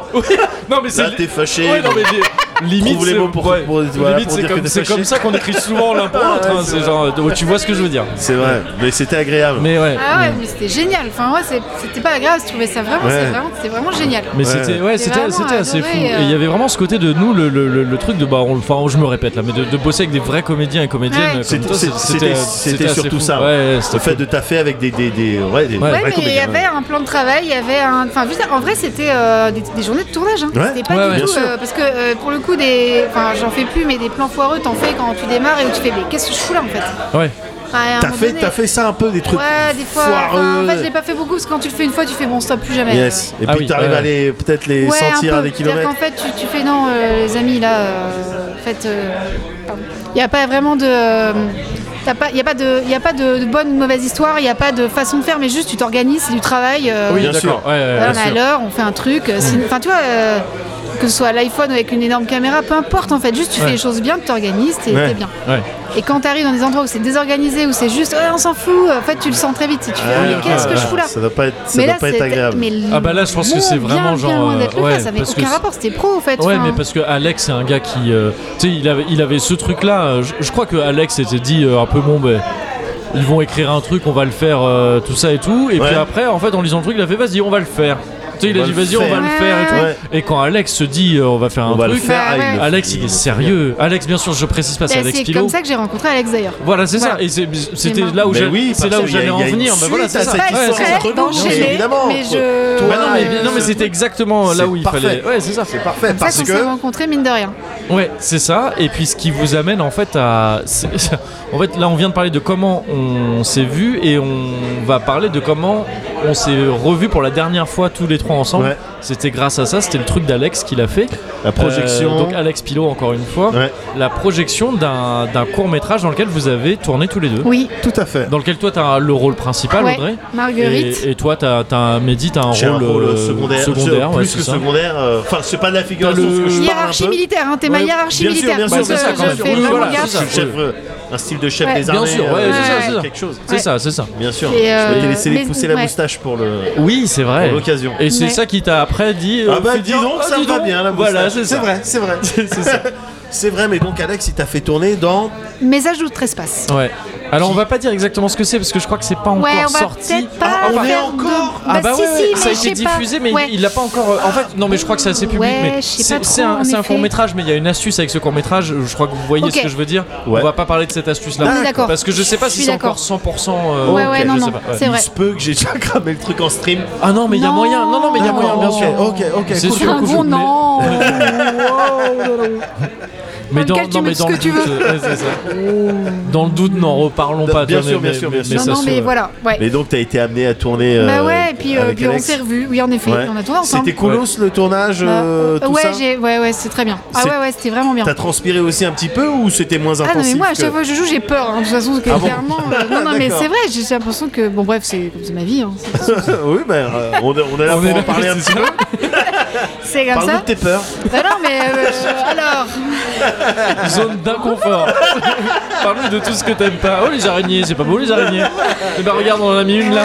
Non, mais c'est. là t'es fâché. Ouais, non, mais des- limite, Trouve les c'est mots pour- ouais, pour- voilà, limite, pour c'est dire que comme, t'es c'est fâché. comme ça qu'on écrit souvent l'un pour l'autre. Ouais, hein, c'est c'est vrai. genre, euh, tu vois ce que je veux dire. C'est vrai, mais c'était agréable. Mais ouais. Ah ouais, mais c'était génial. Enfin, ouais, c'est- c'était pas grave, je trouvais ça vraiment, Ouais. c'est vraiment, c'était vraiment génial. Mais Ouais. c'était ouais, J'ai c'était vraiment c'était assez adoré, fou. Et euh. il y avait vraiment ce côté de nous, le, le- le- le truc de bah, on, enfin, je me répète là, mais de, de bosser avec des vrais comédiens et comédiennes. Ouais. comme C'était- toi, c'était- c'était- c'était assez surtout fou. ça. hein. Ouais, le c'était fait fou. de taffer avec des, des, des, ouais, des Ouais. vrais Ouais, mais il y comédiens. avait un plan de travail, il y avait un. Enfin, juste, en vrai, c'était euh, des, des journées de tournage. Hein. Ouais. C'était pas Ouais, ouais. du tout. Bien euh, parce que euh, pour le coup, des. Enfin, j'en fais plus, mais des plans foireux, t'en fais quand tu démarres et où tu fais, mais qu'est-ce que je fous là en fait Ouais. Enfin, à un T'as moment fait, donné- t'as fait ça un peu, des trucs Ouais, des fois. enfin, foireux. en fait, je l'ai pas fait beaucoup parce que quand tu le fais une fois, tu fais bon, stop, plus jamais. Yes, et Ah puis oui, t'arrives ouais. à les peut-être les Ouais, un sentir peu. à des C'est-à-dire kilomètres. qu'en fait, tu, tu fais non, euh, les amis, là, euh, en fait, euh, pardon. il n'y a pas vraiment de. euh, t'as pas- Il n'y a pas de, il y a pas de, de bonne ou de mauvaise histoire, il n'y a pas de façon de faire, mais juste tu t'organises, c'est du travail. euh, Oui, Oui, bien d'accord. sûr. Ouais, ouais, voilà, on bien est à sûr. l'heure, on fait un truc. euh, c'est- Enfin, tu vois, euh, que ce soit l'iPhone avec une énorme caméra, peu importe en fait, juste tu Ouais. fais les choses bien, tu t'organises, t'es Ouais. t'es bien. Ouais. Et quand t'arrives dans des endroits où c'est désorganisé, où c'est juste, Ouais, on s'en fout, en fait, tu le sens très vite. Si tu fais, Ouais, Mais qu'est-ce ouais, que je ouais. fous là Ça doit pas être, ça doit pas être c'était- agréable. mais l- Ah bah là, je pense que c'est bien, vraiment bien genre, loin euh, d'être le ouais, cas, ça avait parce que aucun c'est- rapport, c'était pro en fait. Ouais, enfin. mais parce que Alex, c'est un gars qui. euh, tu sais, il avait, il avait ce truc-là. euh, je, je crois que Alex s'était dit euh, un peu bon, ben. Ils vont écrire un truc, on va le faire, euh, tout ça et tout. Et Ouais. puis après, en fait, en lisant le truc, il a fait vas-y, on va le faire. Tu sais, il On a va dit le vas-y, on va faire. le faire et tout. Ouais. Et quand Alex se dit euh, on va faire un On va le truc, faire. Bah ah, il ouais. le fait. Alex, il est sérieux. Alex, bien sûr, je précise pas, c'est Bah, Alex c'est Kilo. comme ça que j'ai rencontré Alex d'ailleurs. Voilà, c'est ça. Voilà. Et c'est- c'était marrant. là où Mais j'allais oui, c'est parce là où qu'il y a- j'allais en il y a une venir. Mais voilà, suite c'est à ça. cette Ouais, histoire c'est très ça. entre nous, d'enchaîner, bien évidemment. mais je- Toi, Bah non, mais, euh, non, mais c'était exactement là c'est où il parfait. fallait. Ouais, c'est ça. c'est parfait C'est ça parce qu'on s'est que rencontrés mine de rien. Ouais, c'est ça. Et puis ce qui vous amène en fait à. c'est- En fait, là, on vient de parler de comment on s'est vu et on va parler de comment on s'est revu pour la dernière fois tous les trois ensemble. Ouais. C'était grâce à ça. C'était le truc d'Alex qu'il a fait. la projection. Euh, donc Alex Pilot encore une fois. Ouais, La projection d'un d'un court métrage dans lequel vous avez tourné tous les deux. Oui. tout à fait. Dans lequel toi t'as le rôle principal, Ouais, Audrey. Marguerite. Et, et toi, t'as, t'as, Mehdi, t'as un J'ai un rôle, rôle euh, secondaire, secondaire, plus ouais, c'est que ça. secondaire. euh, Enfin, c'est pas de la figuration, T'as parce que je le- parle un Hiérarchie peu. militaire, hein, t'es ma Ouais, hiérarchie bien sûr, militaire. bien sûr, parce bien que sûr, bien je sûr. fais Oui, vraiment voilà, Je gaffe. suis le chef, euh, un style de chef Ouais. des Bien armées. sûr, ouais, euh, c'est ça, c'est ça. quelque chose. C'est Ouais. ça, c'est ça. Bien sûr. Et, je m'étais euh, laissé mais- les pousser la ouais. moustache pour le Oui, c'est vrai. pour l'occasion. Et c'est Ouais. ça qui t'a après dit. euh, Ah bah fait, dis donc, ah, ça dis va donc. bien la moustache. Voilà, c'est ça. vrai, c'est vrai. c'est ça. C'est vrai, mais donc Alex, il t'a fait tourner dans. Message d'outre-espace. Ouais. Alors on va pas dire exactement ce que c'est parce que je crois que c'est pas encore Ouais, on va sorti. peut-être pas. Ah, on est faire encore de- Ah bah si, ouais, si, mais ça a je sais été pas. diffusé, mais Ouais. il l'a pas encore. euh, En fait, non, mais je crois que c'est assez public. Ouais, mais je sais c'est- pas c'est trop, un, en c'est un effet. court métrage, mais il y a une astuce avec ce court métrage. Je crois que vous voyez Ok. ce que je veux dire. Ouais. On va pas parler de cette astuce-là. On est d'accord. Parce que je sais pas Je si suis c'est d'accord. encore 100%. euh, Ouais, ok, ouais, non, je sais non, pas. c'est Il vrai. se peut que j'ai déjà cramé le truc en stream. Ah non, mais il y a Non. moyen. Non, non, mais il y a moyen, bien sûr. Ok, ok, C'est cool. sûr. Un que je- gros mais- non Mais Dans lequel tu mets tout ce le que tu doute, veux. euh, ouais, c'est ça. Dans le doute, n'en reparlons Bien pas. toi, sûr, mais- bien sûr, mais- bien sûr. Non, ça non, se- mais voilà. Ouais. Mais donc t'as été amené à tourner. euh, Bah ouais, et puis, euh, avec puis on Alex. s'est revus. Oui, en effet, Ouais. on a tourné ensemble. C'était coolos le tournage, euh, Euh, tout ouais, ça. j'ai- ouais, ouais, c'est très bien. Ah C'est- ouais, ouais, c'était vraiment bien. T'as transpiré aussi un petit peu ou c'était moins Ah non, intensif mais moi, à chaque que- Ah fois que je joue, j'ai peur. hein, de toute façon, parce que clairement. euh, non, non, mais c'est vrai, j'ai j'ai l'impression que. Bon, bref, c'est c'est ma vie. hein. oui, bah, euh, on, a- on est là On pour est en là, parler un c'est petit peu. C'est comme Parle-nous ça. de tes peurs. Bah non, mais euh, alors, Zone d'inconfort. Parle-nous de tout ce que t'aimes pas. Oh les araignées, c'est pas beau les araignées. Eh ben regarde, on en a mis une là.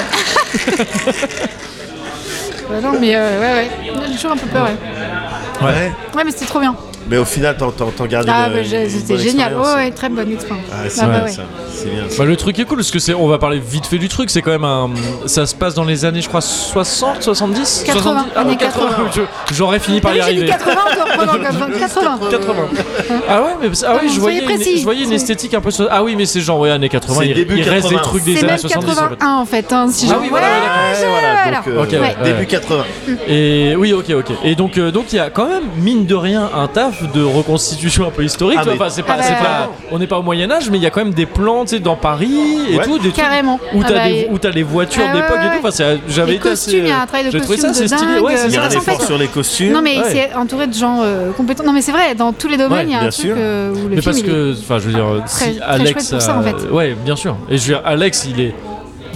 bah non, mais euh, ouais, ouais, j'ai toujours un peu peur. Ouais, Ouais. ouais mais c'était trop bien. Mais au final, t'en, t'en, t'en gardes Ah, une- bah, une j'ai- bonne c'était génial. expérience. Ouais, ouais, très bonne expérience. Ah, c'est Ah, bien bah, ouais. ça. C'est bien ça. Bah, le truc est cool parce que c'est, on va parler vite fait du truc. C'est quand même un, ça se passe dans les années, je crois, 60, 70, 80, 70, ah, années 80. Je- J'aurais fini T'as par y vu, j'ai dit arriver. 80 en te reprenant comme 80. 80. Ah ouais, mais ah oui, Soyez je voyais, une, précis. je voyais une Soyez- esthétique un peu. so- Ah oui, mais c'est genre ouais années 80. C'est il début il reste 80. des trucs des C'est années même 70. en fait. 81 en fait. hein, si hein, Ah je- oui, voilà, Ouais, ouais, d'accord. je- Ouais, voilà, voilà. donc, euh, Ok, ouais, début ouais. 80. Et oui, ok, ok. Et donc, euh, donc il y a quand même mine de rien un taf de reconstitution un peu historique. Ah, tu vois. mais- Enfin, c'est pas, Ah, c'est bah, pas- on n'est pas au Moyen Âge, mais il y a quand même des plans, tu sais, dans Paris et Ouais. tout, des trucs Carrément. où Ah t'as bah, des et- où t'as les voitures Ah, d'époque ouais, et tout. ouais. Enfin, c'est- j'avais Les été assez, costumes, il y a un travail de J'ai trouvé ça costume assez de stylé. dingue, Ouais, c'est Il y a ça. un en fait, effort sur les costumes. Non mais Ouais. c'est entouré de gens euh, compétents. Non mais c'est vrai, dans tous les domaines, il Ouais, y a un bien truc sûr. euh, où le Mais film, parce il est- que, enfin, je veux dire, très- si très Alex, chouette pour ça, en a- fait. ouais, bien sûr. Et je veux dire, Alex, il est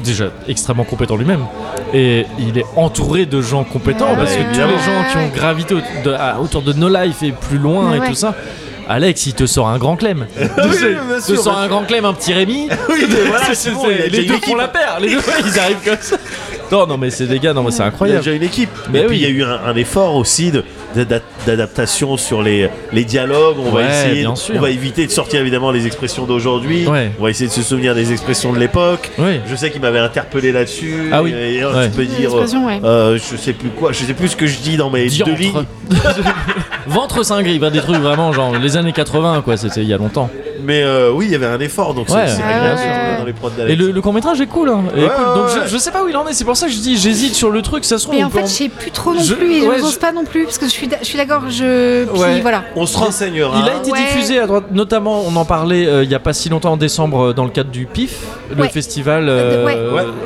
déjà extrêmement compétent lui-même, et il est entouré de gens compétents Ah Ouais, parce que ouais, tous ouais, les ouais, gens qui ouais. ont gravité au- de- à- autour de No Life et plus loin Ouais, et ouais. tout ça. Alex, il te sort un grand clem. oui, Tu sais, bien il te sûr, sort bien un grand clem, un petit Rémi. Oui, mais voilà, C'est- c'est c'est- bon, il y a les déjà une deux équipe. font la paire. Les deux, ils arrivent comme ça. Non, non, mais c'est des gars, non, mais c'est Il y a incroyable. déjà une équipe. Mais et oui. puis il y a eu un, un effort aussi de- d'ada- d'adaptation sur les, les dialogues. On Ouais, va essayer, bien de- sûr. on va éviter de sortir évidemment les expressions d'aujourd'hui. Ouais. On va essayer de se souvenir des expressions de l'époque. Ouais. Je sais qu'il m'avait interpellé là-dessus. Ah oui. Et, euh, Ouais. Tu peux Des dire, expressions, ouais. euh, je sais plus quoi, je sais plus ce que je dis dans mes deux Diantre. lignes. Ventre cinglé, bah, des trucs vraiment genre les années 80 quoi, c'était il y a longtemps. Mais euh, oui, il y avait un effort, donc c'est- Ouais. c'est Ah agréable ouais, surtout ouais. dans les prods Et d'Alex. le, le court métrage est cool. hein. Et Ouais, cool. ouais, Donc ouais. Je, je sais pas où il en est, c'est pour ça que je dis j'hésite sur le truc, ça se trouve. Mais on en peut fait, je sais plus trop non Je- plus et ouais, je n'ose je- pas non plus parce que je suis, d'a- je suis d'accord. Je puis Ouais. voilà. On se renseignera. Il a été Ouais. diffusé à droite, notamment on en parlait euh, il y a pas si longtemps en décembre euh, dans le cadre du PIF, le Ouais. festival euh, Ouais.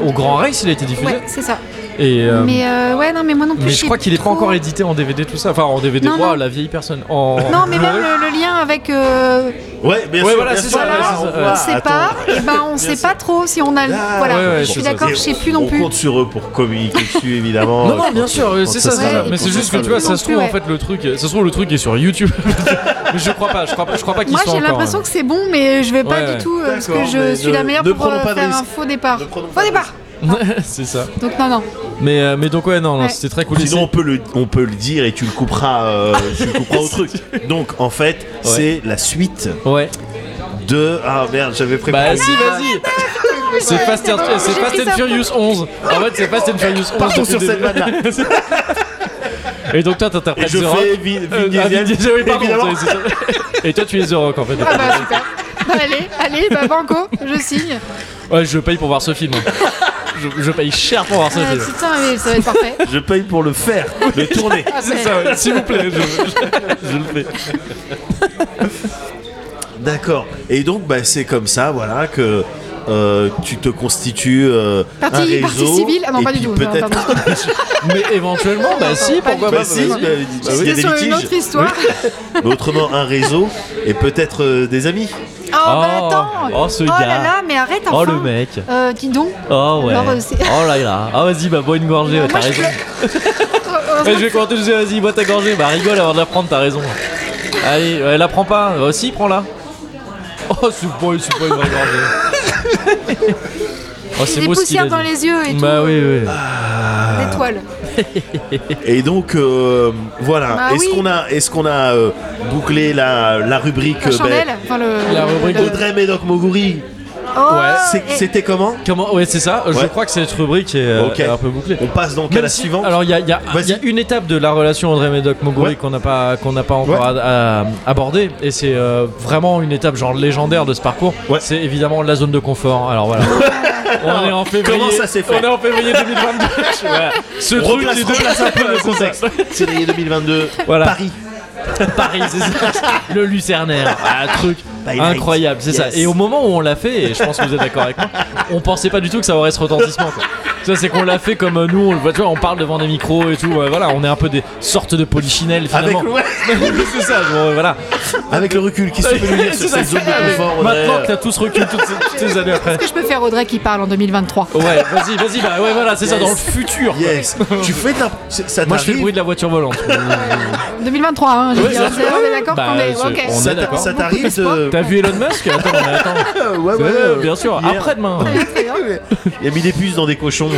au Grand Rex, il a été diffusé. Ouais, c'est ça. Et, euh, mais, Mais euh, ouais, non mais moi non plus. je sais crois qu'il est pas trop. encore édité en DVD tout ça, enfin en DVD, Non, waouh, non. la vieille personne. En... Non mais même le, le lien avec euh, Ouais, bien Ouais, sûr. voilà, bien c'est sûr, ça, bien ouais, sûr, c'est on ça. voit, on sait attends. pas. Et ben on Bien sait sûr. pas trop si on a. le- Ah, Voilà. ouais, ouais, je suis c'est ça. d'accord. Je sais plus non on plus. compte sur eux pour communiquer dessus, évidemment. Non, non, bien sûr, euh, Quand c'est ça, sera c'est ça. là, ouais, Mais quand c'est ça juste que sera tu là. vois, ça se trouve Ouais. en fait le truc, ça se trouve le truc est sur YouTube. mais je crois pas, je crois pas, je crois pas qu'il Moi soit j'ai encore. hein. l'impression que c'est bon, mais je vais pas Ouais, ouais. du tout euh, parce que D'accord, mais je suis ne- la meilleure ne pour euh, prenons pas de faire un risque. faux départ. Ne prenons Faux pas de départ. c'est ça. Donc non non. Mais, euh, mais donc ouais non, non Ouais. c'était très cool. Et Sinon, on peut, le, on peut le dire et tu le couperas, euh, tu le couperas au truc. Donc, en fait, c'est la suite c'est- ouais. de. Ah merde, j'avais Bah préparé. si vas-y. C'est Fast, and- bon, c'est j'ai Fast pris and ça. Furious 11. En fait c'est Fast and Furious 11. Partons donc sur c'est cette des- vanne-là. Et donc toi Et t'interprètes je The Rock. fais Vin Vin Euh, ah, Vin Diesel. Diesel, oui, pardon, évidemment. c'est- c'est ça. Et toi tu es The Rock en fait. Ah bah super. Bah, allez allez bah banco, je signe. Ouais je paye pour voir ce film. Je, je paye cher pour voir ce Ah, film. putain mais ça va être parfait. Je paye pour le faire, le tourner. Ah, C'est bah, ça, ouais, s'il vous plaît. je- Je le fais. D'accord. Et donc, bah, c'est comme ça, voilà, que euh, tu te constitues euh, un Partie, réseau. partie civile Ah non, et pas du puis tout. non, Peut-être. pardon. Mais éventuellement bah si pourquoi Bah, pas. si, bah, vas-y. bah, il y a J'étais des sur Euh, une litiges. autre histoire. Mais autrement, un réseau et peut-être euh, des amis. Oh, bah Oh. attends Oh, ce là gars. là, mais arrête enfin Oh le mec. Euh, dis donc Oh ouais. Alors, euh, c'est- oh là là. Ah vas-y bah bois une gorgée. ouais, Moi, T'as je raison. peux- Euh, Ouais, je vais commenter, je dis vas-y, bois ta gorgée, bah rigole avant de la prendre, t'as raison. Allez, euh, la prends pas, euh, si, prends-la. Oh, c'est pas, c'est pas une vraie gorgée. oh, J'ai c'est des beau ce qu'il a poussières dans dit. les yeux et Bah tout, oui, oui. des toiles. Et donc euh, voilà, Bah est-ce oui. qu'on a, est-ce qu'on a euh, bouclé la, la rubrique La euh, chandelle, enfin le. La le- rubrique ben, le- Audrey Médoc Moguri Oh, C'est- et- C'était comment Comment Ouais, c'est ça. Je Ouais. crois que cette rubrique est euh, Ok. est un peu bouclée. On passe donc à Même la si- suivante. Alors, il y a, il y a- Vas-y. il y a une étape de la relation André Médoc Mogori Ouais. qu'on n'a pas qu'on n'a pas encore Ouais. a- a- abordée, et c'est euh, vraiment une étape genre légendaire de ce parcours. Ouais. C'est évidemment la zone de confort. Alors voilà. on est en février. Comment ça s'est fait On est en février 2022. Voilà. Ce truc replace, les deux- replace un peu le contexte. C'est l'année 2022, Voilà. Paris. Paris, c'est ça. Le Lucernaire, Ah, un truc By night. incroyable, c'est ça. Yes. Et au moment où on l'a fait, et je pense que vous êtes d'accord avec moi, on pensait pas du tout que ça aurait ce retentissement. quoi. Ça, c'est qu'on l'a fait comme euh, nous, on le voit, tu vois, on parle devant des micros et tout. euh, voilà, on est un peu des sortes de polichinelles Avec, finalement. c'est ça, genre, euh, voilà. avec le recul, qu'est-ce que tu peux nous dire C'est sur ça, cette zone c'est- de confort Audrey Maintenant que t'as tous recul toutes ces, toutes ces années après. que je peux faire Audrey qui parle en 2023 Ouais, vas-y, vas-y, bah ouais, voilà, c'est ça, Yes. dans le futur. quoi. euh, Yes, tu fais ta. c'est- Ça Moi, je fais le t'arrive- bruit de la voiture volante. 2023, hein, je veux Ouais, dire, Oh. ça- c'est- on est d'accord Bah, qu'on est. ok. c'est- on est ça d'accord. t'a- ça Beaucoup t'arrive d'espoir. de. T'as vu Elon Musk Attends, mais attends. Ouais, ouais, Euh, ouais. bien sûr, Hier. après-demain. Très bien. Il a mis des puces dans des cochons.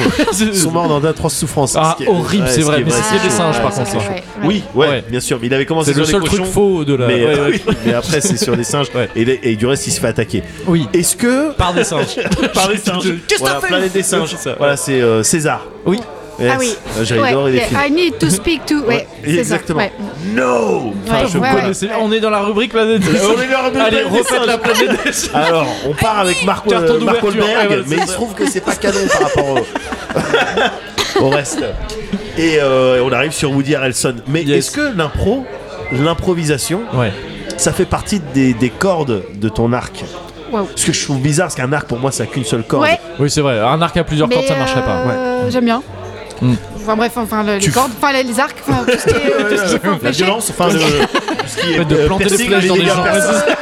Ils sont morts dans d'atroces souffrances. Ah, ce qui est- horrible, ouais, c'est ce qui vrai, est mais vrai, c'est ce qui des est singes, vrai. par contre, ça. Oui, ouais, Ouais. bien sûr. Mais il avait commencé C'est sur le les seul truc cochons, faux de la. Mais, euh, ouais, ouais. mais après, c'est sur les singes. Ouais. Et, les- et du reste, il se fait attaquer. Oui. Est-ce que. Par des singes. Par les singes. Qu'est-ce que t'as fait Planète des singes. C'est ça. Voilà, c'est euh, César. Oui. Yes. Ah oui. Euh, J'adore Ouais, il est yeah, fini. I need to speak to. Ouais, Ouais, c'est ça, exactement. ouais. No Enfin, Ouais, je ouais, connais- ouais. Mais Ah, c'est- On est dans la rubrique planète des On est singes. dans la rubrique Allez, planète des refaites singes. la planète des singes. Alors, on part Ah avec Marc, Carton euh, Marc d'ouverture. Wahlberg, Ouais, ouais, mais c'est il se trouve que c'est pas canon par rapport au, au reste. Et euh, on arrive sur Woody Harrelson. Mais Yes. est-ce que l'impro, l'improvisation, Ouais. ça fait partie des, des cordes de ton arc Wow. Ce que je trouve bizarre, parce qu'un arc pour moi, ça a qu'une seule corde. Ouais, Oui, c'est vrai. Un arc à plusieurs mais cordes, ça marcherait pas. euh, J'aime bien. Hmm. Enfin bref, enfin le- les Tu- cordes, enfin les- les arcs, enfin tout ce qui est, euh, tout ce qui est La fléché. violence, enfin, le, ce qui est fait, de euh, planter des piercing, flèches les dans des dégâts gens. personnels.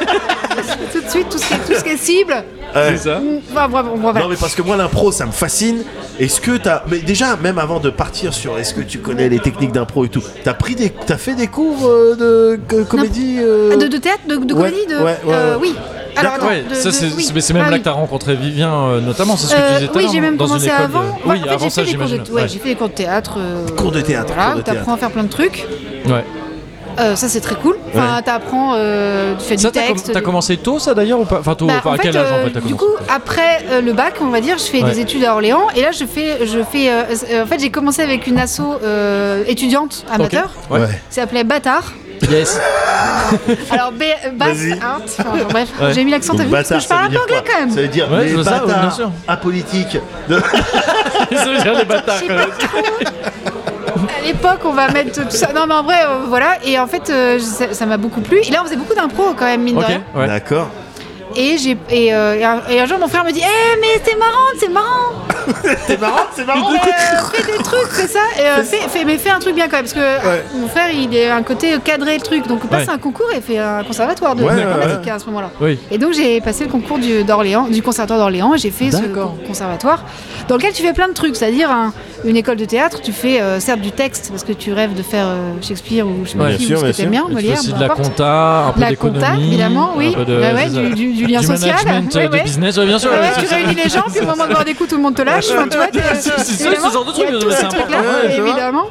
tout de suite, tout ce qui est, tout ce qui est cible. Mm, Ouais. C'est ça Enfin, bref, bon, voilà. Hein Non mais parce que moi l'impro ça me fascine. Est-ce que t'as mais déjà même avant de partir sur est-ce que tu connais les techniques d'impro et tout, t'as pris des t'as fait des cours euh, de co- comédie euh, Ah, De, de théâtre, de, de Ouais, comédie, de. ouais, ouais, euh, ouais. oui. Alors D'accord, attends, Ouais, de- ça de- c'est oui. mais c'est même Ah là oui. que t'as rencontré Vivien euh, notamment, c'est ce que Euh, tu disais tout à oui, l'heure, j'ai même dans commencé une école avant. de- Ouais, Oui, en fait, avant j'ai ça fait des cours de j'imagine. ouais, j'ai fait des cours de théâtre. euh, Cours de théâtre, Voilà, cours de t'apprends à faire plein de trucs. Ouais. Ouais. Euh, ça c'est très cool. Enfin, t'apprends, euh, tu fais Ça du t'as com- texte. t'as des- commencé tôt ça d'ailleurs ou pas Enfin tôt, Bah, enfin, à quel âge en euh, fait t'as du commencé coup, après euh, le bac, on va dire, je fais Ouais. des études à Orléans et là, je fais, je fais, euh, euh, en fait, j'ai commencé avec une asso euh, étudiante amateur. Ouais. Ouais. Ça s'appelait Bâtard. Yes. Alors, B, euh, Bass Vas-y. Art. Enfin, bon, bref, Ouais. j'ai mis l'accent, t'as Donc, vu Parce que bâtard, je ça veut parle un peu dire anglais quoi quand même. Ça veut dire Ouais, les je vois ça, ouais, bien bâtards sûr. apolitiques. De... Ça veut dire les bâtards Je sais quand pas même. trop. À l'époque, on va mettre tout ça. Non, mais en vrai, euh, voilà. Et en fait, euh, je- ça ça m'a beaucoup plu. Et là, on faisait beaucoup d'impro quand même, mine de Ok, rien. ouais. D'accord. Et, j'ai- et, euh, et un, et un jour, mon frère me dit Eh, mais c'est marrant, c'est marrant C'est marrant, c'est marrant. Oh, euh, Fais des trucs, fais ça, et, euh, fais, fais- mais fais un truc bien quand même, parce que euh, Ouais. mon frère, il est à un côté cadré le truc, donc passe Ouais. un concours et fait un conservatoire de Ouais, d'informatique ouais, ouais. à ce moment-là. Oui. Et donc j'ai passé le concours du, d'Orléans, du conservatoire d'Orléans, et j'ai fait ce D'accord. con- conservatoire dans lequel tu fais plein de trucs, c'est-à-dire un- une école de théâtre, tu fais euh, certes du texte, parce que tu rêves de faire euh, Shakespeare ou je sais pas Ouais, qui, bien ou ce sûr, que bien t'aimes bien, Et tu fais Molière, aussi peu de la importe. compta, un peu La d'économie, compta, évidemment, oui. un peu de, Bah ouais, c'est ça. du- du- du lien du social. management, Ouais, euh, de ouais. business, ouais, bien sûr. Ouais, Ah ouais, c'est tu ça. réunis les gens, puis au moment de boire des coups, tout le monde te lâche. Enfin, tu vois, t'es- c'est ce évidemment, genre de il y a truc, tout mais ce c'est truc-là, important, ouais, je vois. évidemment.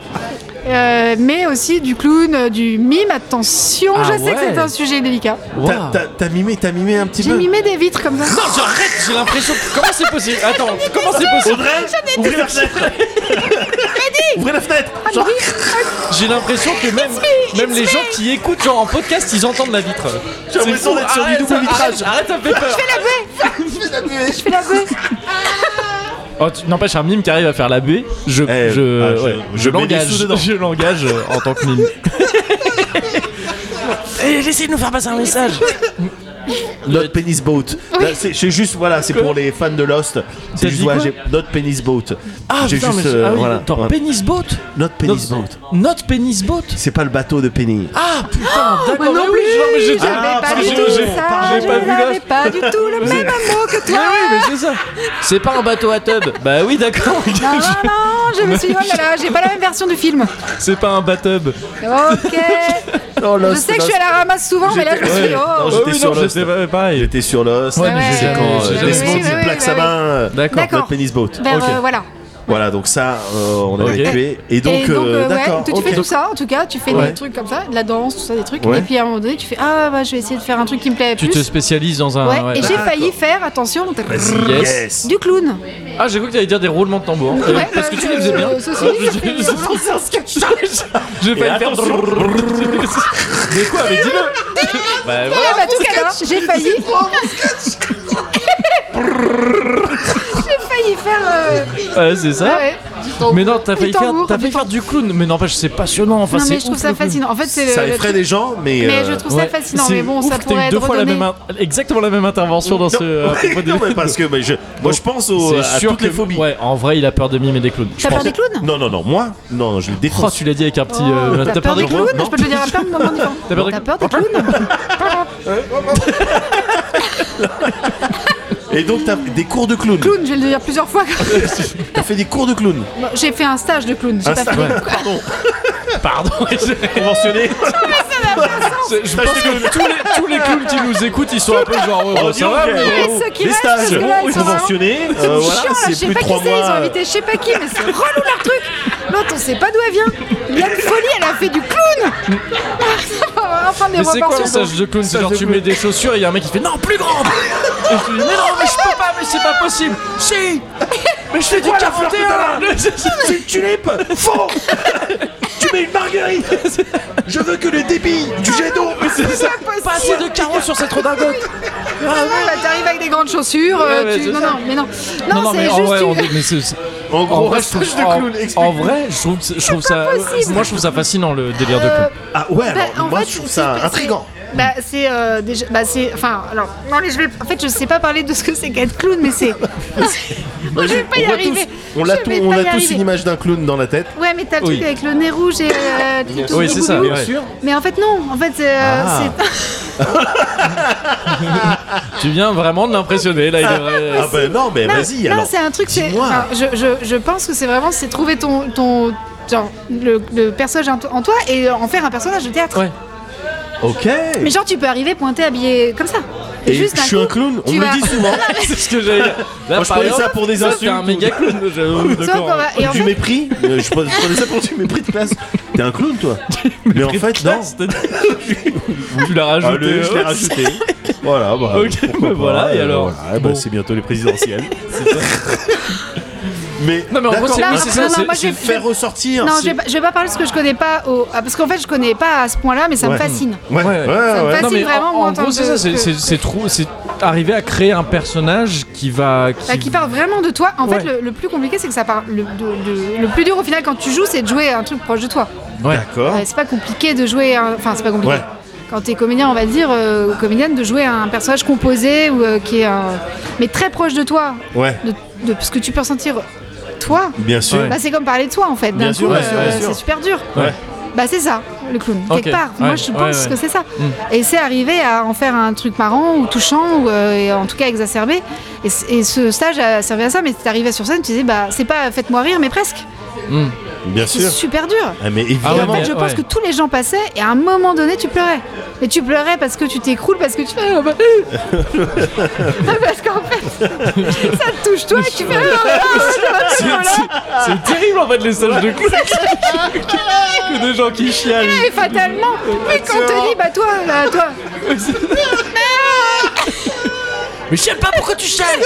Euh, mais aussi du clown, euh, du mime. Attention, Ah je sais que ouais. c'est un sujet délicat. T'as- t'as- T'as mimé, t'as mimé un petit J'ai peu. mimé des vitres comme ça. Non, j'arrête, j'ai l'impression. Comment c'est possible Attends, comment c'est possible Ouvrez la fenêtre. Ouvrez la fenêtre. Ah. Genre, J'ai l'impression que même, même les gens qui écoutent genre en podcast, ils entendent la vitre. J'ai l'impression C'est d'être fou, sur du arrête, double ça- vitrage. Arrête, arrête, ça me fait peur. Je fais la beuh. Oh, tu- N'empêche, un mime qui arrive à faire la B, je, Eh, ah, je, je- ouais, je je mets des l'engage. sous dedans. Je l'engage euh, en tant que mime. Eh, Et essayé de nous faire passer un message. Not Penis Boat. Là, C'est c'est juste, voilà, c'est pour les fans de Lost. T'as C'est juste, dit voilà, quoi j'ai Not Penis Boat. Ah, J'ai putain, juste, mais je- euh, ah oui, voilà. attends, Ouais. Penis Boat Not Penis Not- Boat. Notre Penis Boat C'est pas le bateau de Penny. Ah putain, Moi d'accord, non mais plus, oui, genre, mais j'ai- j'avais Ah, pas pardon, du j'ai- tout j'ai- ça. j'ai Je pas vu là. n'avais pas du tout le même amour que Mais toi. oui, mais c'est ça. C'est pas un bateau à tub. Ah. Bah oui, d'accord. Non, non, non, je me suis dit, oh là là, j'ai pas la même version du film. C'est pas un bathtub. Ok. Oh, Je Lost, sais que je Lost. suis à la ramasse souvent, mais là, je me suis dit, Ouais. oh. Non, j'étais sur Lost. Ah J'étais pareil. J'étais sur Lost. Ouais, mais Ouais, c'est j'ai- quand j'ai- euh, j'ai- oui, James Bond oui, il oui, plaque oui, sa oui. main. D'accord. D'accord. Not Penis Boat. Vers, Ok. euh, voilà. Voilà, donc ça, euh, on Ok. avait tué. Et donc, euh, euh, ouais, d'accord. tu tu ok. fais tout ça, en tout cas, tu fais Ouais. des trucs comme ça, de la danse, tout ça, des trucs. Ouais. Et puis à un moment donné, tu fais Ah, bah, je vais essayer de faire un truc qui me plaît Tu plus. te spécialises dans un. ouais. ouais. et j'ai failli faire, attention, donc t'as- Vas-y, Yes. euh, yes. du clown. Ah, j'ai cru que t'allais dire des roulements de tambour. Euh, Ouais, parce que bah, tu je- les faisais bien. ceci dit, je fais des roulements. J'ai failli faire. attention. Mais quoi, mais dis-le Bah voilà. Ah, bah, tout cas, j'ai failli. J'ai failli faire. euh, Ouais, c'est ça. ouais, du tambour. Mais non, t'as failli Du faire, tambour, t'as du failli faire du clown. Mais n'empêche, c'est passionnant. Enfin, non, c'est mais je trouve ouf, ça le clown. fascinant. En fait, c'est Ça le- le effraie truc- les gens, mais. Mais je euh, trouve ça Ouais. fascinant. C'est Mais bon, ouf ça que t'aies eu pourrait deux être fois la redonné. même in- exactement la même intervention dans ce. euh, à propos des- non, mais parce que mais je- moi je pense aux- C'est à sûr toutes que- les phobies. Ouais, en vrai, il a peur de mime et des clowns. Je T'as peur pense. des clowns Non, non, non, moi, non, je le Oh, défonce. tu l'as dit avec un petit. euh, Oh. T'as peur des clowns Non. Je peux te le dire à plein de moments différents. T'as peur des- T'as peur des clowns Et donc, t'as des cours de clown. Clown, je vais le dire plusieurs fois. T'as fait des cours de clown. J'ai fait un stage de clown. J'ai Un pas stage. fait des- Pardon, Pardon. je- conventionné. Je pense que tous les, tous les clowns qui nous écoutent, ils sont un peu genre. oh, Oh, ça va, dis donc, mais- Ouais, ceux qui les restent, parce stages oh, que là, ils sont vraiment- conventionnés. euh, C'est voilà, chiant, là, je c'est sais plus pas de qui trois c'est, ils ont mois. invité je sais pas qui, mais c'est relou leur truc L'autre, on sait pas d'où elle vient Yann Folie, elle a fait du clown Enfin, des Mais c'est quoi reports le sur stage de clown C'est genre tu mets des chaussures et il y a un mec qui fait non plus grande Et je lui dis mais non mais je peux pas mais c'est pas possible Si Mais je fais du hein. 41 C'est une tulipe Faux Tu mets une marguerite Je veux que le débit du jet d'eau C'est pas assez de carreaux sur cette redingote Ah ouais, bah, T'arrives avec des grandes chaussures, euh, Ouais, ouais, tu- c'est non, ça. non, mais non. Non, Non, non, c'est mais en juste vrai, une- on dit- mais c'est- c'est- En en gros, vrai, un je trouve, stage de en- clown. en, explique. vrai, je trouve, je trouve ça, possible. moi je trouve ça fascinant le délire de Euh, clown. Ah ouais, alors Bah, en moi fait, je trouve c'est- ça c'est- intrigant. Bah c'est euh, déjà, bah c'est, enfin alors, non mais je vais, en fait je sais pas parler de ce que c'est qu'être clown, mais c'est, je vais pas y On voit arriver. tous- On l'a Je tous, vais on pas a y tous arriver. une image d'un clown dans la tête. Ouais, mais t'as le truc Oui. avec le nez rouge et euh, tout- tout Oui, le c'est ça, gouloulou. bien sûr. Mais en fait non, en fait euh, Ah, c'est, Tu viens vraiment de l'impressionner là. Il est vrai- Ah bah non, mais Euh, Non, vas-y non, alors. c'est un truc, c'est, dis-moi. enfin, je, je, je pense que c'est vraiment, c'est trouver ton, ton genre le, le personnage en to- en toi et en faire un personnage de théâtre. Ouais. Ok. Mais genre tu peux arriver pointé habillé comme ça. Et Juste je d'un suis coup, un clown, on tu me vas- dit souvent. C'est ce que j'allais dire. Là, Moi je par prenais exemple, ça pour des toi, T'es insultes. un méga clown. je- Sauf qu'on d'accord. va- et en Du fait, mépris Euh, Je prenais je prenais ça pour du mépris de classe. T'es un clown toi Mais en fait, non. Tu l'as Ah, rajouté. le- je l'ai euh, rajouté. Voilà, bah. Ok, pourquoi bah pas, voilà, et euh, alors voilà, bah, Bon. C'est bientôt les présidentielles. Mais. Non, mais en gros, d'accord, c'est- oui, Non, c'est non, ça, non, c'est- moi, je- c'est je- Faire ressortir. Bah, Non, c'est- je vais, pas, je vais pas parler parce que je connais pas au. ah, parce qu'en fait, je connais pas à ce point-là, mais ça me Ouais. fascine. Ouais, Ouais. ouais, Ça me ouais. fascine. Non, mais vraiment, en- moi, en, en tant gros, c'est que- ça, c'est- que- c'est c'est trop- c'est arriver à créer un personnage qui va. Bah, qui parle vraiment de toi. En Ouais. fait, le, le plus compliqué, c'est que ça parle. Le, de- de- le plus dur au final, quand tu joues, c'est de jouer un truc proche de toi. Ouais. D'accord. Ouais, c'est pas compliqué de jouer. un- Enfin, c'est pas compliqué. Ouais. Quand t'es comédien, on va dire, euh, ou comédienne, de jouer un personnage composé ou euh, qui est. un- mais très proche de toi, Ouais, de, de ce que tu peux ressentir toi. bien sûr. Ouais. Bah, c'est comme parler de toi en fait. Bien D'un sûr, coup, euh, bien sûr, bien sûr. c'est super dur. Ouais. Bah c'est ça, le clown. Ok, Quelque part, ouais, moi je ouais, pense ouais. que c'est ça. Et c'est arriver à en faire un truc marrant ou touchant ou euh, et en tout cas exacerbé. Et, c- et ce stage a servi à ça, mais t'arrivais sur scène, tu disais bah c'est pas faites-moi rire, mais presque. Bien C'est sûr. super dur. Et Ah, mais Ah ouais, évidemment. en mais- fait, je pense ouais. que tous les gens passaient et à un moment donné, tu pleurais. Et tu pleurais parce que tu t'écroules, parce que tu fais. Ah bah, euh. parce qu'en fait, ça te touche toi et tu fais. Ah, ah, ah, C'est- c'est- C'est terrible en fait les stages de clown. que des gens qui chialent. Et fatalement, mais quand on te dit, bah toi, là, toi, Mais je sais pas pourquoi tu chiales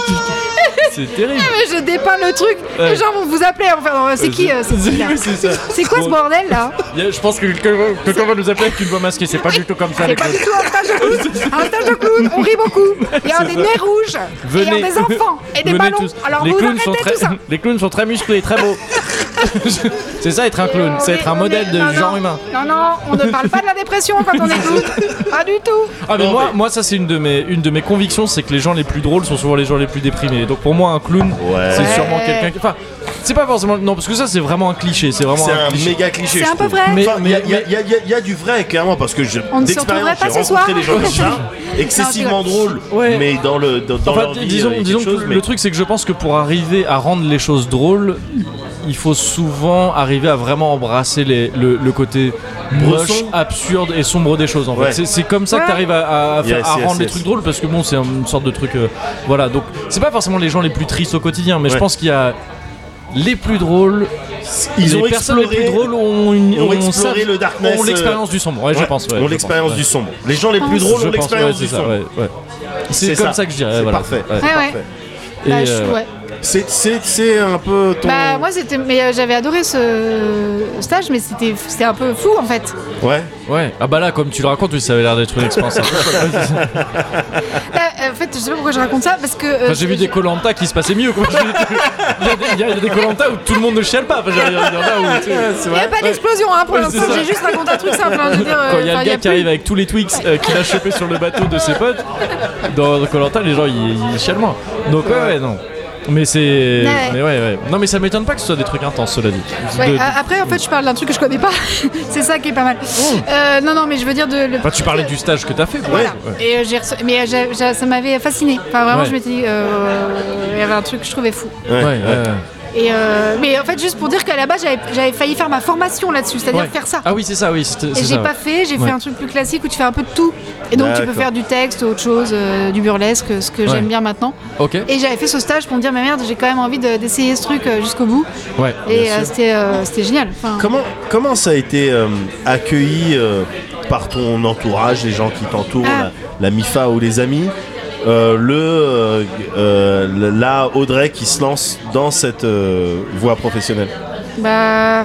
C'est terrible. mais je dépeins le truc, Ouais. les gens vont vous appeler, enfin, non, c'est qui euh, c'est qui, là Oui, c'est ça. C'est quoi ce Bon. bordel là Il y a- Je pense que quelqu'un quelqu'un va nous appeler avec une voix masquée. C'est pas du tout comme ça C'est les pas clowns. du tout un stage de clown Un stage de clown, on rit beaucoup Il y a des nez rouges, et il y a des enfants, et des Venez ballons tous. Alors les vous clowns arrêtez sont très, tout ça Les clowns sont très musclés, très beaux. c'est ça être un clown, c'est On être un est- on modèle est- de non, non, genre humain. Non, non, on ne parle pas de la dépression quand on est clown Pas du tout Ah mais moi, moi ça c'est une de mes une de mes convictions, c'est que les gens les plus drôles sont souvent les gens les plus déprimés. Donc pour moi un clown, Ouais. c'est Ouais. sûrement quelqu'un qui enfin c'est pas forcément non parce que ça c'est vraiment un cliché, c'est vraiment C'est un un cliché. méga cliché. C'est un je peu trouve. vrai. Mais- Enfin, il y, a- mais- il y a- il y a- il y a- il y a du vrai, clairement, parce que je- On ne se d'expérience, retrouverait j'ai pas ce rencontré soir. des gens comme ça, excessivement drôles, Ouais. mais dans, le, dans, dans Enfin, leur vie, disons, euh, il y a disons quelque que chose, le mais- truc c'est que je pense que pour arriver à rendre les choses drôles, il faut souvent arriver à vraiment embrasser les- le, le côté moche, Bresson. absurde et sombre des choses. En fait, Ouais. c'est, c'est comme ça que Ouais. t'arrives à, à, faire- Yes, à yes, rendre les yes. trucs drôles parce que bon, c'est une sorte de truc, euh, voilà. Donc c'est pas forcément les gens les plus tristes au quotidien, mais je Ouais. pense qu'il y a les plus drôles. Ils ont les personnes exploré, les plus drôles ont une ont ont exploré le darkness, euh, ont l'expérience du sombre. Ouais, je Ouais, pense. ouais, je ont pense, l'expérience ouais. du sombre. Les gens les plus Je drôles Je ont pense, ouais, l'expérience c'est du ça, sombre. ouais, ouais. C'est, comme ça. que je dirais. C'est voilà. parfait. Ouais. Ouais, ouais. Parfait. Et, Bah, je- euh, ouais. C'est- C'est c'est un peu ton. Bah moi c'était, mais euh, j'avais adoré ce stage, mais c'était, c'était un peu fou en fait. Ouais. Ouais. Ah bah là, comme tu le racontes, oui, ça avait l'air d'être une expérience. un peu Là, folle. euh, en fait, je sais pas pourquoi je raconte ça parce que euh, Enfin, j'ai vu des Colanta qui se passaient mieux. quoi. Il y a des- il y, a- il y a des Colanta où tout le monde ne chiale pas. Enfin, je veux dire, il y en a où, tu sais, il n'y a pas d'explosion hein, pour Ouais, l'instant. c'est ça. J'ai juste raconté un truc simple. hein, je veux dire, euh, Quand il y a enfin, il y le gars a qui plus- arrive avec tous les Twix euh, qu'il a chopé sur le bateau de ses potes, dans Colanta, les gens ils, ils chialent moins. Donc ouais, ouais, non. Mais c'est. Ouais. Mais ouais, ouais. Non, mais ça m'étonne pas que ce soit des trucs intenses, cela dit. Ouais, ah. De- a- Après, en fait, je parle d'un truc que je connais pas. c'est ça qui est pas mal. Oh. Euh, non, non, mais je veux dire de. le- Enfin, tu parlais du stage que t'as fait, pour Voilà. le coup, ouais. Et euh, j'ai reçu- mais euh, j'ai- j'ai- ça m'avait fasciné. Enfin, vraiment, Ouais. je m'étais dit, euh, il y avait un truc que je trouvais fou. Ouais. Ouais, ouais, ouais. Et euh, mais en fait, juste pour dire qu'à la base, j'avais- j'avais failli faire ma formation là-dessus, c'est-à-dire Ouais. faire ça. Ah oui, c'est ça, oui. c'était- Et c'est j'ai ça, pas ouais. fait, j'ai Ouais. fait un truc plus classique où tu fais un peu de tout. Et donc tu peux D'accord. faire du texte, autre chose, euh, du burlesque, ce que j'aime bien maintenant. Ok. Et j'avais fait ce stage pour me dire, mais merde, j'ai quand même envie de- d'essayer ce truc euh, jusqu'au bout. Ouais. Et bien euh, sûr. c'était euh, c'était génial. Enfin, Comment, comment ça a été euh, accueilli euh, par ton entourage, les gens qui t'entourent, Ah. la, la MIFA ou les amis euh, le, euh, euh, le- là, Audrey qui se lance dans cette euh, voie professionnelle. bah,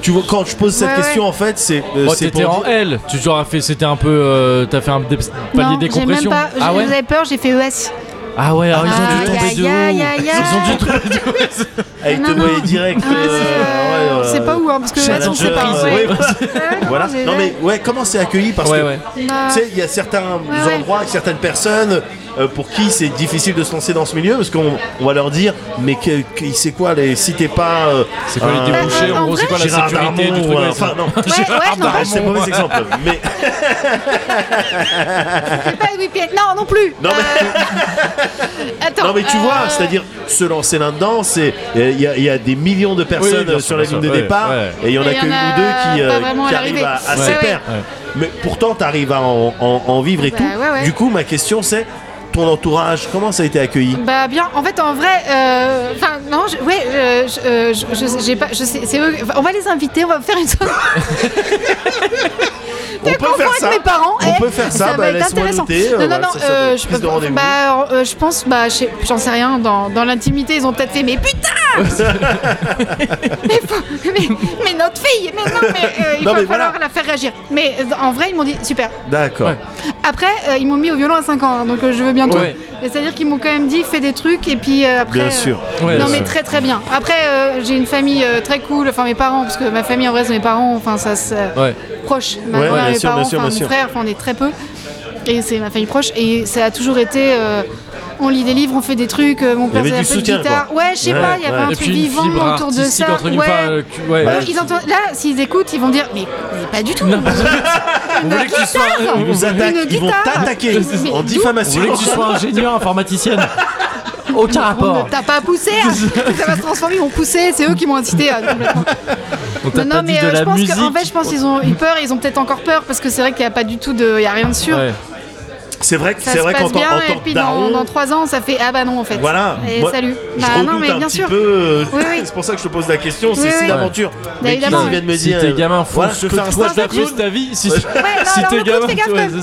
Tu vois, quand je pose cette Ouais, question, en fait, c'est euh, Oh, c'est t'étais pour en dire- L. Tu genre as fait, c'était un peu, euh, t'as fait un dé- palier non, j'ai même décompression. pas. ah j'ai- ouais. J'avais peur, j'ai fait E ES. Ah ouais. alors ils ont Aïe, dû tomber aïe, de haut. aïe, aïe, Ils aïe. ont dû tomber de haut. Ah, il Non, te non. voyait direct. Ah, c'est, euh, on sait pas où, hein, parce que Challenger, ES, on sait pas. euh, ouais. Ouais, ouais, non, Voilà. j'ai- Non mais ouais, comment c'est accueilli parce Ouais, que ouais. Bah, Tu sais, il y a certains Ouais, ouais. endroits, certaines personnes euh, pour qui c'est difficile de se lancer dans ce milieu parce qu'on on va leur dire, mais que, que- c'est quoi les. Si t'es pas. euh, C'est quoi un- les débouchés euh, En en gros, c'est vrai- quoi la Gérard sécurité Darmon, du truc ou un- ouais, enfin, non. Ouais, ouais, non, Ah, c'est un mauvais exemple. Mais j'ai pas de VPN. Non, non plus. Non, Euh, Attends. non mais tu euh, vois, c'est-à-dire se lancer là-dedans, c'est il y, a- il y a des millions de Oui, personnes bien sûr, sur la bien ligne de sûr, ouais, départ ouais. et il y en a Et il y que en une a ou deux qui, euh, pas vraiment qui à arrivent l'arrivée. à, à Ouais, ses ouais. pairs. Ouais. Mais pourtant, t'arrives à en, en- en vivre et Bah, tout. ouais, ouais. Du coup, ma question c'est ton entourage, comment ça a été accueilli Bah bien, en fait en vrai, euh, enfin non, je- ouais, euh, je, euh, je, je sais- j'ai pas, je sais, c'est eux- enfin, on va les inviter, on va faire une soirée. On peut faire avec ça. mes parents. On eh, peut faire ça. va bah, être laisse-moi intéressant. noter. Non, euh, non, voilà, non, ça, ça euh, donne je, plus de peux- rendez-vous. bah, euh, je pense, bah, je sais- j'en sais rien. Dans, dans l'intimité, ils ont peut-être fait, mais putain mais, faut- mais- mais notre fille Mais non, mais euh, il Non, va mais falloir voilà. la faire réagir. Mais euh, en vrai, ils m'ont dit, super. D'accord. Ouais. Après, euh, ils m'ont mis au violon à 5 ans, hein, donc euh, je veux bien tout. Ouais. Mais C'est-à-dire qu'ils m'ont quand même dit, fais des trucs, et puis euh, après. Bien euh, sûr. Ouais, non bien mais sûr. très très bien. Après euh, j'ai une famille euh, très cool, enfin mes parents, parce que ma famille en vrai c'est mes parents, enfin ça se Ouais. proche. Ma Ouais, mère, bien mes sûr, parents, bien sûr, enfin, bien sûr. mon frère, enfin, on est très peu. Et c'est ma famille proche. Et ça a toujours été. euh, on lit des livres, on fait des trucs. euh, mon père avait faisait du un peu de soutien, guitare. quoi. Ouais, je sais Ouais, pas, il y avait ouais. un Et truc puis une fibre vivant autour de artistique ça. entre guillemets. enfin, Ouais. euh, cu- Bah, ouais. Alors qu'ils entendent, là, s'ils écoutent, ils vont dire Mais, mais pas du tout. Vous voulez que tu sois, Ils nous attaquent. Une Ils vont guitare. t'attaquer Mais en d'où diffamation. ingénieur informaticienne Aucun On rapport. ne t'a pas poussé, hein. ça va se transformer, ils vont pousser, c'est eux qui m'ont incité à complètement. On t'a Non, pas mais dit de euh, je la pense qu'en musique. fait, je pense qu'ils ont eu peur, ils ont peut-être encore peur parce que c'est vrai qu'il n'y a pas du tout de. Il n'y a rien de sûr. Ouais. C'est vrai que Ça c'est se vrai qu'en passe tant bien, en et tant que puis dans, daron, dans 3 ans, ça fait Ah bah non, en fait. voilà. Et Moi, salut. Je Bah, non, redoute mais un bien petit sûr. peu. euh, Oui, oui. C'est pour ça que je te pose la question. C'est Oui, si oui. l'aventure. Mais qui évidemment, vient de me Si dire. tes gamins font voilà, ce je te fais un que toi stage de t'appelles clown. ta vie, si, Ouais, si non, tes alors, le gamins, coup, fais gaffe, ouais, quand c'est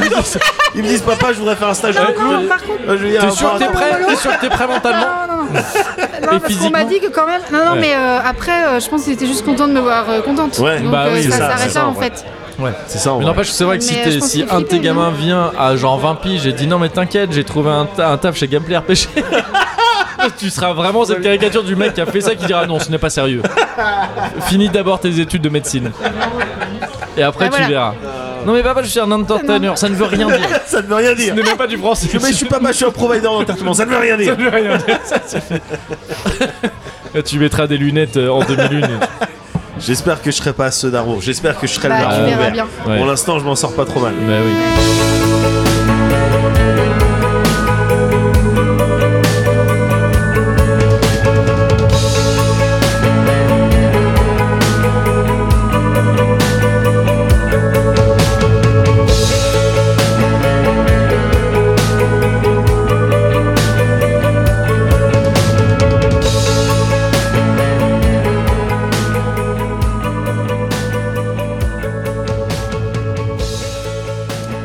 même. ça. Non, je- Ils me disent papa, je voudrais faire un stage de Non, clown. par contre. Euh, je lui dis, T'es ah, sûr que bah, t'es prêt rigolo. T'es sûr que t'es prêt mentalement Non, non, non. non parce qu'on physiquement m'a dit que quand même. Non, non, Ouais. mais euh, après, euh, je pense qu'ils étaient juste contents de me voir euh, contente. Ouais, Donc bah euh, oui, ça c'est ça, c'est s'arrête ça, là en en vrai. fait. Ouais. C'est ça. en Mais vrai. n'empêche que c'est vrai que si, Mais, euh, t'es- je pense si qu'il un de flippait, tes non gamins vient à genre 20 piges j'ai dit non mais t'inquiète j'ai trouvé un, ta- un taf chez Gameplay RPG Tu seras vraiment cette caricature du mec qui a fait ça qui dira non ce n'est pas sérieux Finis d'abord tes études de médecine Et après Ah, tu voilà. verras Non mais papa je suis un entertainer ça ne veut rien dire Ça ne veut rien Ce dire. n'est même pas du français Mais je suis papa, je suis un provider d'entertainment. Ça ne veut rien dire. Je veux rien dire, ça suffit. Là, tu mettras des lunettes euh, en demi-lune. J'espère que je serai pas ce daron. J'espère que je serai Bah, le tu daron. verras ouvert. bien. Ouais. Pour l'instant, je m'en sors pas trop mal. Bah oui.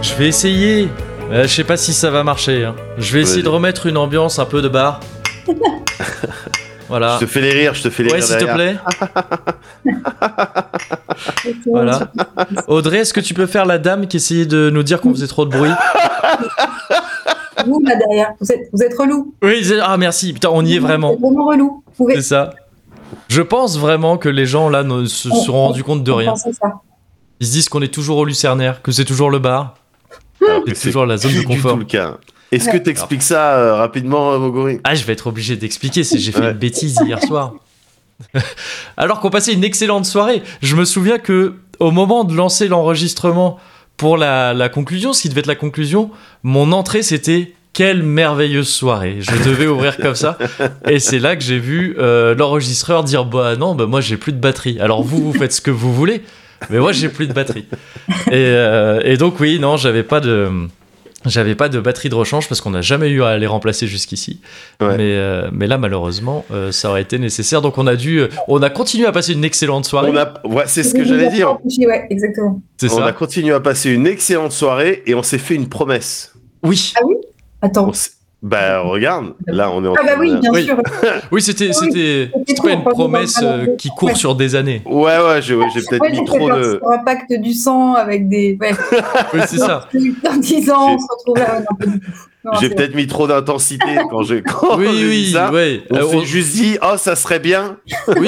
Je vais essayer. Euh, je sais pas si ça va marcher. hein. Je vais essayer de remettre une ambiance un peu de bar. Voilà. Je te fais les rires, je te fais les Ouais, rires s'il te derrière. plaît. Voilà. Audrey, est-ce que tu peux faire la dame qui essayait de nous dire qu'on faisait trop de bruit Vous, là, derrière, vous êtes, vous êtes relou. Oui, c'est- ah merci, putain, on y est Vous vraiment. êtes vraiment relou. Vous pouvez C'est ça. Je pense vraiment que les gens là ne se seront rendus compte de rien. penser ça. Ils se disent qu'on est toujours au Lucernaire, que c'est toujours le bar, Alors Ah, que c'est toujours la zone de plus du confort. tout le cas. Est-ce que t'expliques ça euh, rapidement, euh, Mogori Ah, je vais être obligé d'expliquer, c'est j'ai fait Ouais. une bêtise hier soir. Alors qu'on passait une excellente soirée, je me souviens que au moment de lancer l'enregistrement pour la, la conclusion, ce qui devait être la conclusion, mon entrée c'était quelle merveilleuse soirée. Je devais ouvrir comme ça, et c'est là que j'ai vu euh, l'enregistreur dire bah non, bah moi j'ai plus de batterie. Alors vous vous faites ce que vous voulez, mais moi j'ai plus de batterie. Et, euh, et donc oui, non, j'avais pas de j'avais pas de batterie de rechange parce qu'on n'a jamais eu à les remplacer jusqu'ici. Ouais. Mais, euh, mais là, malheureusement, euh, ça aurait été nécessaire. Donc, on a dû, euh, on a continué à passer une excellente soirée. On a, ouais, c'est ce que j'allais dire. Ouais, exactement. Ah C'est On ça. a continué à passer une excellente soirée et on s'est fait une promesse. Oui, Attends. On s'est- bah regarde, là on est en Ah bah train oui, de- bien Oui. sûr. oui, c'était, c'était, Oui, c'était c'était court, pas une pas promesse vraiment, euh, vraiment. qui court Ouais. sur des années. Ouais ouais, j'ai ouais, j'ai peut-être Ouais, mis j'ai trop peur de. sur un pacte du sang avec des. Ouais, Oui, c'est ça. dans 10 ans, on J'ai- se retrouve là. ouais, non, pas du tout. Non, J'ai c'est- peut-être mis trop d'intensité quand j'ai quand Oui, j'ai dit oui, Oh, ça. ouais. On Euh, s'est on- juste dit oh ça serait bien. oui.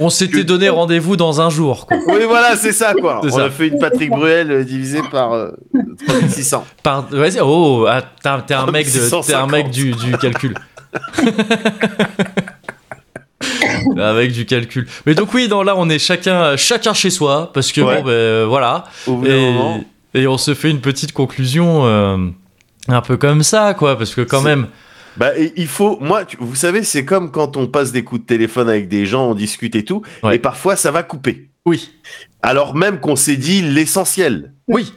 On s'était donné rendez-vous dans un jour. quoi. Oui voilà c'est ça quoi. C'est on ça. a fait une Patrick Bruel euh, divisée par euh, 3600. Par- vas-y, oh, ah, t'es un- t'es un mec, de, 650. t'es un mec du, du calcul. Avec du calcul. Mais donc oui, non, là on est chacun, chacun chez soi parce que Ouais. bon, ben, voilà. Au bout d'un et, moment. et on se fait une petite conclusion euh, un peu comme ça, quoi, parce que quand C'est- même. Bah, et il faut, moi, tu- vous savez, c'est comme quand on passe des coups de téléphone avec des gens, on discute et tout, Ouais. et parfois ça va couper. Oui. Alors même qu'on s'est dit l'essentiel, Oui.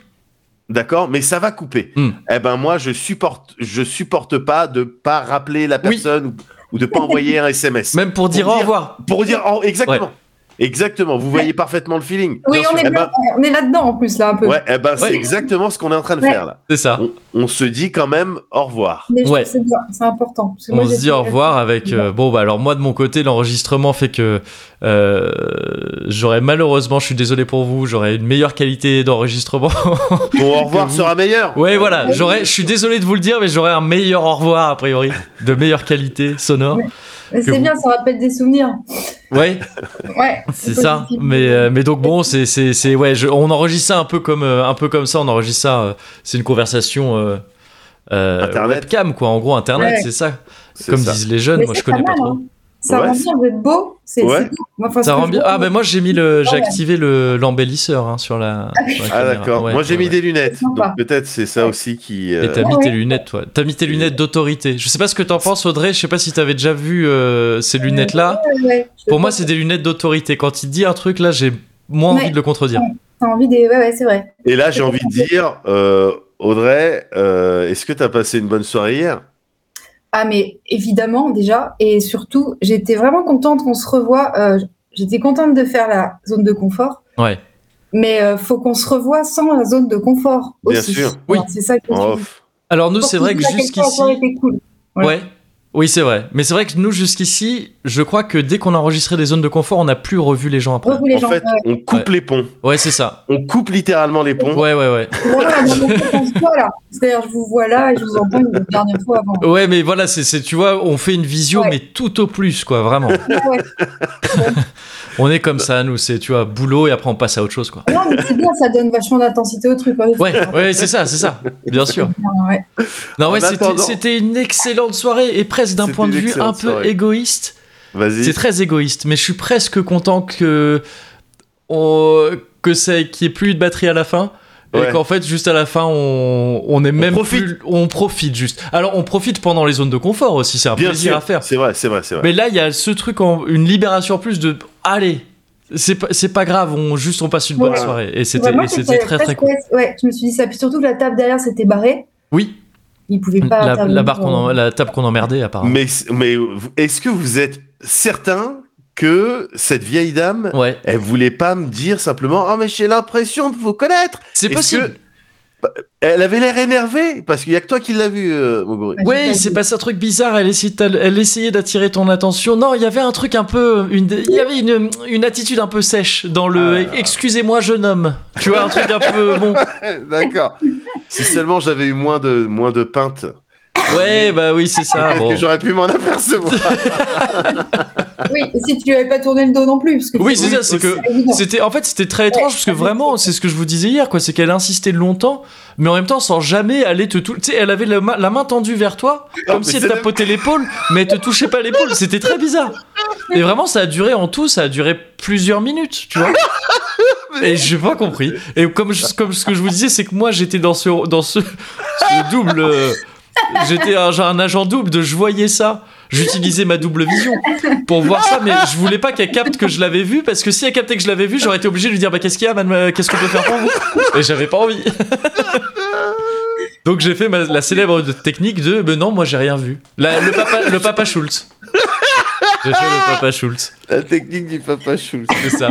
d'accord, mais ça va couper. Hmm. Eh ben moi, je supporte, je supporte pas de pas rappeler la Oui. personne ou, ou de pas envoyer un SMS Même pour dire Pour au dire- revoir. pour dire oh, exactement, exactement. Vous voyez parfaitement le feeling. Oui, Bien on sûr. est, Eh bien- on est là-dedans en plus, là, un peu. ben, ouais, eh ben Ouais. c'est exactement ce qu'on est en train de Ouais. faire là. C'est ça. On, on se dit quand même au revoir. Mais je Ouais. trouve que C'est bien, c'est important. parce que moi, On se j'ai- dit au revoir avec. euh, bon, bah alors moi de mon côté, l'enregistrement fait que euh, j'aurais malheureusement, je suis désolé pour vous, j'aurais une meilleure qualité d'enregistrement. Ton au revoir sera meilleur. ouais, voilà, j'aurais. Je suis désolé de vous le dire, mais j'aurais un meilleur au revoir a priori, de meilleure qualité sonore. Mais que C'est vous- bien, ça rappelle des souvenirs. Ouais, Ouais. c'est ça. Mais euh, mais donc bon, c'est c'est c'est ouais, je- on enregistre ça un peu comme euh, un peu comme ça, on enregistre ça. euh, c'est une conversation. Euh, euh, Internet. webcam quoi en gros internet Ouais. c'est ça C'est comme ça. disent les jeunes Mais moi c'est je connais pas mal, trop hein. Ça Ouais. rend bien, vous êtes beau. C'est Ouais. c'est beau. Moi, enfin, ce Ça que rend je bien. Ah trouve, ben moi j'ai mis le, j'ai Ouais. activé le l'embellisseur hein, sur la. sur la Ah caméra. d'accord. Ouais, Moi j'ai ouais, mis ouais. des lunettes, Sympa. donc peut-être c'est ça aussi qui. euh, Et t'as mis Ah Ouais, tes ouais. lunettes, toi. T'as mis tes lunettes d'autorité. Je sais pas ce que t'en penses, Audrey. Je sais pas si t'avais déjà vu euh, ces lunettes-là. ouais, ouais, je Pour le moi, pense. c'est des lunettes d'autorité. Quand il dit un truc, là, j'ai moins Ouais. envie de le contredire. T'as envie des. Ouais, ouais, c'est vrai. Et là j'ai envie de dire, euh, Audrey, euh, est-ce que t'as passé une bonne soirée hier Ah, mais évidemment, déjà. Et surtout, j'étais vraiment contente qu'on se revoie. euh, j'étais contente de faire la zone de confort. Ouais. Mais euh, faut qu'on se revoie sans la zone de confort Bien aussi. sûr. Oui. Alors, C'est ça que je en trouve. off Alors Oh, nous, Pour c'est vrai que dire à quel point jusqu'ici. euh, la soirée était cool. Ouais. Ouais. Oui, c'est vrai. Mais c'est vrai que nous, jusqu'ici, je crois que dès qu'on a enregistré des zones de confort, on n'a plus revu les gens après. Revu les En gens. fait, on coupe les ponts. Ouais, c'est ça. On coupe littéralement les ponts. Ouais, ouais, ouais. Voilà, donc, on se voit là. C'est-à-dire, je vous vois là et je vous entends une dernière fois avant. Ouais, mais voilà, c'est, c'est- tu vois, on fait une visio, Ouais. mais tout au plus, quoi, vraiment. Ouais. On est comme ça, nous, c'est, tu vois, boulot et après on passe à autre chose, quoi. Non, mais c'est bien, ça donne vachement d'intensité au truc. hein. Ouais. Ouais, ouais, c'est ça, c'est ça, bien sûr. ouais. Non, En ouais, c'était, attendant- c'était une excellente soirée et presque d'un C'était point de une vue un excellente peu soirée. égoïste. Vas-y. C'est très égoïste, mais je suis presque content que. on- que c'est qu'il n'y ait plus de batterie à la fin. Et Ouais. qu'en fait, juste à la fin, on, on est même profite. plus- on profite juste. Alors, on profite pendant les zones de confort aussi, c'est un Bien plaisir sûr. à faire. C'est vrai, c'est vrai, c'est vrai. Mais là, il y a ce truc, en, une libération en plus de allez, c'est pas, c'est pas grave, on juste on passe une bonne Voilà. soirée. Et c'était, Vraiment, et c'était très très presque- cool. Ouais, je me suis dit ça. Puis surtout que la table derrière s'était barrée. Oui, Ils pouvaient pas. la, intervenir. la barre qu'on en- la table qu'on emmerdait apparemment. Mais, mais est-ce que vous êtes certain que cette vieille dame, Ouais, elle voulait pas me dire simplement, ah mais j'ai oh, l'impression de vous connaître. c'est Est-ce possible. que- bah, Elle avait l'air énervée, parce qu'il y a que toi qui l'as vu, euh, Moguri. Ouais, il s'est passé un truc bizarre. Elle essayait, de- elle essayait d'attirer ton attention. Non, il y avait un truc un peu, une, il y avait une, une attitude un peu sèche dans le. Ah. Excusez-moi, jeune homme. Tu vois un truc un peu bon. D'accord. si seulement j'avais eu moins de, moins de pintes, Ouais, bah oui, c'est ça. peut-être bon. que j'aurais pu m'en apercevoir. Oui, et si tu lui avais pas tourné le dos non plus. Parce que Oui, c'est ça. C'est que évident. c'était, en fait, c'était très étrange parce que vraiment, c'est ce que je vous disais hier, quoi. C'est qu'elle insistait longtemps, mais en même temps, sans jamais aller te toucher. Tu sais, elle avait la, ma- la main tendue vers toi, Non, comme mais si elle c'est tapotait l'épaule, mais elle te touchait pas l'épaule. C'était très bizarre. Et vraiment, ça a duré en tout, ça a duré plusieurs minutes, tu vois. Et j'ai pas compris. Et comme, je- comme ce que je vous disais, c'est que moi j'étais dans ce, dans ce, ce double. euh, J'étais un, genre un agent double de je voyais ça. J'utilisais ma double vision pour voir ça, mais je voulais pas qu'elle capte que je l'avais vu parce que si elle captait que je l'avais vu, j'aurais été obligé de lui dire bah qu'est-ce qu'il y a, madame, euh, qu'est-ce qu'on peut faire pour vous Et j'avais pas envie. Donc j'ai fait ma- la célèbre de- technique de ben non, moi j'ai rien vu. La- le papa, le papa Schultz. J'ai fait le papa Schultz, La technique du papa Schultz. c'est ça.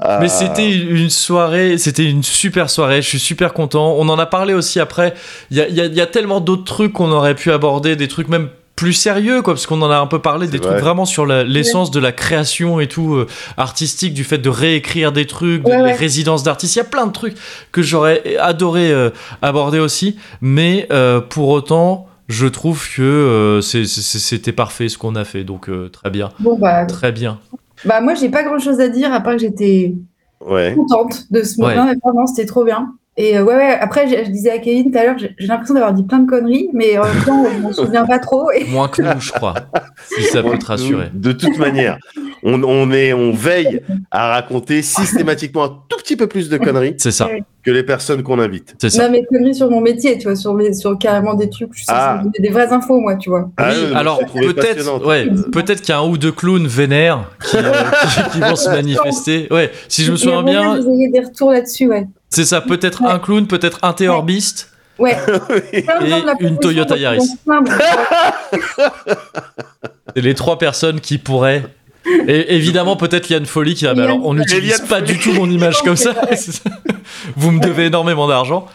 Ah. Mais c'était une soirée, c'était une super soirée, je suis super content. On en a parlé aussi après. Il y a, il y a- il y a tellement d'autres trucs qu'on aurait pu aborder, des trucs même plus sérieux, quoi, parce qu'on en a un peu parlé, des C'est trucs vrai. vraiment sur la- l'essence de la création et tout, euh, artistique, du fait de réécrire des trucs, de, Ouais, des ouais. résidences d'artistes. Il y a plein de trucs que j'aurais adoré euh, aborder aussi, mais euh, pour autant. Je trouve que euh, c'est- c'est- c'était parfait ce qu'on a fait, donc euh, très bien, Bon, bah, très bien. bah, moi, j'ai pas grand chose à dire à part que j'étais Ouais. contente de ce Ouais. moment. Et vraiment, c'était trop bien. Et euh, ouais, ouais, après, je, je disais à Kevin tout à l'heure, j'ai j'ai l'impression d'avoir dit plein de conneries, mais en même temps, je m'en souviens pas trop. Et... Moins que nous, je crois, si ça peut te rassurer. De toute manière, on, on est, on veille à raconter systématiquement un tout petit peu plus de conneries C'est ça, que les personnes qu'on invite. c'est ça. Non, mais conneries sur mon métier, tu vois, sur, mes, sur carrément des trucs, je suis censée Ah. vous donner des vraies infos, moi, tu vois. Ah, Oui, euh, alors je l'ai trouvé peut-être, passionnante. ouais, peut-être qu'il y a un ou deux clowns vénères qui, euh, qui- qui vont se manifester. Ouais, si je me souviens Il y a moyen bien, que Vous ayez des retours là-dessus, ouais. c'est ça. Peut-être un clown, peut-être un théorbiste. Ouais. Plein de Et gens de la une profession Toyota dont ils Yaris. vont se plaindre. C'est les trois personnes qui pourraient. Et évidemment, peut-être Liane Folly qui. Ah, bah alors, on n'utilise Liane pas Folly. du tout mon image comme ça. Vous me devez énormément d'argent.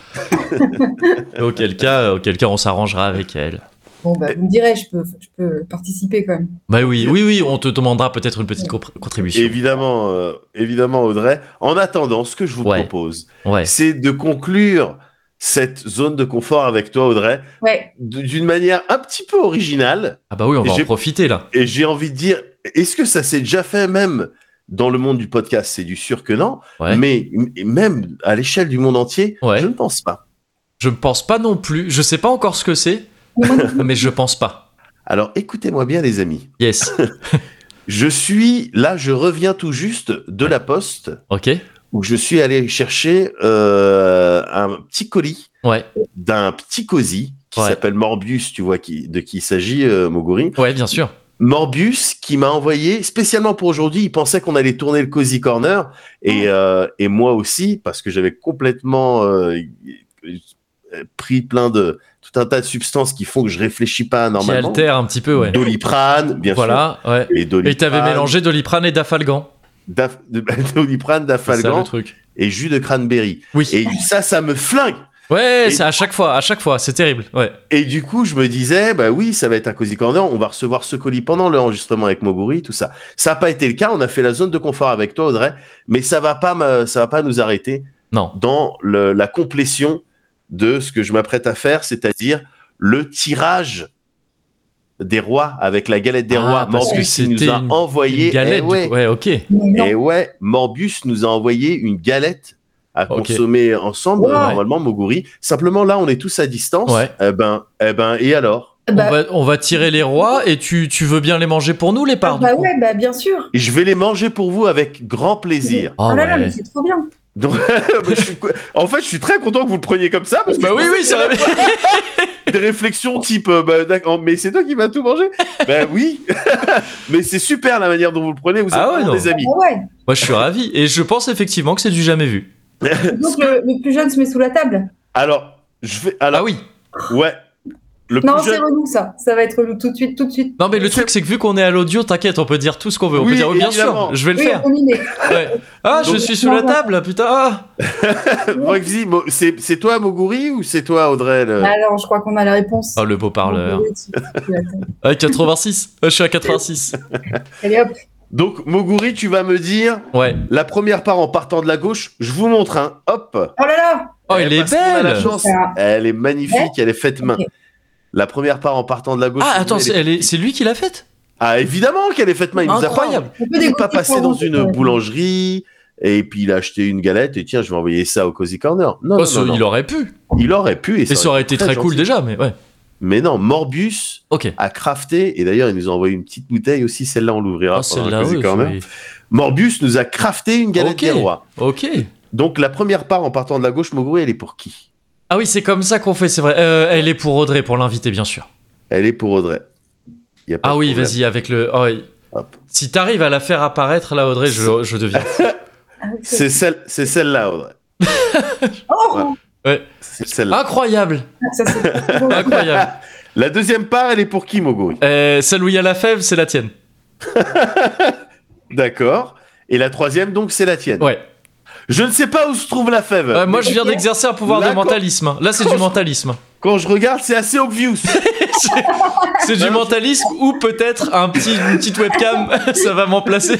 Auquel cas, auquel cas, on s'arrangera avec elle. Bon, bah, vous me direz, je peux, je peux participer quand même. Bah oui, oui, oui, on te demandera peut-être une petite compr- contribution. Évidemment, euh, évidemment, Audrey. En attendant, ce que je vous Ouais. propose, Ouais. c'est de conclure cette zone de confort avec toi, Audrey, Ouais. d- d'une manière un petit peu originale. Ah bah oui, on va en J'ai- profiter là. Et j'ai envie de dire, est-ce que ça s'est déjà fait même dans le monde du podcast C'est du sûr que non. Ouais. Mais m- même à l'échelle du monde entier, Ouais. je ne pense pas. Je ne pense pas non plus. Je sais pas encore ce que c'est, mais je pense pas. Alors écoutez-moi bien, les amis. Yes. Je suis là, je reviens tout juste de la poste Ok. où je suis allé chercher euh, un petit colis Ouais. d'un petit cosy qui Ouais. s'appelle Morbius, tu vois qui, de qui il s'agit, euh, Moguri. Ouais, bien sûr. Morbius qui m'a envoyé spécialement pour aujourd'hui. Il pensait qu'on allait tourner le Cozy Corner et, Ah. euh, et moi aussi parce que j'avais complètement euh, pris plein de tout un tas de substances qui font que je réfléchis pas Qui normalement. altère un petit peu, ouais. Doliprane, bien Voilà, ouais. sûr. Ah, Et Doliprane, Et t'avais mélangé Doliprane et Dafalgan. Daf- Doliprane, C'est ça Dafalgan le truc. et jus de cranberry. Oui. Et ça, ça me flingue. Ouais, Et- c'est à chaque fois, à chaque fois, c'est terrible. Ouais. Et du coup, je me disais, bah oui, ça va être un cozy corner. On va recevoir ce colis pendant l'enregistrement avec Moguri, tout ça. Ça n'a pas été le cas. On a fait la zone de confort avec toi, Audrey. Mais ça va pas, me- ça va pas nous arrêter Non. dans le- la complétion de ce que je m'apprête à faire, c'est-à-dire le tirage des rois avec la galette des Ah, rois. parce que Morbius il nous c'était a une- envoyé. Une galette. Eh du ouais. coup. Ouais, ok. Mais non. Et ouais, Morbius nous a envoyé une galette à Ok. consommer ensemble, Ouais. normalement, Moguri. Simplement, là, on est tous à distance. Ouais. Eh ben, eh ben, et alors Bah, on, va, on va tirer les rois et tu, tu veux bien les manger pour nous, les parts du bah coup ouais, bah bien sûr. Et Je vais les manger pour vous avec grand plaisir. Oh, oh là là, ouais. mais c'est trop bien. Donc, je suis- en fait, je suis très content que vous le preniez comme ça, parce que Bah je oui, pensais oui, ça va. des réflexions type euh, bah, d'accord, mais c'est toi qui vas tout manger Ben oui Mais c'est super la manière dont vous le prenez, vous êtes Ah ouais, vraiment non. des amis. Ah ouais. Moi, je suis ravi. Et je pense effectivement que c'est du jamais vu. Donc le, le plus jeune se met sous la table. Alors, je vais. Alors, Ah oui. Ouais. le Non, plus c'est jeune. relou ça. Ça va être relou tout de suite, tout de suite. Non, mais le truc, c'est que vu qu'on est à l'audio, t'inquiète, on peut dire tout ce qu'on veut. On Oui, peut dire, oui, bien évidemment. sûr, je vais le Oui, faire. dominé. Ouais. Ah, je Donc- suis sous la table, putain. ah. Roxy, Mo- c'est c'est toi Moguri ou c'est toi Audrey le- Alors, Ah je crois qu'on a la réponse. Oh, le beau parleur. Ah, Allez 86. Euh, je suis à 86. hop. Donc Moguri, tu vas me dire Ouais. la première part en partant de la gauche, je vous montre un hop. Oh là là Ah, Oh, Eh, il est parce qu'on a la belle. chance. Ça- Elle est magnifique, elle est faite main. Ok. La première part en partant de la gauche. Ah, je vous attends, mets c'est les- elle est- c'est lui qui l'a faite Ah évidemment qu'elle est faite main, il nous a pas- Incroyable. on peut Il n'est dégoûter pas passé pour dans vous, une euh, boulangerie et puis il a acheté une galette et tiens, je vais envoyer ça au Cozy Corner. Non, Oh, non, ce- non, non. Il aurait pu. Il aurait pu et, Et ça aurait été très, cool gentil. Ah, déjà, mais ouais. Mais non, Morbius Ok. a crafté et d'ailleurs, il nous a envoyé une petite bouteille aussi, celle-là on l'ouvrira Ah, pendant le celle-là, Cozy oui, Corner. oui. Morbius nous a crafté une galette Ok. des rois. Ok. Donc la première part en partant de la gauche, Moguri, elle est pour qui Ah oui, c'est comme ça qu'on fait, c'est vrai. Euh, elle est pour Audrey, pour l'inviter, bien sûr. Elle est pour Audrey. Y a pas Ah de oui, problème. vas-y, avec le. oh, oui. Hop. Si t'arrives à la faire apparaître, là, Audrey, je, je deviens. ah, ok. C'est celle, c'est celle-là, Audrey. Oh C'est celle-là. Incroyable ah, Ça, c'est trop beau. Incroyable La deuxième part, elle est pour qui, Moguri Euh, Celle où il y a la fève, c'est la tienne. D'accord. Et la troisième, donc, c'est la tienne. Ouais. Je ne sais pas où se trouve la fève. Euh, moi, je viens d'exercer un pouvoir Là, de quand- mentalisme. Là, c'est quand du je- mentalisme. Quand je regarde, c'est assez obvious. C'est du mentalisme ou peut-être un petit, une petite webcam, ça va m'en placer.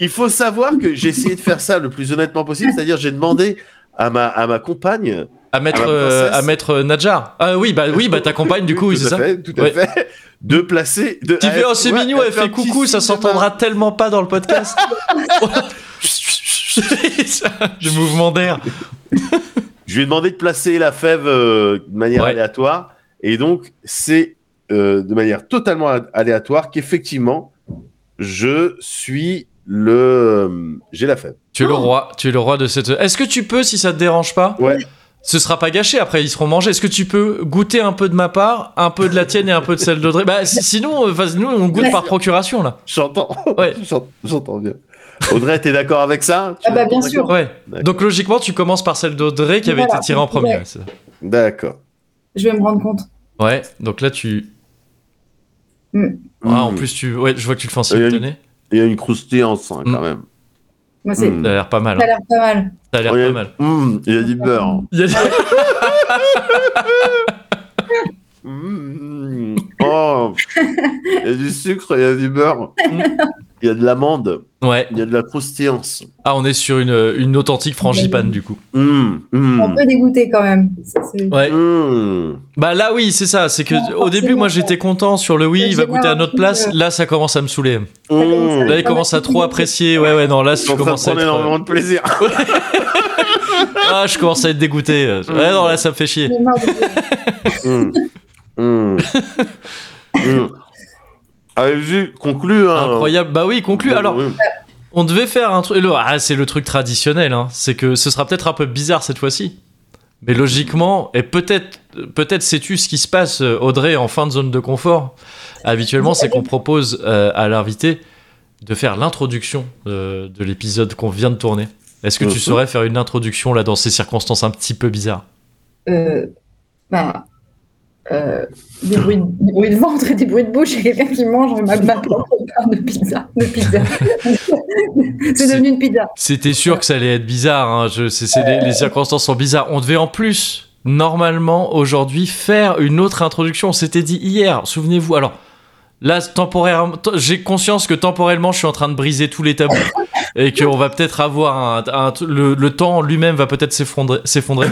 Il faut savoir que j'ai essayé de faire ça le plus honnêtement possible, c'est-à-dire j'ai demandé à ma, à ma compagne. À mettre, Ah, la euh, princesse. à mettre euh, Nadjar. Ah oui, bah oui, bah t'accompagnes du coup, Oui, oui, tout c'est à ça. fait, Tout à Ouais. fait. De placer. De, Tu fais, oh, c'est ouais, mignon, elle un fait petit coucou, ça signe de main. s'entendra tellement pas dans le podcast. du mouvement d'air. Je lui ai demandé de placer la fève euh, de manière Ouais. aléatoire. Et donc, c'est euh, de manière totalement a- aléatoire qu'effectivement, je suis le. euh, J'ai la fève. Tu es le roi, tu es le roi de cette. Est-ce que tu peux, si ça te dérange pas Oh. Ouais. Ce sera pas gâché, après ils seront mangés. Est-ce que tu peux goûter un peu de ma part, un peu de la tienne et un peu de celle d'Audrey Bah si- sinon, euh, vas- nous on goûte Ouais. Bah, par procuration là. J'entends. Ouais. J'ent- J'entends bien. Audrey, t'es d'accord avec ça Tu Ah bah l'entends bien sûr. d'accord Ouais. D'accord. Donc logiquement, tu commences par celle d'Audrey qui avait Voilà. été tirée en premier. Ouais. Ouais. c'est ça. D'accord. Je vais me rendre compte. Ouais, donc là tu. Ah, En Mm. plus, tu. Ouais, je vois que tu le fais en Et- simultané. Il y a une croustillance hein, quand Mm. même. Moi, c'est- Mm. Ça a l'air pas mal. Ça hein. a l'air pas mal. Ça a l'air Il y a- pas mal. Mm, il y a du beurre. Il y a- Mm. Oh, il y a du sucre, il y a du beurre. Mm. Il y a de l'amande, Ouais. il y a de la croustillance. Ah, on est sur une, une authentique frangipane du coup. Mm, mm, On peut dégoûter quand même. Ça, c'est- hmm. Ouais. mm. Bah là oui, c'est ça. C'est que Non, au début, moi forcément. j'étais content sur le oui, Mais il va j'ai goûter pas à notre envie place. de- Là, ça commence à me saouler. Mmh. Là, il commence à trop apprécier. Ouais, ouais, non, là, je Je suis en train de commence à prendre être. euh, énormément de plaisir. Ah, je commence à être dégoûté. Ouais, non, là, ça me fait chier. J'ai marre de- Mmh. Mmh. Mmh. Allez-y, conclue. Hein. Incroyable. Bah oui, conclu. Bon, Alors, oui. on devait faire un truc. Ah, c'est le truc traditionnel. Hein. C'est que ce sera peut-être un peu bizarre cette fois-ci. Mais logiquement, et peut-être, peut-être sais-tu ce qui se passe, euh, Audrey, en fin de zone de confort. Habituellement, c'est qu'on propose euh, à l'invité de faire l'introduction euh, de l'épisode qu'on vient de tourner. Est-ce que Mhm. tu saurais faire une introduction là dans ces circonstances un petit peu bizarres Euh, bah, euh, des, bruits de, des bruits de ventre et des bruits de bouche et quelqu'un qui mange ma, ma propre part de pizza. De pizza. c'est devenu une pizza. C'était sûr que ça allait être bizarre. hein. Je, c'est- c'est- les, les circonstances sont bizarres. On devait en plus, normalement, aujourd'hui, faire une autre introduction. On s'était dit hier, souvenez-vous. Alors, là, temporairement, t- j'ai conscience que temporellement, je suis en train de briser tous les tabous. Et qu'on va peut-être avoir un, un- le, le temps lui-même va peut-être s'effondrer. s'effondrer.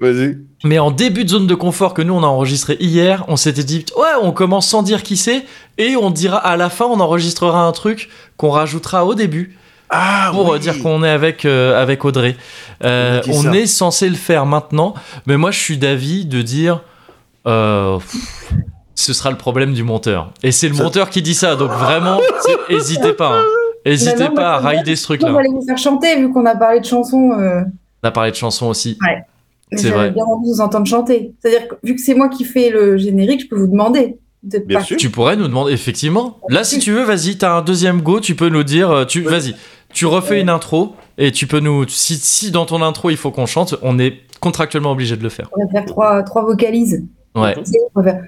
Vas-y. Mais en début de zone de confort que nous on a enregistré hier, on s'était dit ouais, on commence sans dire qui c'est et on dira à la fin on enregistrera un truc qu'on rajoutera au début Ah, pour oui. euh, dire qu'on est avec euh, avec Audrey. Euh, On a dit on ça. est censé le faire maintenant, mais moi je suis d'avis de dire euh, pff, ce sera le problème du monteur. Et c'est le Ça- monteur qui dit ça, donc vraiment c'est- hésitez pas, hein. hésitez Mais non, mais pas à c'est bien. rider ce truc On là. va aller vous faire chanter vu qu'on a parlé de chansons. euh, On a parlé de chansons aussi. mais C'est vrai. J'avais bien envie de vous entendre chanter. C'est-à-dire que vu que c'est moi qui fais le générique, je peux vous demander de Bien sûr. Tu pourrais nous demander, effectivement. Là, si tu veux, vas-y, t'as un deuxième go, tu peux nous dire, euh, tu, vas-y, tu refais une intro et tu peux nous, si, si dans ton intro il faut qu'on chante, on est contractuellement obligé de le faire. On va faire trois, trois vocalises. Ouais. Tu sais, on va faire,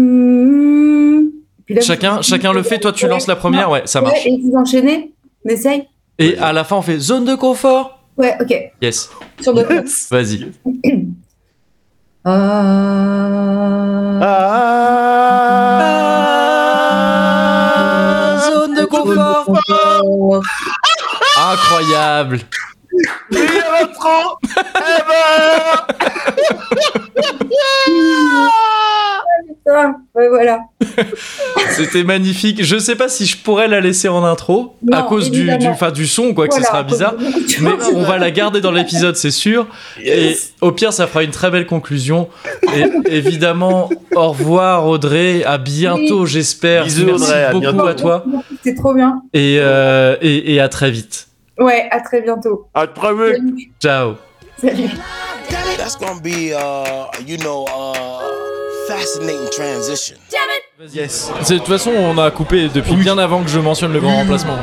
Mm. Puis là, vous- Chacun, chacun le fait. Toi, tu lances la première. Ouais, ça Ouais, marche. Et vous enchaînez On essaye Et à la fin, on fait zone de confort. Ouais, ok. Yes. Sur deux comptes. Vas-y. Ah. zone de confort. Incroyable. Ah, ouais, voilà. C'était magnifique. Je sais pas si je pourrais la laisser en intro à Non, cause du, du, évidemment. enfin, du son, quoi, que Voilà. ce sera bizarre. Mais on va la garder dans l'épisode, c'est sûr. Et au pire, ça fera une très belle conclusion. Et évidemment, au revoir Audrey, à bientôt, j'espère. Bisous, Merci Audrey, à beaucoup bientôt. à toi C'est trop bien. et, euh, et, et à très vite. Ouais, à très bientôt. À te prévenir. Ciao. Salut. That's gonna be, uh, you know, uh, fascinating transition. Yes. C'est- De toute façon, on a coupé depuis bien avant que je mentionne le grand remplacement.